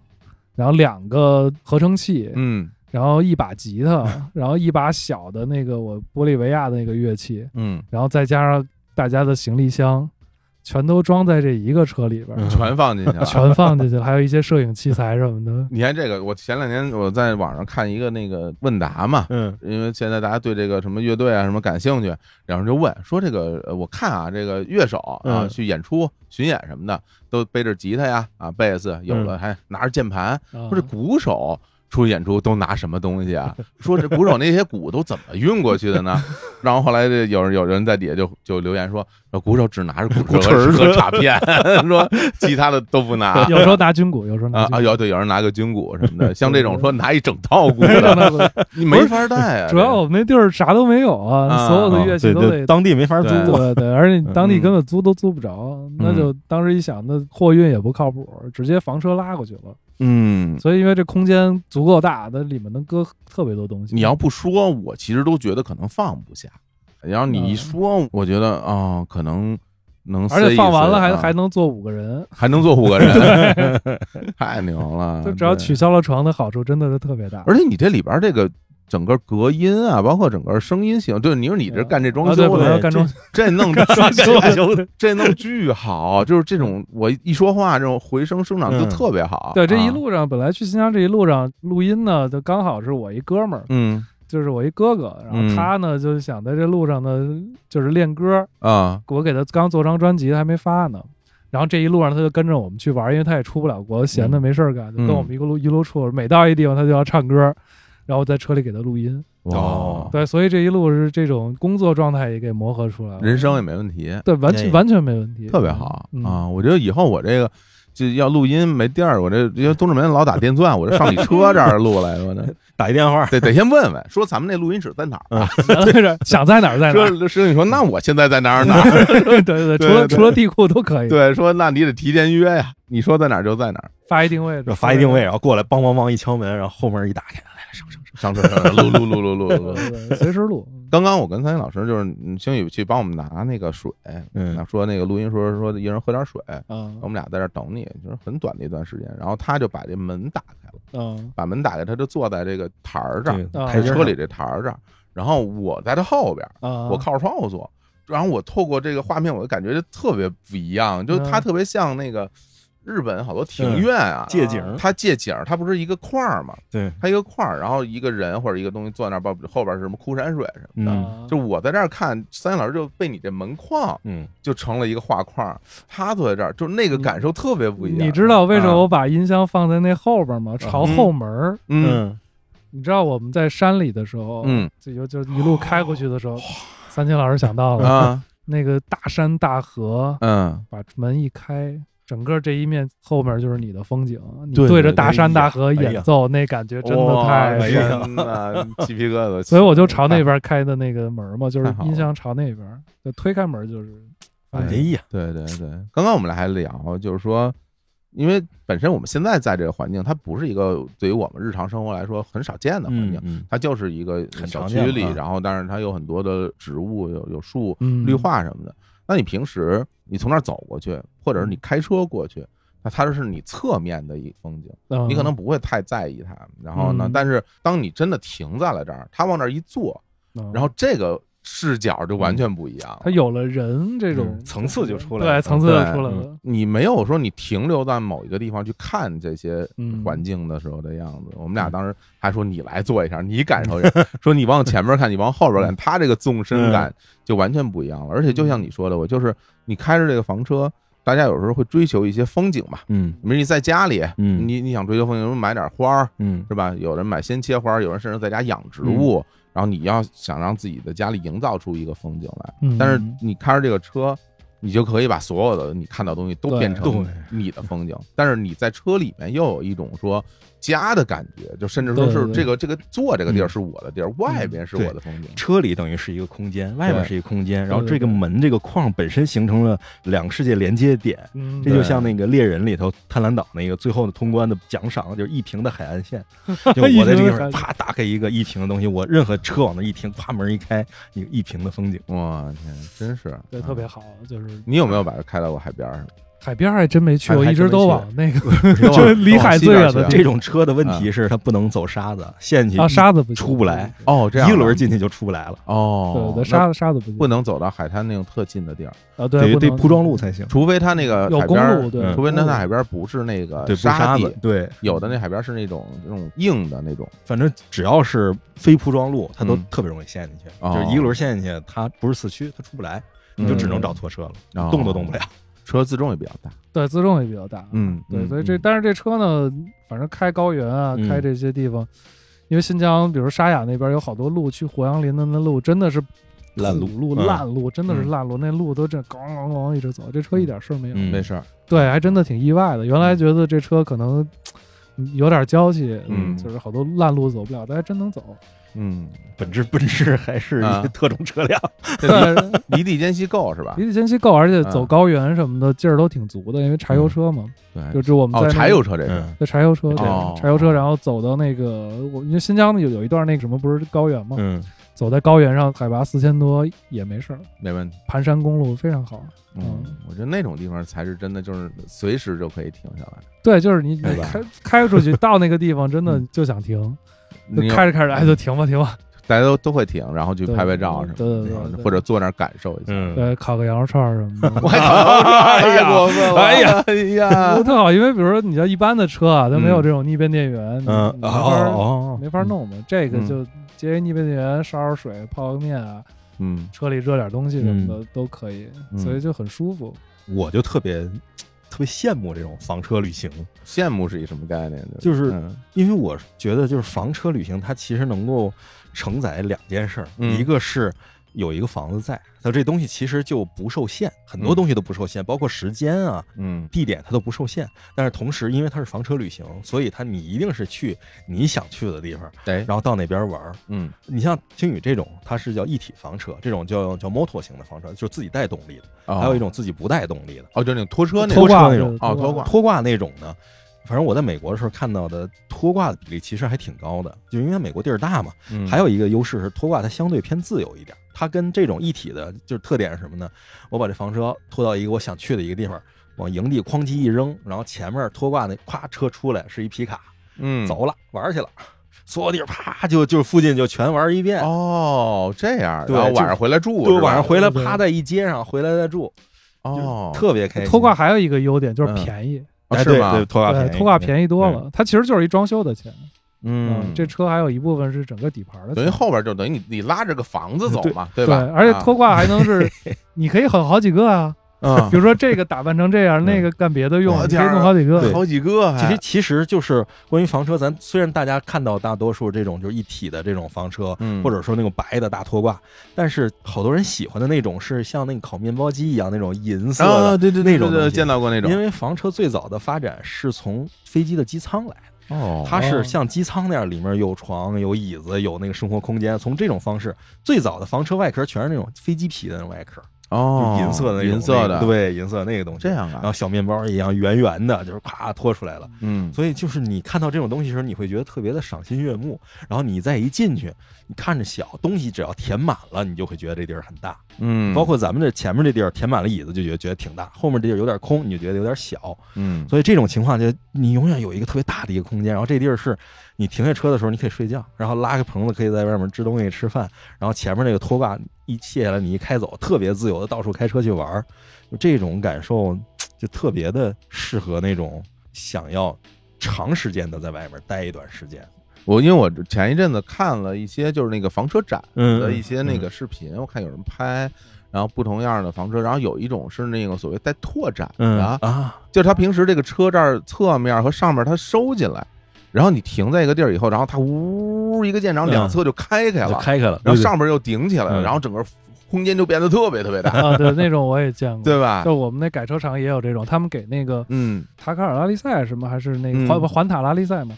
Speaker 4: 然后两个合成器，
Speaker 2: 嗯
Speaker 4: 然后一把吉他，然后一把小的那个我玻利维亚的那个乐器，
Speaker 2: 嗯，
Speaker 4: 然后再加上大家的行李箱，全都装在这一个车里边，啊
Speaker 2: 全放进去了，
Speaker 4: 全放进去了，还有一些摄影器材什么的。
Speaker 2: 你看这个，我前两天我在网上看一个那个问答嘛，
Speaker 3: 嗯，
Speaker 2: 因为现在大家对这个什么乐队啊什么感兴趣，然后就问说这个，呃我看啊这个乐手啊
Speaker 3: 嗯
Speaker 2: 去演出巡演什么的，都背着吉他呀啊贝斯，有
Speaker 4: 嗯
Speaker 2: 的还拿着键盘，
Speaker 4: 啊
Speaker 2: 说这鼓手。出去演出都拿什么东西啊？ 说这鼓手那些鼓都怎么运过去的呢？ 然后后来这有人有人在底下就就留言说，说鼓手只拿着鼓 槌
Speaker 3: 儿
Speaker 2: 儿和卡片， 说其他的都不拿。
Speaker 4: 啊 有 时候拿军鼓，有时候拿
Speaker 2: 啊
Speaker 4: 军
Speaker 2: 啊，
Speaker 4: 鼓。
Speaker 2: 有对，有人拿个军鼓什么 的，像这种说拿一整套鼓的，你没法带啊。
Speaker 4: 主要我们那地儿啥都没有啊，
Speaker 2: 啊
Speaker 4: 所有的
Speaker 2: 啊
Speaker 4: 乐器
Speaker 3: 对
Speaker 4: 都
Speaker 3: 对，
Speaker 4: 得
Speaker 3: 当地没法租
Speaker 2: 对
Speaker 3: 啊，
Speaker 4: 对对，而且你当地
Speaker 2: 嗯
Speaker 4: 根本租都租不着，那就当时一想，那货运也不靠谱，直接房车拉过去了。
Speaker 2: 嗯，
Speaker 4: 所以因为这空间足够大，那里面能搁特别多东西。
Speaker 2: 你要不说，我其实都觉得可能放不下。然后你一
Speaker 4: 嗯
Speaker 2: 说，我觉得啊、可能能塞一
Speaker 4: 而
Speaker 2: 塞，
Speaker 4: 且放完了还
Speaker 2: 啊
Speaker 4: 还能坐五个人，
Speaker 2: 还能坐五个 人，太牛了！
Speaker 4: 就只要
Speaker 2: 对
Speaker 4: 取，消了床的好处真的是特别大。
Speaker 2: 而且你这里边这个。整个隔音啊，包括整个声音性，对，你说你这干这装
Speaker 4: 啊对
Speaker 2: 修
Speaker 4: 本
Speaker 2: 的，
Speaker 4: 来要干装修
Speaker 2: 这弄
Speaker 3: 装修的
Speaker 2: 这弄巨好，就是这种我一说话，这种回声声场就
Speaker 3: 嗯
Speaker 2: 特别好。
Speaker 4: 嗯对，这一
Speaker 2: 啊，
Speaker 4: 路上本来去新疆这一路上录音呢，就刚好是我一哥们儿，
Speaker 2: 嗯
Speaker 4: 就是我一哥哥，然
Speaker 2: 嗯
Speaker 4: 后他呢就想在这路上呢就是练歌，
Speaker 2: 啊，
Speaker 4: 我给他刚做张专辑还没发呢，然后这一路上他就跟着我们去玩，因为他也出不了国，闲的没事儿干，就
Speaker 3: 嗯
Speaker 4: 跟我们一个路一路处，每到一地方他就要唱歌，然后在车里给他录音。
Speaker 3: 哦
Speaker 4: 对，所以这一路是这种工作状态也给磨合出来了，
Speaker 2: 人生也没问题，
Speaker 4: 对完全
Speaker 3: 哎
Speaker 4: 完全没问题，
Speaker 2: 特别好
Speaker 4: 嗯、
Speaker 2: 啊！我觉得以后我这个就要录音没地儿，我这因为东直门老打电钻，我这上你车这儿录来我这
Speaker 3: 打一电话，
Speaker 2: 得得先问问，说咱们那录音室在哪儿啊？
Speaker 4: 就是 想在哪儿在哪 儿。
Speaker 2: 说师兄你说那我现在在哪儿哪儿？
Speaker 4: 对对对，除了
Speaker 2: 对对
Speaker 4: 除了地库都可以，
Speaker 2: 对，说那你得提前约呀，你说在哪儿就在哪儿，
Speaker 4: 发一定位，
Speaker 3: 这发一定位，。然后过来，梆梆梆一敲门，然后后门一打开，
Speaker 2: 上车上车录录录录录录
Speaker 4: 对
Speaker 2: 录。
Speaker 4: 对对随时录，
Speaker 2: 刚刚我跟三星老师就是嗯星宇去帮我们拿那个水，哎
Speaker 3: 嗯
Speaker 2: 那说那个录音说说一人喝点水，
Speaker 4: 嗯
Speaker 2: 我们俩在这儿等你，就是很短的一段时间。然后他就把这门打开了，
Speaker 4: 嗯
Speaker 2: 把门打开，他就坐在这个台儿
Speaker 3: 这
Speaker 2: 上，
Speaker 3: 个
Speaker 4: 啊
Speaker 3: 台阶
Speaker 2: 车
Speaker 3: 上
Speaker 2: 里这台儿上，然后我在他后边，
Speaker 4: 啊，
Speaker 2: 我靠着窗户坐。然后我透过这个画面，我就感觉就特别不一样，就他
Speaker 4: 嗯
Speaker 2: 特别像那个日本好多庭院啊，
Speaker 3: 借景，
Speaker 2: 它借景儿，它不是一个块儿嘛，
Speaker 3: 对，
Speaker 2: 它一个块儿，然后一个人或者一个东西坐在那儿，包后边是什么枯山水什么。
Speaker 3: 嗯
Speaker 4: 啊
Speaker 2: 就我在这儿看，三老师就被你这门框
Speaker 3: 嗯，
Speaker 2: 就成了一个画框，他坐在这儿，就那个
Speaker 4: 嗯
Speaker 2: 感受特别不一样。
Speaker 4: 你知道为什么
Speaker 2: 啊
Speaker 4: 我把音箱放在那后边吗？朝后门儿。
Speaker 2: 嗯
Speaker 3: 嗯，
Speaker 4: 你知道我们在山里的时候，
Speaker 2: 嗯
Speaker 4: 就就就一路开过去的时候，三清老师想到了、
Speaker 2: 啊
Speaker 4: 那个大山大河，
Speaker 2: 嗯，
Speaker 4: 把门一开。整个这一面后面就是你的风景，你
Speaker 3: 对
Speaker 4: 着
Speaker 3: 对
Speaker 4: 大
Speaker 3: 对
Speaker 4: 山大
Speaker 3: 哎呀
Speaker 4: 河
Speaker 3: 哎呀
Speaker 4: 演奏，那感觉真的
Speaker 2: 哇
Speaker 4: 太
Speaker 3: 哎
Speaker 4: 深
Speaker 3: 呀
Speaker 4: 了。
Speaker 2: 天 哪，鸡皮疙瘩。
Speaker 4: 所以我就朝那边开的那个门嘛，就是
Speaker 2: 太好了
Speaker 4: 音箱朝那边，就推开门就是。
Speaker 2: 哎
Speaker 3: 哎呀，
Speaker 2: 对对对，刚刚我们俩还聊，就是说，因为本身我们现在在这个环境，它不是一个对于我们日常生活来说很少见的环境，
Speaker 3: 嗯，
Speaker 2: 它就是一个
Speaker 3: 很
Speaker 2: 小
Speaker 3: 常
Speaker 2: 区
Speaker 3: 见
Speaker 2: 里，
Speaker 3: 啊
Speaker 2: 然后但是它有很多的植物，有有树、
Speaker 4: 嗯
Speaker 2: 绿化什么的。那你平时你从那儿走过去，或
Speaker 4: 嗯
Speaker 2: 者是你开车过去，那它就是你侧面的一风景，
Speaker 4: 嗯
Speaker 2: 你可能不会太在意它。然后呢
Speaker 4: 嗯，
Speaker 2: 但是当你真的停在了这儿，它往那儿一坐，
Speaker 4: 嗯
Speaker 2: 然后这个视角就完全不一样了。
Speaker 4: 它有了人这种
Speaker 3: 嗯层次就出来
Speaker 4: 对，
Speaker 3: 了
Speaker 4: 层次就出
Speaker 2: 嗯
Speaker 3: 对
Speaker 4: 来了。
Speaker 2: 你没有说你停留在某一个地方去看这些
Speaker 4: 嗯
Speaker 2: 环境的时候的样子。我们俩当时还说你来做一下， 你感受一下，说你往前面看，你往后边看，他这个纵深感就完全不一样了。而且就像你说的，我就是你开着这个房车，大家有时候会追求一些风景嘛。
Speaker 3: 嗯
Speaker 2: 比如你在家里，
Speaker 3: 嗯
Speaker 2: 你你想追求风景，有人买点花儿
Speaker 3: 嗯
Speaker 2: 是吧？有人买鲜切花儿，有人甚至在家养植物。然后你要想让自己的家里营造出一个风景来，
Speaker 4: 嗯
Speaker 2: 但是你开着这个车，你就可以把所有的你看到的东西都
Speaker 4: 对
Speaker 2: 变成
Speaker 3: 对
Speaker 2: 你的风景。但是你在车里面又有一种说家的感觉，就甚至说
Speaker 4: 对嗯
Speaker 2: 是
Speaker 4: 对
Speaker 2: 这个这个坐这个地儿
Speaker 3: 嗯
Speaker 2: 是我的地儿，外边是我的风景。
Speaker 3: 车里等于是一个空间，外面是一个空间，然后
Speaker 4: 对对
Speaker 3: 这个
Speaker 4: 对
Speaker 3: 门这个框本身形成了两个世界连接点，
Speaker 4: 嗯
Speaker 3: 这
Speaker 2: 对
Speaker 3: 就像那个猎人里头贪婪岛那个最后的通关的奖赏，就是一平的海岸 线。就我在这个地方啪打开一个一平的东西，我任何车往那一停，啪门一开，一个一平的风景。
Speaker 2: 哇天，真是啊
Speaker 4: 对特别。好，就是
Speaker 2: 你有没有把它开到过海边儿上？
Speaker 4: 海边儿还真没去过，
Speaker 2: 还
Speaker 4: 一
Speaker 2: 还真
Speaker 4: 直都
Speaker 2: 没去
Speaker 4: 往那个
Speaker 2: 都往
Speaker 4: 就离海最
Speaker 2: 往
Speaker 4: 远的
Speaker 2: 西边去
Speaker 4: 地
Speaker 3: 这种车的问
Speaker 2: 啊
Speaker 3: 题是它不能走沙子，陷进去
Speaker 4: 啊沙子不行
Speaker 3: 出不来，
Speaker 2: 哦，这样啊
Speaker 3: 一轮进去就出不来了，
Speaker 2: 哦，
Speaker 4: 对对，
Speaker 2: 那
Speaker 4: 沙子沙子不行
Speaker 2: 不能走到海滩那种特近的地儿，
Speaker 4: 啊，
Speaker 3: 得得
Speaker 4: 对，不能
Speaker 3: 铺装路才行。
Speaker 2: 除非它那个
Speaker 4: 有
Speaker 2: 海
Speaker 4: 公
Speaker 2: 边
Speaker 4: 路，
Speaker 2: 儿，
Speaker 4: 对，
Speaker 3: 嗯
Speaker 2: 除非那
Speaker 4: 公路
Speaker 2: 它海边儿不是那个
Speaker 3: 对，不沙
Speaker 2: 呃地
Speaker 3: 子，，对，
Speaker 2: 有的那海边儿是那种那种硬的那种。
Speaker 3: 反正只要是非铺装路，它都
Speaker 2: 嗯
Speaker 3: 特别容易陷进去。
Speaker 2: 哦
Speaker 3: 就是一个轮陷进去，它不是四驱，它出不来，你就只能找拖车了，
Speaker 2: 嗯
Speaker 3: 动都动不了。
Speaker 2: 车自重也比较大。
Speaker 4: 对自重也比较大，
Speaker 2: 嗯
Speaker 4: 对，
Speaker 2: 嗯
Speaker 4: 所以这
Speaker 3: 嗯
Speaker 4: 但是这车呢，反正开高原啊，
Speaker 3: 嗯
Speaker 4: 开这些地方，因为新疆，比如沙雅那边有好多路，去火阳林的那路真的是
Speaker 3: 烂
Speaker 4: 土
Speaker 3: 路
Speaker 4: 路，
Speaker 3: 嗯
Speaker 4: 烂路真的是
Speaker 3: 嗯
Speaker 4: 烂路，那路都这咣咣咣一直走，这车一点事儿没有。
Speaker 3: 嗯
Speaker 2: 没事儿，
Speaker 4: 对，还真的挺意外的。原来觉得这车可能嗯有点娇气，
Speaker 2: 嗯
Speaker 4: 就是好多烂路走不了，但还真能走。
Speaker 2: 嗯，
Speaker 3: 本质奔驰还是一
Speaker 2: 啊
Speaker 3: 个特种车辆，
Speaker 4: 对，
Speaker 2: 离地间隙够是吧
Speaker 4: 离？地间隙够，而且走
Speaker 2: 嗯
Speaker 4: 高原什么的劲儿都挺足的，因为柴油车嘛，
Speaker 2: 对
Speaker 4: 就，是我们在
Speaker 2: 哦，
Speaker 4: 那
Speaker 2: 柴
Speaker 4: 个
Speaker 2: 油车这
Speaker 3: 嗯
Speaker 2: 是，
Speaker 4: 对柴油车，对、
Speaker 2: 哦
Speaker 4: 柴油车，然后走到那个，我因为新疆有有一段那个什么不是高原嘛，
Speaker 3: 嗯，
Speaker 4: 走在高原上，海拔四千多也没事儿，
Speaker 2: 没问题。
Speaker 4: 盘山公路非常好。
Speaker 2: 嗯
Speaker 4: 嗯，
Speaker 2: 我觉得那种地方才是真的，就是随时就可以停下来。
Speaker 4: 对，就是你你
Speaker 2: 对吧嗯
Speaker 4: 开开出去到那个地方，真的就想停，就
Speaker 2: 你
Speaker 4: 开着开着，哎，就停吧停吧，
Speaker 2: 大家都都会停，然后去
Speaker 4: 对
Speaker 2: 拍拍照什么
Speaker 4: 对对对
Speaker 2: 的，
Speaker 4: 对
Speaker 2: 或者坐那儿感受一下。 哎
Speaker 3: 嗯，哎
Speaker 4: 对，烤个羊肉串儿什 么的。
Speaker 2: 还太
Speaker 3: 呀
Speaker 2: 过分了！
Speaker 3: 哎
Speaker 2: 呀，哎呀，
Speaker 4: 特好，因为比如说你像一般的车啊，它没有
Speaker 2: 嗯
Speaker 4: 这种逆变电源，你
Speaker 3: 嗯，哦
Speaker 4: 你没法儿
Speaker 3: 哦哦，
Speaker 4: 没法弄嘛。这个
Speaker 2: 嗯
Speaker 4: 就接一逆变电源，烧烧水，泡个面啊，
Speaker 2: 嗯
Speaker 4: 车里热点东西什么的都可以，
Speaker 2: 嗯
Speaker 4: 所以就很舒服。
Speaker 3: 我就特别特别羡慕这种房车旅行，
Speaker 2: 羡慕是一什么概念？
Speaker 3: 就是
Speaker 2: 嗯
Speaker 3: 因为我觉得就是房车旅行它其实能够承载两件事儿，
Speaker 2: 嗯
Speaker 3: 一个是。有一个房子在，它这东西其实就不受限，很多
Speaker 2: 嗯
Speaker 3: 东西都不受限，包括时间啊、
Speaker 2: 嗯
Speaker 3: 地点它都不受限。但是同时，因为它是房车旅行，所以它你一定是去你想去的地方，
Speaker 2: 哎
Speaker 3: 然后到那边玩儿。
Speaker 2: 嗯
Speaker 3: 你像星宇这种，它是叫一体房车，这种叫叫摩托型的房车，就是自己带动力的；
Speaker 2: 还
Speaker 3: 还有一种自己不带动力的，
Speaker 2: 哦，就是那种拖车那种
Speaker 3: 拖车
Speaker 4: 挂
Speaker 3: 那种嗯
Speaker 4: 是
Speaker 2: 哦拖挂
Speaker 3: 拖挂那种呢。反正我在美国的时候看到的拖挂的比例其实还挺高的，就因为美国地儿大嘛。
Speaker 2: 嗯
Speaker 3: 还有一个优势是拖挂它相对偏自由一点，它跟这种一体的就是特点是什么呢？我把这房车拖到一个我想去的一个地方，往营地哐叽一扔，然后前面拖挂那咵车出来是一皮卡，
Speaker 2: 嗯
Speaker 3: 走了玩儿去了，所有地儿啪就就附近就全玩儿一遍，
Speaker 2: 哦这样，
Speaker 3: 对
Speaker 2: 然后
Speaker 3: 就
Speaker 2: 晚上回来住
Speaker 3: 就是
Speaker 2: 吧
Speaker 3: 晚上回来
Speaker 4: 对对
Speaker 3: 趴在一街上，回来再住，就是
Speaker 2: 哦
Speaker 3: 特别开心。
Speaker 4: 拖挂还有一个优点就是
Speaker 2: 嗯
Speaker 4: 便宜，
Speaker 2: 哦
Speaker 3: 哎
Speaker 2: 是
Speaker 3: 对
Speaker 2: 吗
Speaker 3: 对，拖挂便
Speaker 4: 对，
Speaker 3: 宜，
Speaker 4: 拖挂便宜多了。它其实就是一装修的钱，啊
Speaker 2: 嗯
Speaker 4: 这车还有一部分是整个底盘的
Speaker 2: 等于
Speaker 4: 钱。
Speaker 2: 后边就等于你你拉着个房子走嘛，对
Speaker 4: 对
Speaker 2: 吧？
Speaker 4: 而且拖挂还 能是，你可以很好几个 啊，
Speaker 2: 啊
Speaker 4: 比如说这个打扮成这样，
Speaker 3: 嗯
Speaker 4: 那个干别的用，
Speaker 2: 我
Speaker 4: 你可
Speaker 2: 天
Speaker 4: 以
Speaker 2: 儿
Speaker 4: 弄好几
Speaker 2: 嗯
Speaker 4: 个。
Speaker 2: 好几个
Speaker 3: 其
Speaker 2: 还
Speaker 3: 实其实就是关于房车，咱虽然大家看到大多数这种就是一体的这种房车，
Speaker 2: 嗯
Speaker 3: 或者说那种白的大拖挂，但是好多人喜欢的那种是像那个烤面包机一样那种银色
Speaker 2: 啊
Speaker 3: 的，
Speaker 2: 对对对
Speaker 3: 那种
Speaker 2: 对对
Speaker 3: 东西
Speaker 2: 见到过那种
Speaker 3: 因为房车最早的发展是从飞机的机舱来的，
Speaker 2: 哦
Speaker 3: 它是像机舱那样，里面有床、有椅子、有那个生活空间。从这种方式，最早的房车外壳全是那种飞机皮的那种外壳，
Speaker 2: 哦
Speaker 3: 就银色的那种
Speaker 2: 银色
Speaker 3: 那
Speaker 2: 的
Speaker 3: 个对，银色那个东西。
Speaker 2: 这样
Speaker 3: 然
Speaker 2: 啊
Speaker 3: 后小面包一样圆圆的，就是咵拖出来了。
Speaker 2: 嗯
Speaker 3: 所以就是你看到这种东西的时候，你会觉得特别的赏心悦目。然后你再一进去，你看着小东西，只要填满了，你就会觉得这地儿很大。
Speaker 2: 嗯
Speaker 3: 包括咱们这前面这地儿填满了椅子，就觉得觉得挺大；后面这地儿有点空，你就觉得有点小。
Speaker 2: 嗯
Speaker 3: 所以这种情况就你永远有一个特别大的一个空间。然后这地儿是你停下车的时候，你可以睡觉，然后拉个棚子可以在外面支东西吃饭，然后前面那个拖挂一卸下来，你一开走，特别自由的到处开车去玩儿，就这种感受就特别的适合那种想要长时间的在外面待一段时间。
Speaker 2: 我因为我前一阵子看了一些就是那个房车展的
Speaker 3: 嗯
Speaker 2: 一些那个视频，我看有人拍，然后不同样的房车，然后有一种是那个所谓带拓展
Speaker 3: 嗯
Speaker 2: 的，
Speaker 3: 啊，
Speaker 2: 就是他平时这个车这儿侧面和上面他收进来，然后你停在一个地儿以后，然后它呜一个箭
Speaker 3: 嗯
Speaker 2: 长两侧就开开
Speaker 3: 就
Speaker 2: 了，
Speaker 3: 开开了，
Speaker 2: 然后
Speaker 3: 对
Speaker 2: 上边又顶起来了，
Speaker 3: 嗯
Speaker 2: 然后整个空间就变得特别特别大，
Speaker 4: 啊，对，那种我也见过。
Speaker 2: 对 吧？
Speaker 4: 就我们那改车厂也有这种，他们给那个
Speaker 2: 嗯
Speaker 4: 塔卡尔拉力赛什么，还是那
Speaker 2: 嗯
Speaker 4: 个环环塔拉力赛嘛，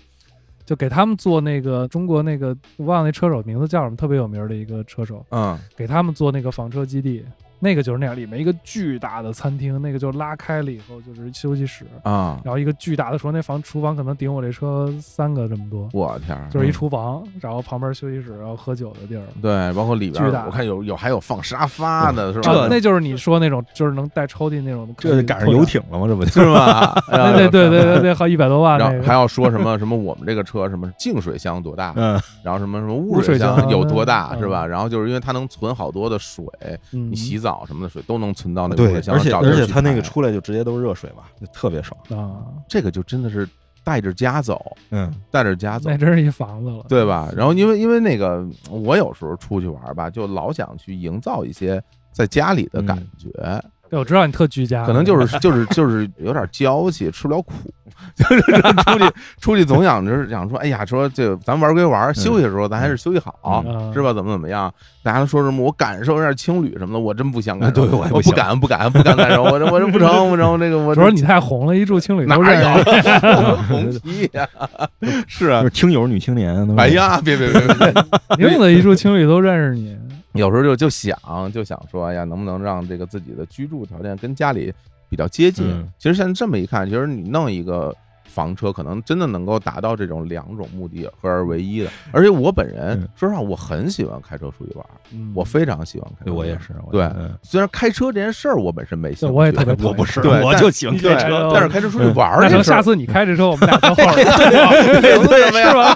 Speaker 4: 就给他们做那个中国那个我忘了那车手名字叫什么，特别有名的一个车手，
Speaker 2: 嗯，
Speaker 4: 给他们做那个房车基地，那个就是那样，里面一个巨大的餐厅，那个就拉开了以后就是休息室，
Speaker 2: 啊，
Speaker 4: 然后一个巨大的厨房，那房厨房可能顶我这车三个这么多，
Speaker 2: 我天儿，嗯
Speaker 4: 就是一厨房，然后旁边休息室，然后喝酒的地儿。嗯
Speaker 2: 对，包括里边
Speaker 4: 巨
Speaker 2: 儿
Speaker 4: 大
Speaker 2: 我看有有还有放沙发的，是吧？
Speaker 4: 啊那就是你说那种，就是能带抽屉那种，
Speaker 3: 这就赶上游艇了吗？这不就是
Speaker 2: 吧？
Speaker 4: 那对对对对对，好一百多万
Speaker 2: 啊然
Speaker 4: 啊那
Speaker 2: 后
Speaker 4: 个
Speaker 2: 还，要说什么 什么我们这个车什么净水箱多大，
Speaker 3: 嗯，
Speaker 2: 然后什么什么
Speaker 4: 污
Speaker 2: 污水
Speaker 4: 水
Speaker 2: 箱
Speaker 4: 箱
Speaker 2: 有多大
Speaker 4: 嗯
Speaker 2: 是吧？然后就是因为它能存好多的水，
Speaker 4: 嗯
Speaker 2: 你洗澡什么的水都能存到那个污
Speaker 3: 对
Speaker 2: 水，箱。
Speaker 3: 而且
Speaker 2: 找地儿
Speaker 3: 而且
Speaker 2: 去
Speaker 3: 它那个
Speaker 2: 排
Speaker 3: 出来就直接都是热水嘛，就特别爽。
Speaker 4: 啊，
Speaker 2: 这个就真的是带着家走，
Speaker 3: 嗯
Speaker 2: 带着家走
Speaker 4: 那。真是一房子了。
Speaker 2: 对吧？然后因为因为那个我有时候出去玩吧，就老想去营造一些在家里的感觉，
Speaker 4: 对，我知道你特居家，
Speaker 2: 可能就是就是就是有点娇气，吃不了苦， 就是出去出去总想着想说，哎呀，说这咱玩归玩，休息的时候咱还是休息好，
Speaker 4: 嗯
Speaker 2: 是吧？怎么怎么样？大家都说什么我感受一下情侣什么的，啊我真不想感受，
Speaker 3: 对我也不
Speaker 2: 不
Speaker 3: 想
Speaker 2: 敢不敢不敢感受，我这我这不成不成，这个我
Speaker 4: 主要是你太红了，一住青旅
Speaker 2: 哪
Speaker 4: 都认识。
Speaker 2: 有红皮呀？是啊
Speaker 3: 就，是听友女青年，啊
Speaker 2: 哎呀，别别别别别。
Speaker 4: 宁子一住青旅都认识你，
Speaker 2: 有时候就就想就想说，哎呀，能不能让这个自己的居住条件跟家里比较接近？
Speaker 3: 嗯
Speaker 2: 其实现在这么一看，其实你弄一个房车，可能真的能够达到这种两种目的合而为一的。而且我本人、
Speaker 3: 嗯
Speaker 2: 说实话，我很喜欢开车出去玩，
Speaker 4: 嗯
Speaker 2: 我非常喜欢开车。
Speaker 3: 对，我也。是，我
Speaker 2: 对
Speaker 3: 嗯
Speaker 2: 虽然开车这件事儿我本身没兴趣，
Speaker 4: 对我也特别
Speaker 3: 我不是，
Speaker 2: 对
Speaker 3: 我
Speaker 2: 但
Speaker 3: 就嗯喜欢开
Speaker 2: 对
Speaker 3: 车。
Speaker 4: 车
Speaker 2: 但是开车出去玩儿
Speaker 4: 那
Speaker 2: 这
Speaker 4: 成
Speaker 2: 事
Speaker 4: 下
Speaker 2: 儿，
Speaker 4: 次你开这车，我们俩坐 后
Speaker 2: 哎
Speaker 4: 边儿
Speaker 2: 是
Speaker 4: 是？吧？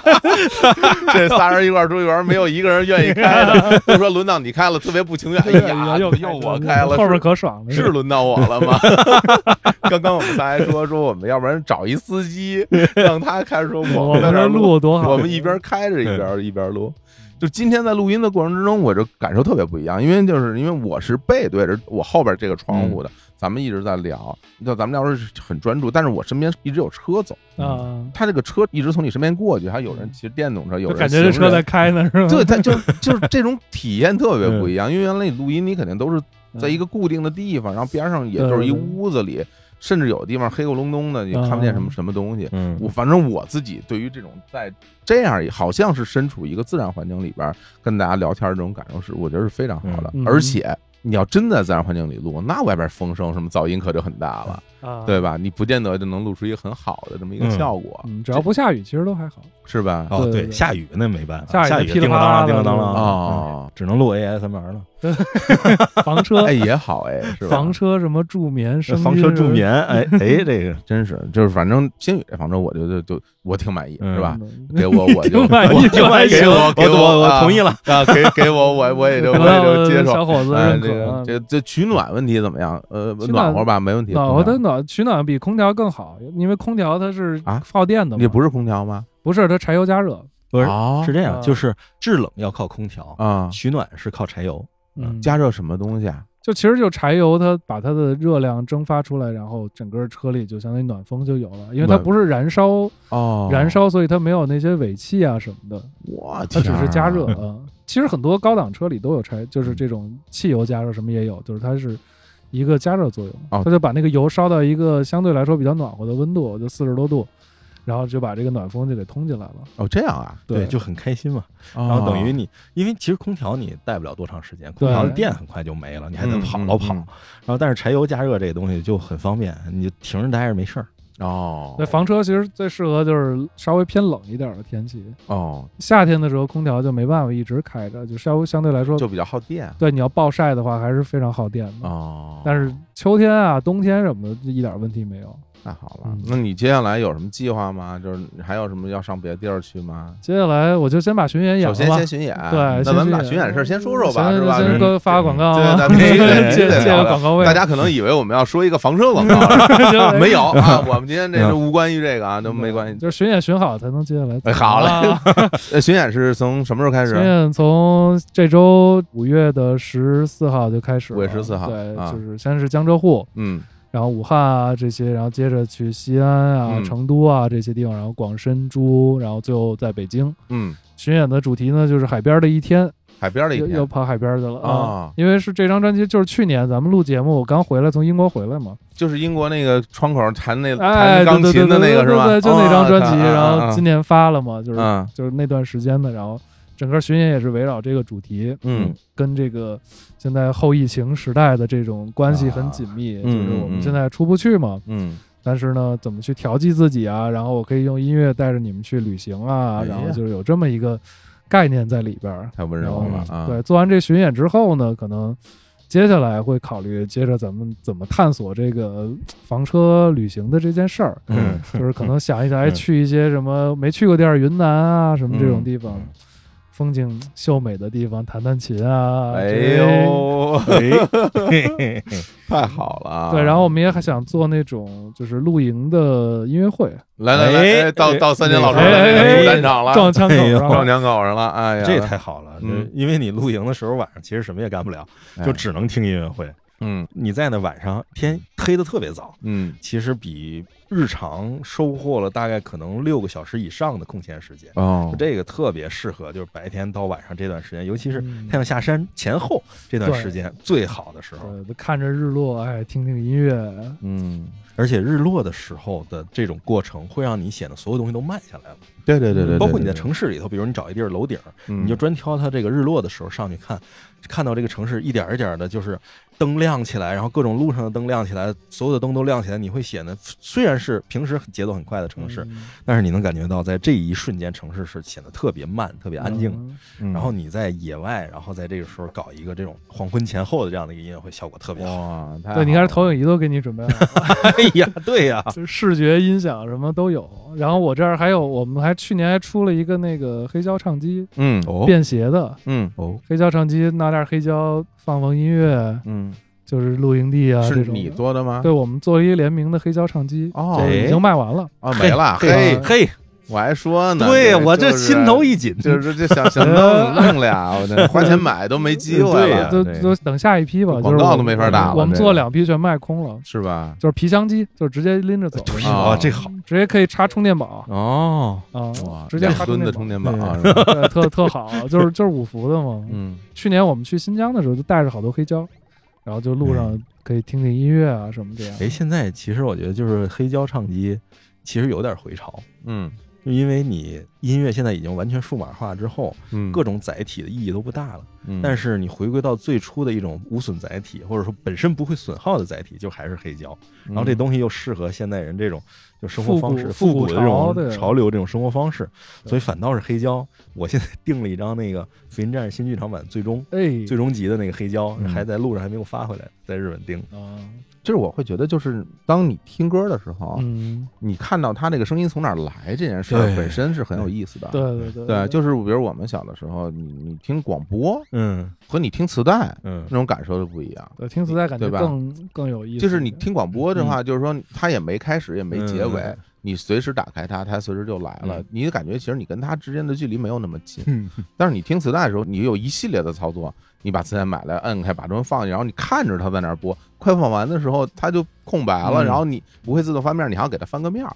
Speaker 2: 这仨人一块儿出去玩儿，没有一个人愿意开的，就说轮到你开了，特别不情愿。哎呀，
Speaker 4: 又
Speaker 2: 又我开了，
Speaker 4: 后
Speaker 2: 是
Speaker 4: 边可爽了。
Speaker 2: 是轮到我了吗？刚刚我们仨还说说我们要不然找一司机，让他开，说
Speaker 4: 我
Speaker 2: 们在
Speaker 4: 们
Speaker 2: 那
Speaker 4: 这
Speaker 2: 儿录，
Speaker 4: 路多好，
Speaker 2: 我们一边开着一边一边录。就今天在录音的过程之中，我这感受特别不一样，因为就是因为我是背对着我后边这个窗户的，咱们一直在聊，那咱们聊是很专注，但是我身边一直有车走，
Speaker 4: 啊，
Speaker 2: 他这个车一直从你身边过去，还有人骑着电动车，有
Speaker 4: 嗯就
Speaker 2: 人
Speaker 4: 感觉这
Speaker 2: 行人
Speaker 4: 车在开呢，是吧？
Speaker 2: 对，他就就是这种体验特别不一
Speaker 4: 嗯
Speaker 2: 样，因为原来你录音，你肯定都是在一个固定的地方，然后边上也就是一
Speaker 4: 对对对
Speaker 2: 屋子
Speaker 4: 嗯
Speaker 2: 里，甚至有地方黑咕隆咚的，也看不见什么
Speaker 4: 啊
Speaker 2: 什么东西。
Speaker 3: 嗯
Speaker 2: 我反正我自己对于这种在这样好像是身处一个自然环境里边跟大家聊天这种感受是，我觉得是非常好的
Speaker 4: 嗯，嗯
Speaker 2: 而且。你要真在自然环境里录，那外边风声什么噪音可就很大了，
Speaker 4: 啊，
Speaker 2: 对吧？你不见得就能录出一个很好的这么一个
Speaker 3: 嗯
Speaker 2: 效果，
Speaker 4: 嗯，只要不下雨，其实都还好。
Speaker 2: 是吧？
Speaker 3: 哦
Speaker 4: 对
Speaker 3: 对，
Speaker 4: 对对
Speaker 3: 下雨那没办
Speaker 4: 下
Speaker 3: 法，
Speaker 4: 雨
Speaker 3: 下雨
Speaker 4: 就噼
Speaker 3: 叮
Speaker 4: 里
Speaker 3: 了当啷
Speaker 4: 啪啦
Speaker 3: 叮了当啷
Speaker 4: 的
Speaker 3: 啊，
Speaker 2: 哦，
Speaker 3: 只能录 ASMR 了。
Speaker 4: 房车
Speaker 2: 哎，也好哎，是 吧？
Speaker 4: 房车什么助眠，声音啊
Speaker 3: 房车助眠，哎哎，这个
Speaker 2: 真是，就是反正星宇这房车，我觉得就我挺满意，
Speaker 3: 嗯
Speaker 2: 是吧？
Speaker 4: 嗯
Speaker 2: 给我 我就
Speaker 4: 挺满意
Speaker 2: 给我给我给
Speaker 3: 我我同意
Speaker 2: 了
Speaker 3: 了。
Speaker 2: 啊，给给我我我也就
Speaker 4: 得
Speaker 2: 我也
Speaker 4: 到
Speaker 2: 就接受。
Speaker 4: 小伙子
Speaker 2: 哎，
Speaker 4: 认
Speaker 2: 这
Speaker 4: 可
Speaker 2: 个
Speaker 4: 啊。
Speaker 2: 这这取暖问题怎么样？呃，
Speaker 4: 取暖
Speaker 2: 暖和吧，没问题。
Speaker 4: 暖和的
Speaker 2: 空
Speaker 4: 暖取暖比空调更好，因为空调它是
Speaker 2: 啊
Speaker 4: 耗电的
Speaker 2: 调，
Speaker 4: 嘛，
Speaker 2: 你不是空调吗？
Speaker 4: 不是它柴油加热，
Speaker 3: 不是
Speaker 2: 啊
Speaker 3: 是这样，
Speaker 4: 啊
Speaker 3: 就是制冷要靠空调，
Speaker 2: 啊，
Speaker 3: 取暖是靠柴油。
Speaker 4: 嗯，
Speaker 2: 加热什么东西啊？
Speaker 4: 就其实就柴油它把它的热量蒸发出来，然后整个车里就相当于暖风就有了，因为它
Speaker 2: 暖
Speaker 4: 不是燃烧
Speaker 2: 哦，
Speaker 4: 燃。烧，所以它没有那些尾气啊什么的，
Speaker 2: 我
Speaker 4: 它
Speaker 2: 天
Speaker 4: 只
Speaker 2: 啊，嗯
Speaker 4: 是加热啊。其实很多高档车里都有柴，就是这种汽油加热什么也有，就是它是一个加热作用，
Speaker 2: 哦
Speaker 4: 它就把那个油烧到一个相对来说比较暖和的温度，就四十多度，然后就把这个暖风就给通进来了。
Speaker 2: 哦，这样啊。哦
Speaker 4: 对
Speaker 3: 就很开心嘛。
Speaker 2: 然
Speaker 3: 然后等于你，因为其实空调你带不了多长时间，空
Speaker 4: 对
Speaker 3: 调的电很快就没了，你还得跑老跑。
Speaker 2: 嗯嗯嗯
Speaker 3: 然后但是柴油加热这个东西就很方便，你就停着待着没事儿。
Speaker 2: 哦，
Speaker 4: 那房车其实最适合就是稍微偏冷一点的天气，
Speaker 2: 哦，
Speaker 4: 夏天的时候空调就没办法一直开着，就稍微相对来说，
Speaker 2: 就比较耗电
Speaker 4: 对你要暴晒的话还是非常耗电的。
Speaker 2: 哦。
Speaker 4: 但是秋天啊、冬天什么的，一点问题没有。
Speaker 2: 那好吧
Speaker 4: 嗯，
Speaker 2: 那你接下来有什么计划吗？就是你还有什么要上别的地儿去吗？
Speaker 4: 接下来我就先把巡演演
Speaker 2: 首
Speaker 4: 了哎
Speaker 2: 先
Speaker 4: 吧。
Speaker 2: 先巡演，
Speaker 4: 对
Speaker 2: 那
Speaker 4: 先
Speaker 2: 咱们把
Speaker 4: 巡
Speaker 2: 巡
Speaker 4: 演
Speaker 2: 演事儿先说说吧，
Speaker 4: 行
Speaker 2: 是吧？
Speaker 4: 先
Speaker 2: 这
Speaker 4: 给我发广告
Speaker 2: 对
Speaker 4: 啊，
Speaker 2: 咱们这个
Speaker 4: 借
Speaker 2: 这
Speaker 4: 借
Speaker 2: 个
Speaker 4: 个广告位，
Speaker 2: 大家可能以为我们要说一个房车广告，
Speaker 4: 就
Speaker 2: 没有啊，我们今天这
Speaker 4: 嗯
Speaker 2: 是无关于这个啊，都没关系。
Speaker 4: 就是巡演巡好才能接下来走
Speaker 2: 哎
Speaker 4: 啊。
Speaker 2: 好嘞 呃巡演是从什么时候开
Speaker 4: 巡
Speaker 2: 始？啊
Speaker 4: 演从这周五月的十四号就开始了，
Speaker 2: 5月14号
Speaker 4: 对，
Speaker 2: 啊
Speaker 4: 就是先是江浙沪，
Speaker 2: 嗯，
Speaker 4: 然后武汉啊这些，然后接着去西安啊、
Speaker 2: 嗯
Speaker 4: 成都啊这些地方，然后广深、珠，然后最后在北京。
Speaker 2: 嗯，
Speaker 4: 巡演的主题呢，就是海边的一天，
Speaker 2: 海边的一
Speaker 4: 又又
Speaker 2: 天
Speaker 4: 跑海边去了啊。
Speaker 2: 啊，
Speaker 4: 因为是这张专辑，就是去年咱们录节目，我刚回来，从英国回来嘛，
Speaker 2: 就是英国那个窗口弹那
Speaker 4: 哎，
Speaker 2: 弹钢
Speaker 4: 对对
Speaker 2: 琴的
Speaker 4: 对
Speaker 2: 那个是吧？
Speaker 4: 对对对就那张专辑，
Speaker 2: 哦
Speaker 4: 然后今年发了嘛，就
Speaker 2: 嗯
Speaker 4: 是
Speaker 2: 嗯
Speaker 4: 就是那段时间的，然后整个巡演也是围绕这个主题，
Speaker 2: 嗯
Speaker 4: 跟这个现在后疫情时代的这种关系很紧密，
Speaker 2: 啊
Speaker 4: 就是
Speaker 2: 嗯
Speaker 4: 我
Speaker 2: 嗯嗯
Speaker 4: 们现在出不去嘛，
Speaker 2: 嗯
Speaker 4: 但是呢，怎么去调剂自己啊？然后我可以用音乐带着你们去旅行啊，
Speaker 2: 哎呀
Speaker 4: 然后就是有这么一个概念在里边儿
Speaker 2: 嗯，。太温
Speaker 4: 然
Speaker 2: 柔
Speaker 4: 后
Speaker 2: 了啊！
Speaker 4: 对，做完这巡演之后呢，可能接下来会考虑接着咱们怎么探索这个房车旅行的这件事儿，
Speaker 3: 嗯，
Speaker 4: 就是可能想 一想，哎，
Speaker 3: 嗯
Speaker 4: 去一些什么没去过地儿，云南啊，什么这种地方。
Speaker 3: 嗯嗯
Speaker 4: 风景秀美的地方，弹弹琴啊，
Speaker 2: 哎
Speaker 4: 这
Speaker 2: 呦，
Speaker 3: 哎，
Speaker 2: 太好了啊！
Speaker 4: 对，然后我们也还想做那种就是露营的音乐会，
Speaker 2: 来来来，
Speaker 3: 哎
Speaker 2: 哎到
Speaker 3: 哎
Speaker 2: 到三金老师的
Speaker 4: 哎哎
Speaker 2: 那
Speaker 4: 哎
Speaker 2: 个主战场了，
Speaker 4: 撞枪口
Speaker 3: 哎呦
Speaker 4: 上了
Speaker 2: 撞两口上了，哎呀，
Speaker 3: 这太好了，就
Speaker 2: 嗯哎
Speaker 3: 是因为你露营的时候晚上其实什么也干不了，就只能听音乐会。
Speaker 2: 嗯
Speaker 3: 你在那晚上天黑的特别早，
Speaker 2: 嗯
Speaker 3: 其实比日常收获了大概可能六个小时以上的空闲时间。
Speaker 2: 哦
Speaker 3: 就这个特别适合，就是白天到晚上这段时间，尤其是
Speaker 4: 嗯
Speaker 3: 太阳下山前后这段
Speaker 4: 对
Speaker 3: 时间最好的时候。
Speaker 4: 对，看着日落，哎，听听音乐，
Speaker 2: 嗯，
Speaker 3: 而且日落的时候的这种过程，会让你显得所有东西都慢下来了。
Speaker 2: 对对对对，
Speaker 3: 包括你在城市里头，比如你找一地儿楼顶，
Speaker 2: 嗯，
Speaker 3: 你就专挑它这个日落的时候上去看，看到这个城市一点儿一点的，就是灯亮起来，然后各种路上的灯亮起来，所有的灯都亮起来，你会显得虽然是平时节奏很快的城市，
Speaker 4: 嗯
Speaker 3: 但是你能感觉到在这一瞬间，城市是显得特别慢、特别安静的。
Speaker 4: 嗯
Speaker 2: 嗯，
Speaker 3: 然后你在野外，然后在这个时候搞一个这种黄昏前后的这样的一个音乐会，效果特别好。
Speaker 2: 哇，太
Speaker 4: 对，你看
Speaker 2: 好了
Speaker 4: 这投影仪都给你准备好了，
Speaker 3: 哎呀，对呀，
Speaker 4: 就是视觉、音响什么都有。然后我这儿还有，我们还去年还出了一个那个黑胶唱机，
Speaker 2: 嗯
Speaker 3: 哦
Speaker 4: 便携的
Speaker 2: 嗯
Speaker 3: 哦，
Speaker 4: 黑胶唱机，拿点黑胶放放音乐，
Speaker 2: 嗯，
Speaker 4: 就是露营地啊
Speaker 2: 是
Speaker 4: 这种。
Speaker 2: 你做的吗？
Speaker 4: 对，我们做了一个联名的黑胶唱机，
Speaker 2: 哦
Speaker 4: 这已经卖完了。
Speaker 2: 啊，没了，
Speaker 3: 嘿
Speaker 2: 嘿
Speaker 4: 啊，
Speaker 3: 嘿，
Speaker 2: 我还说呢，
Speaker 3: 对
Speaker 2: 个
Speaker 3: 我这
Speaker 2: 就是
Speaker 3: 心头一紧，
Speaker 2: 就是这想想 弄弄俩，我这花钱买都没机会
Speaker 3: 对
Speaker 2: 了，
Speaker 4: 都
Speaker 3: 对
Speaker 4: 都等下一批吧，就是
Speaker 2: 广告都没法打了
Speaker 4: 我们
Speaker 2: 这
Speaker 4: 做
Speaker 2: 个
Speaker 4: 两批全卖空了，
Speaker 2: 是吧？
Speaker 4: 就是皮箱机，就直接拎着走，
Speaker 2: 啊
Speaker 3: 哦，这好
Speaker 4: 直接可以插充电宝
Speaker 3: 哦，
Speaker 4: 啊
Speaker 2: 嗯哇，，
Speaker 4: 直接
Speaker 2: 两
Speaker 4: 插
Speaker 2: 吨的
Speaker 4: 宝
Speaker 2: 充，电宝啊， 是吧
Speaker 4: 对，特特好， 就是就是五伏的嘛。
Speaker 2: 嗯，
Speaker 4: 去年我们去新疆的时候，就带着好多黑胶，然后就
Speaker 2: 嗯
Speaker 4: 路上可以听听音乐啊什么这样。
Speaker 3: 哎，现在其实我觉得就是黑胶唱机其实有点回潮，
Speaker 2: 嗯
Speaker 3: 就因为你音乐现在已经完全数码化之后，
Speaker 2: 嗯，
Speaker 3: 各种载体的意义都不大了。
Speaker 2: 嗯，
Speaker 3: 但
Speaker 2: 是
Speaker 3: 是你回归到最初的一种无损载体，或者说本身不会损耗的载体，就还是黑胶。
Speaker 2: 嗯
Speaker 3: 然后这东西又适合现代人这种就生活方式、
Speaker 4: 嗯复古
Speaker 3: 复古的这
Speaker 4: 复古潮
Speaker 3: 种
Speaker 4: 对
Speaker 3: 潮流、这种生活方式，
Speaker 4: 对
Speaker 3: 所以反倒是黑胶。我现在订了一张那个《福音战士》新剧场版最终
Speaker 4: 哎，
Speaker 3: 最终集的那个黑胶，
Speaker 2: 嗯
Speaker 3: 还在路上还没有发回来，在日本订。
Speaker 4: 啊，
Speaker 2: 就是我会觉得，就是当你听歌的时候，啊
Speaker 4: 嗯，
Speaker 2: 你看到他这个声音从哪儿来这件事儿
Speaker 3: 对
Speaker 2: 本身是很有意思的。
Speaker 4: 对对对
Speaker 2: 啊对，就是比如我们小的时候，你你听广播
Speaker 3: 嗯
Speaker 2: 和你听磁带
Speaker 3: 嗯
Speaker 2: 那，种感受都不一样。
Speaker 4: 对听磁带感觉
Speaker 2: 对吧
Speaker 4: 更更有意思一点，嗯
Speaker 2: 就是你听广播的话，就是说它也没开始，也没结尾
Speaker 3: 嗯，
Speaker 2: 你随时打开它，它随时就来了
Speaker 3: 嗯。
Speaker 2: 你就感觉其实你跟它之间的距离没有那么近，
Speaker 3: 嗯
Speaker 2: 但是你听磁带的时候，你有一系列的操作，你把磁带买来，摁开，把中间放进，然后你看着它在那儿播，快放完的时候它就空白了，
Speaker 3: 嗯
Speaker 2: 然后你不会自动翻面，你还要给它翻个面儿。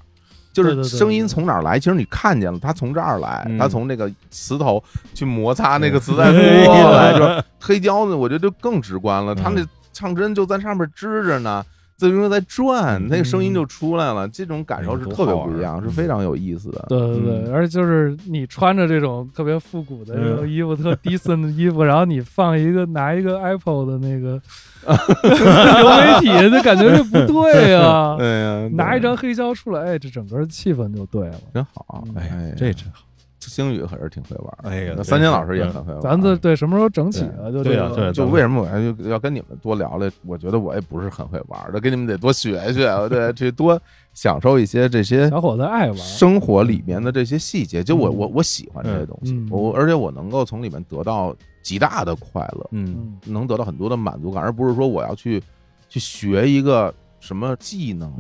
Speaker 2: 就
Speaker 4: 对
Speaker 2: 是
Speaker 4: 对对
Speaker 2: 声音从哪儿来，其实你看见了，它从这儿来，
Speaker 3: 嗯
Speaker 2: 它从那个磁头去摩擦那个磁带
Speaker 3: 嗯
Speaker 2: 过来，就是黑胶呢，我觉得就更直观了，它
Speaker 3: 嗯
Speaker 2: 那唱针就在上面支着呢。自行车在转，那个声音就出来了，这种感受是特别不一样，
Speaker 3: 嗯
Speaker 2: 是非常有意思的。
Speaker 4: 对对
Speaker 2: 嗯
Speaker 4: 对，而且就是你穿着这种特别复古的这种衣服，特 decent 的衣服，然后你放一个拿一个 Apple 的 那个 流媒体，就感觉这不对 啊。
Speaker 2: 哎呀，
Speaker 4: 拿一张黑胶出来，哎，这整个气氛就对了。
Speaker 2: 真好，啊
Speaker 4: 嗯
Speaker 3: 哎呀
Speaker 2: 呀，
Speaker 3: 这真好。
Speaker 2: 星宇可是挺会玩的，
Speaker 3: 哎呀
Speaker 2: 那三金老师也很会玩。
Speaker 4: 咱这对什么时候整起啊？就这
Speaker 3: 对啊
Speaker 4: 个
Speaker 3: 对啊
Speaker 2: 就为什么我要要跟你们多聊聊？我觉得我也不是很会玩的，跟你们得多学学，对， 去多享受一些这些
Speaker 4: 小伙子爱玩，
Speaker 2: 生活里面的这些细节。就我我我喜欢这些东西
Speaker 4: 嗯，
Speaker 2: 我而且我能够从里面得到极大的快乐，
Speaker 3: 嗯
Speaker 4: 嗯，
Speaker 2: 能得到很多的满足感，而不是说我要去去学一个什么技 能，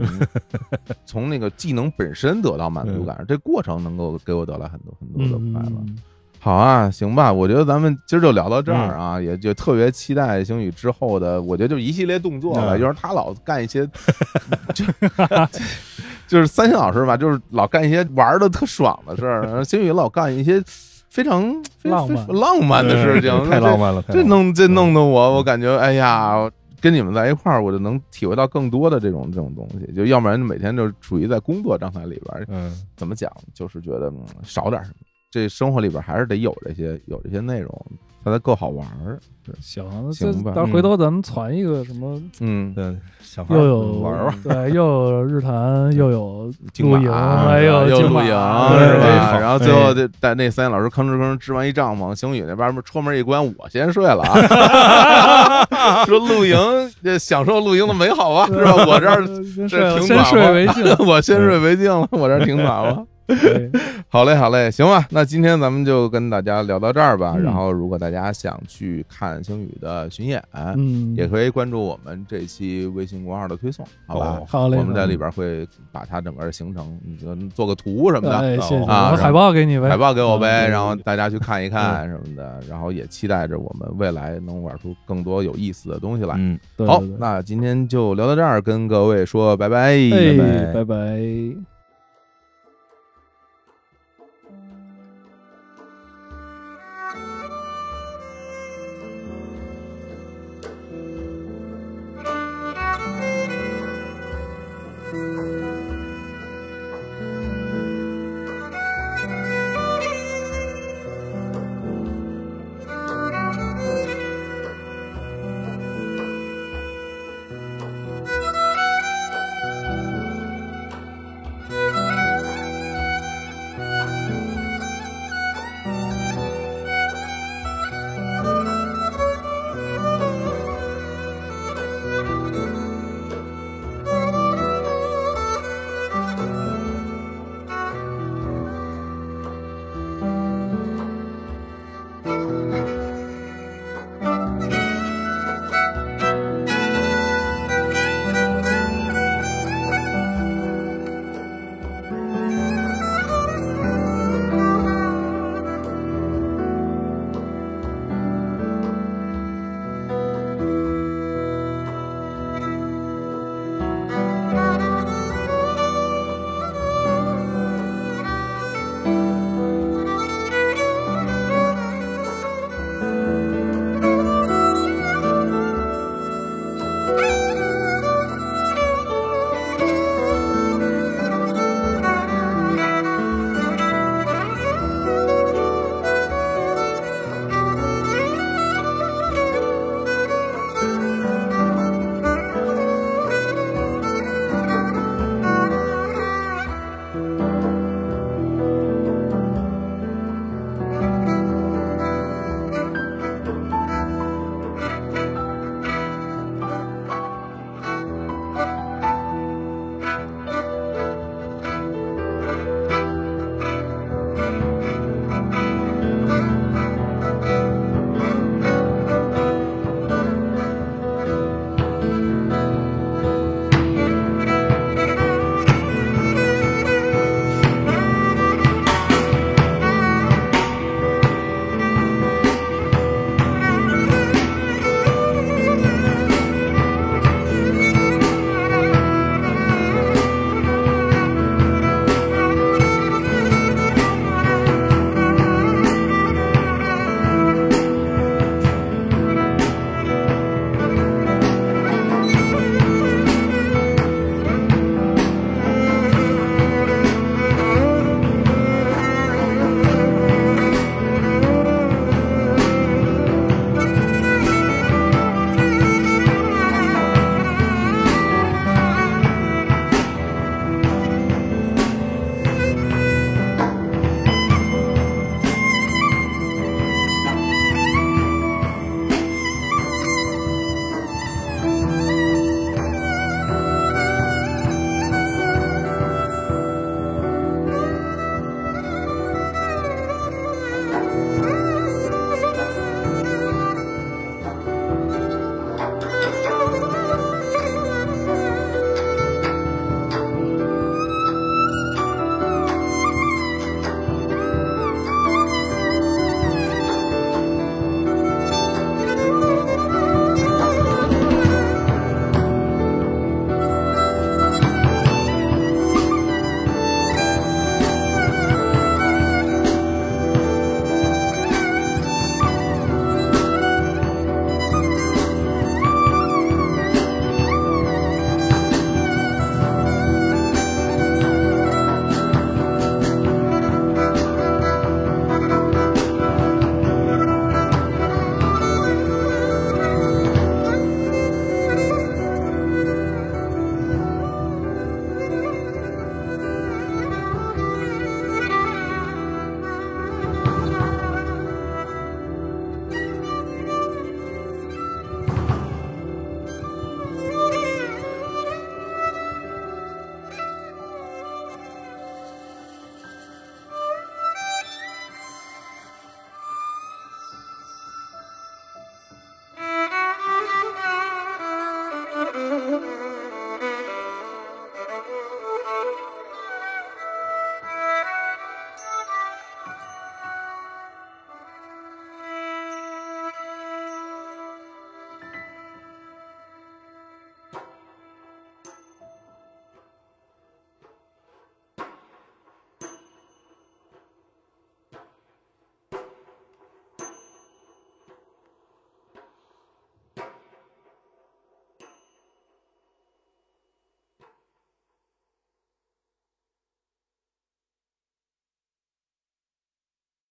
Speaker 2: 从那个技能本身得到满
Speaker 3: 嗯
Speaker 2: 足感，这过程能够给我带来很多很多的快乐。
Speaker 4: 嗯
Speaker 2: 好啊，行吧，我觉得咱们今儿就聊到这儿啊，
Speaker 3: 嗯
Speaker 2: 也就特别期待星宇之后的，我觉得就一系列动作吧，
Speaker 3: 嗯
Speaker 2: 就是他老干一 些，就 就是三星老师吧，就是老干一些玩的特爽的事儿，然 后星宇老干一些非常非
Speaker 4: 浪漫
Speaker 2: 非浪漫的事情，
Speaker 3: 嗯
Speaker 2: 那
Speaker 3: 太
Speaker 2: 这
Speaker 3: 浪漫了，太
Speaker 2: 这
Speaker 3: 浪漫了
Speaker 2: 弄这
Speaker 3: 嗯
Speaker 2: 弄得我，我感觉哎呀，跟你们在一块儿，我就能体会到更多的这种这种东西。就要不然每天就处于在工作状态里边儿，
Speaker 3: 嗯
Speaker 2: 怎么讲，就是觉得、嗯少点儿什么。这生活里边儿还是得有这些有这些内容，它才够好玩儿。
Speaker 4: 行，那
Speaker 2: 行
Speaker 4: 这
Speaker 2: 吧
Speaker 4: 到时候
Speaker 3: 嗯
Speaker 4: 回头咱们传一个什么，
Speaker 2: 嗯，
Speaker 3: 对，想法
Speaker 4: 又有
Speaker 3: 玩玩，
Speaker 4: 对，又有 日坛，又有
Speaker 2: 竞马啊
Speaker 4: 露营，哎呦，
Speaker 2: 又
Speaker 4: 竞
Speaker 2: 露
Speaker 4: 马啊
Speaker 2: 营
Speaker 3: 对
Speaker 2: 是
Speaker 3: 这
Speaker 2: 吧？
Speaker 3: 好
Speaker 2: 然后最后这在那三老师吭哧吭哧支完一帐篷，星宇那边儿戳门一关，我先睡了啊。 说露营，这享受露营的美好吧，是吧？我这儿
Speaker 4: 呃先
Speaker 2: 这
Speaker 4: 睡
Speaker 2: 挺
Speaker 4: 了
Speaker 2: 暖
Speaker 4: 先
Speaker 2: 和
Speaker 4: 睡 为敬。
Speaker 2: 我先睡为敬了，我这儿挺暖和。
Speaker 4: 对
Speaker 2: 好嘞，好嘞，行吧，那今天咱们就跟大家聊到这儿吧。
Speaker 4: 嗯
Speaker 2: 然后，如果大家想去看星宇的巡演，
Speaker 4: 嗯，
Speaker 2: 也可以关注我们这期微信公号的推送，好吧？
Speaker 3: 哦
Speaker 4: 好嘞，
Speaker 2: 我们在里边会把它整个的行程，你就做个图什么的。
Speaker 4: 哎，谢谢，
Speaker 2: 啊
Speaker 4: 我海报给你呗，
Speaker 2: 海报给我呗，
Speaker 4: 嗯
Speaker 2: 然后大家去看一看什么的，然后也期待着我们未来能玩出更多有意思的东西来。
Speaker 3: 嗯。
Speaker 4: 对
Speaker 2: 好
Speaker 4: 对，对
Speaker 2: 那今天就聊到这儿，跟各位说拜拜，
Speaker 4: 哎
Speaker 2: 拜，
Speaker 4: 拜拜。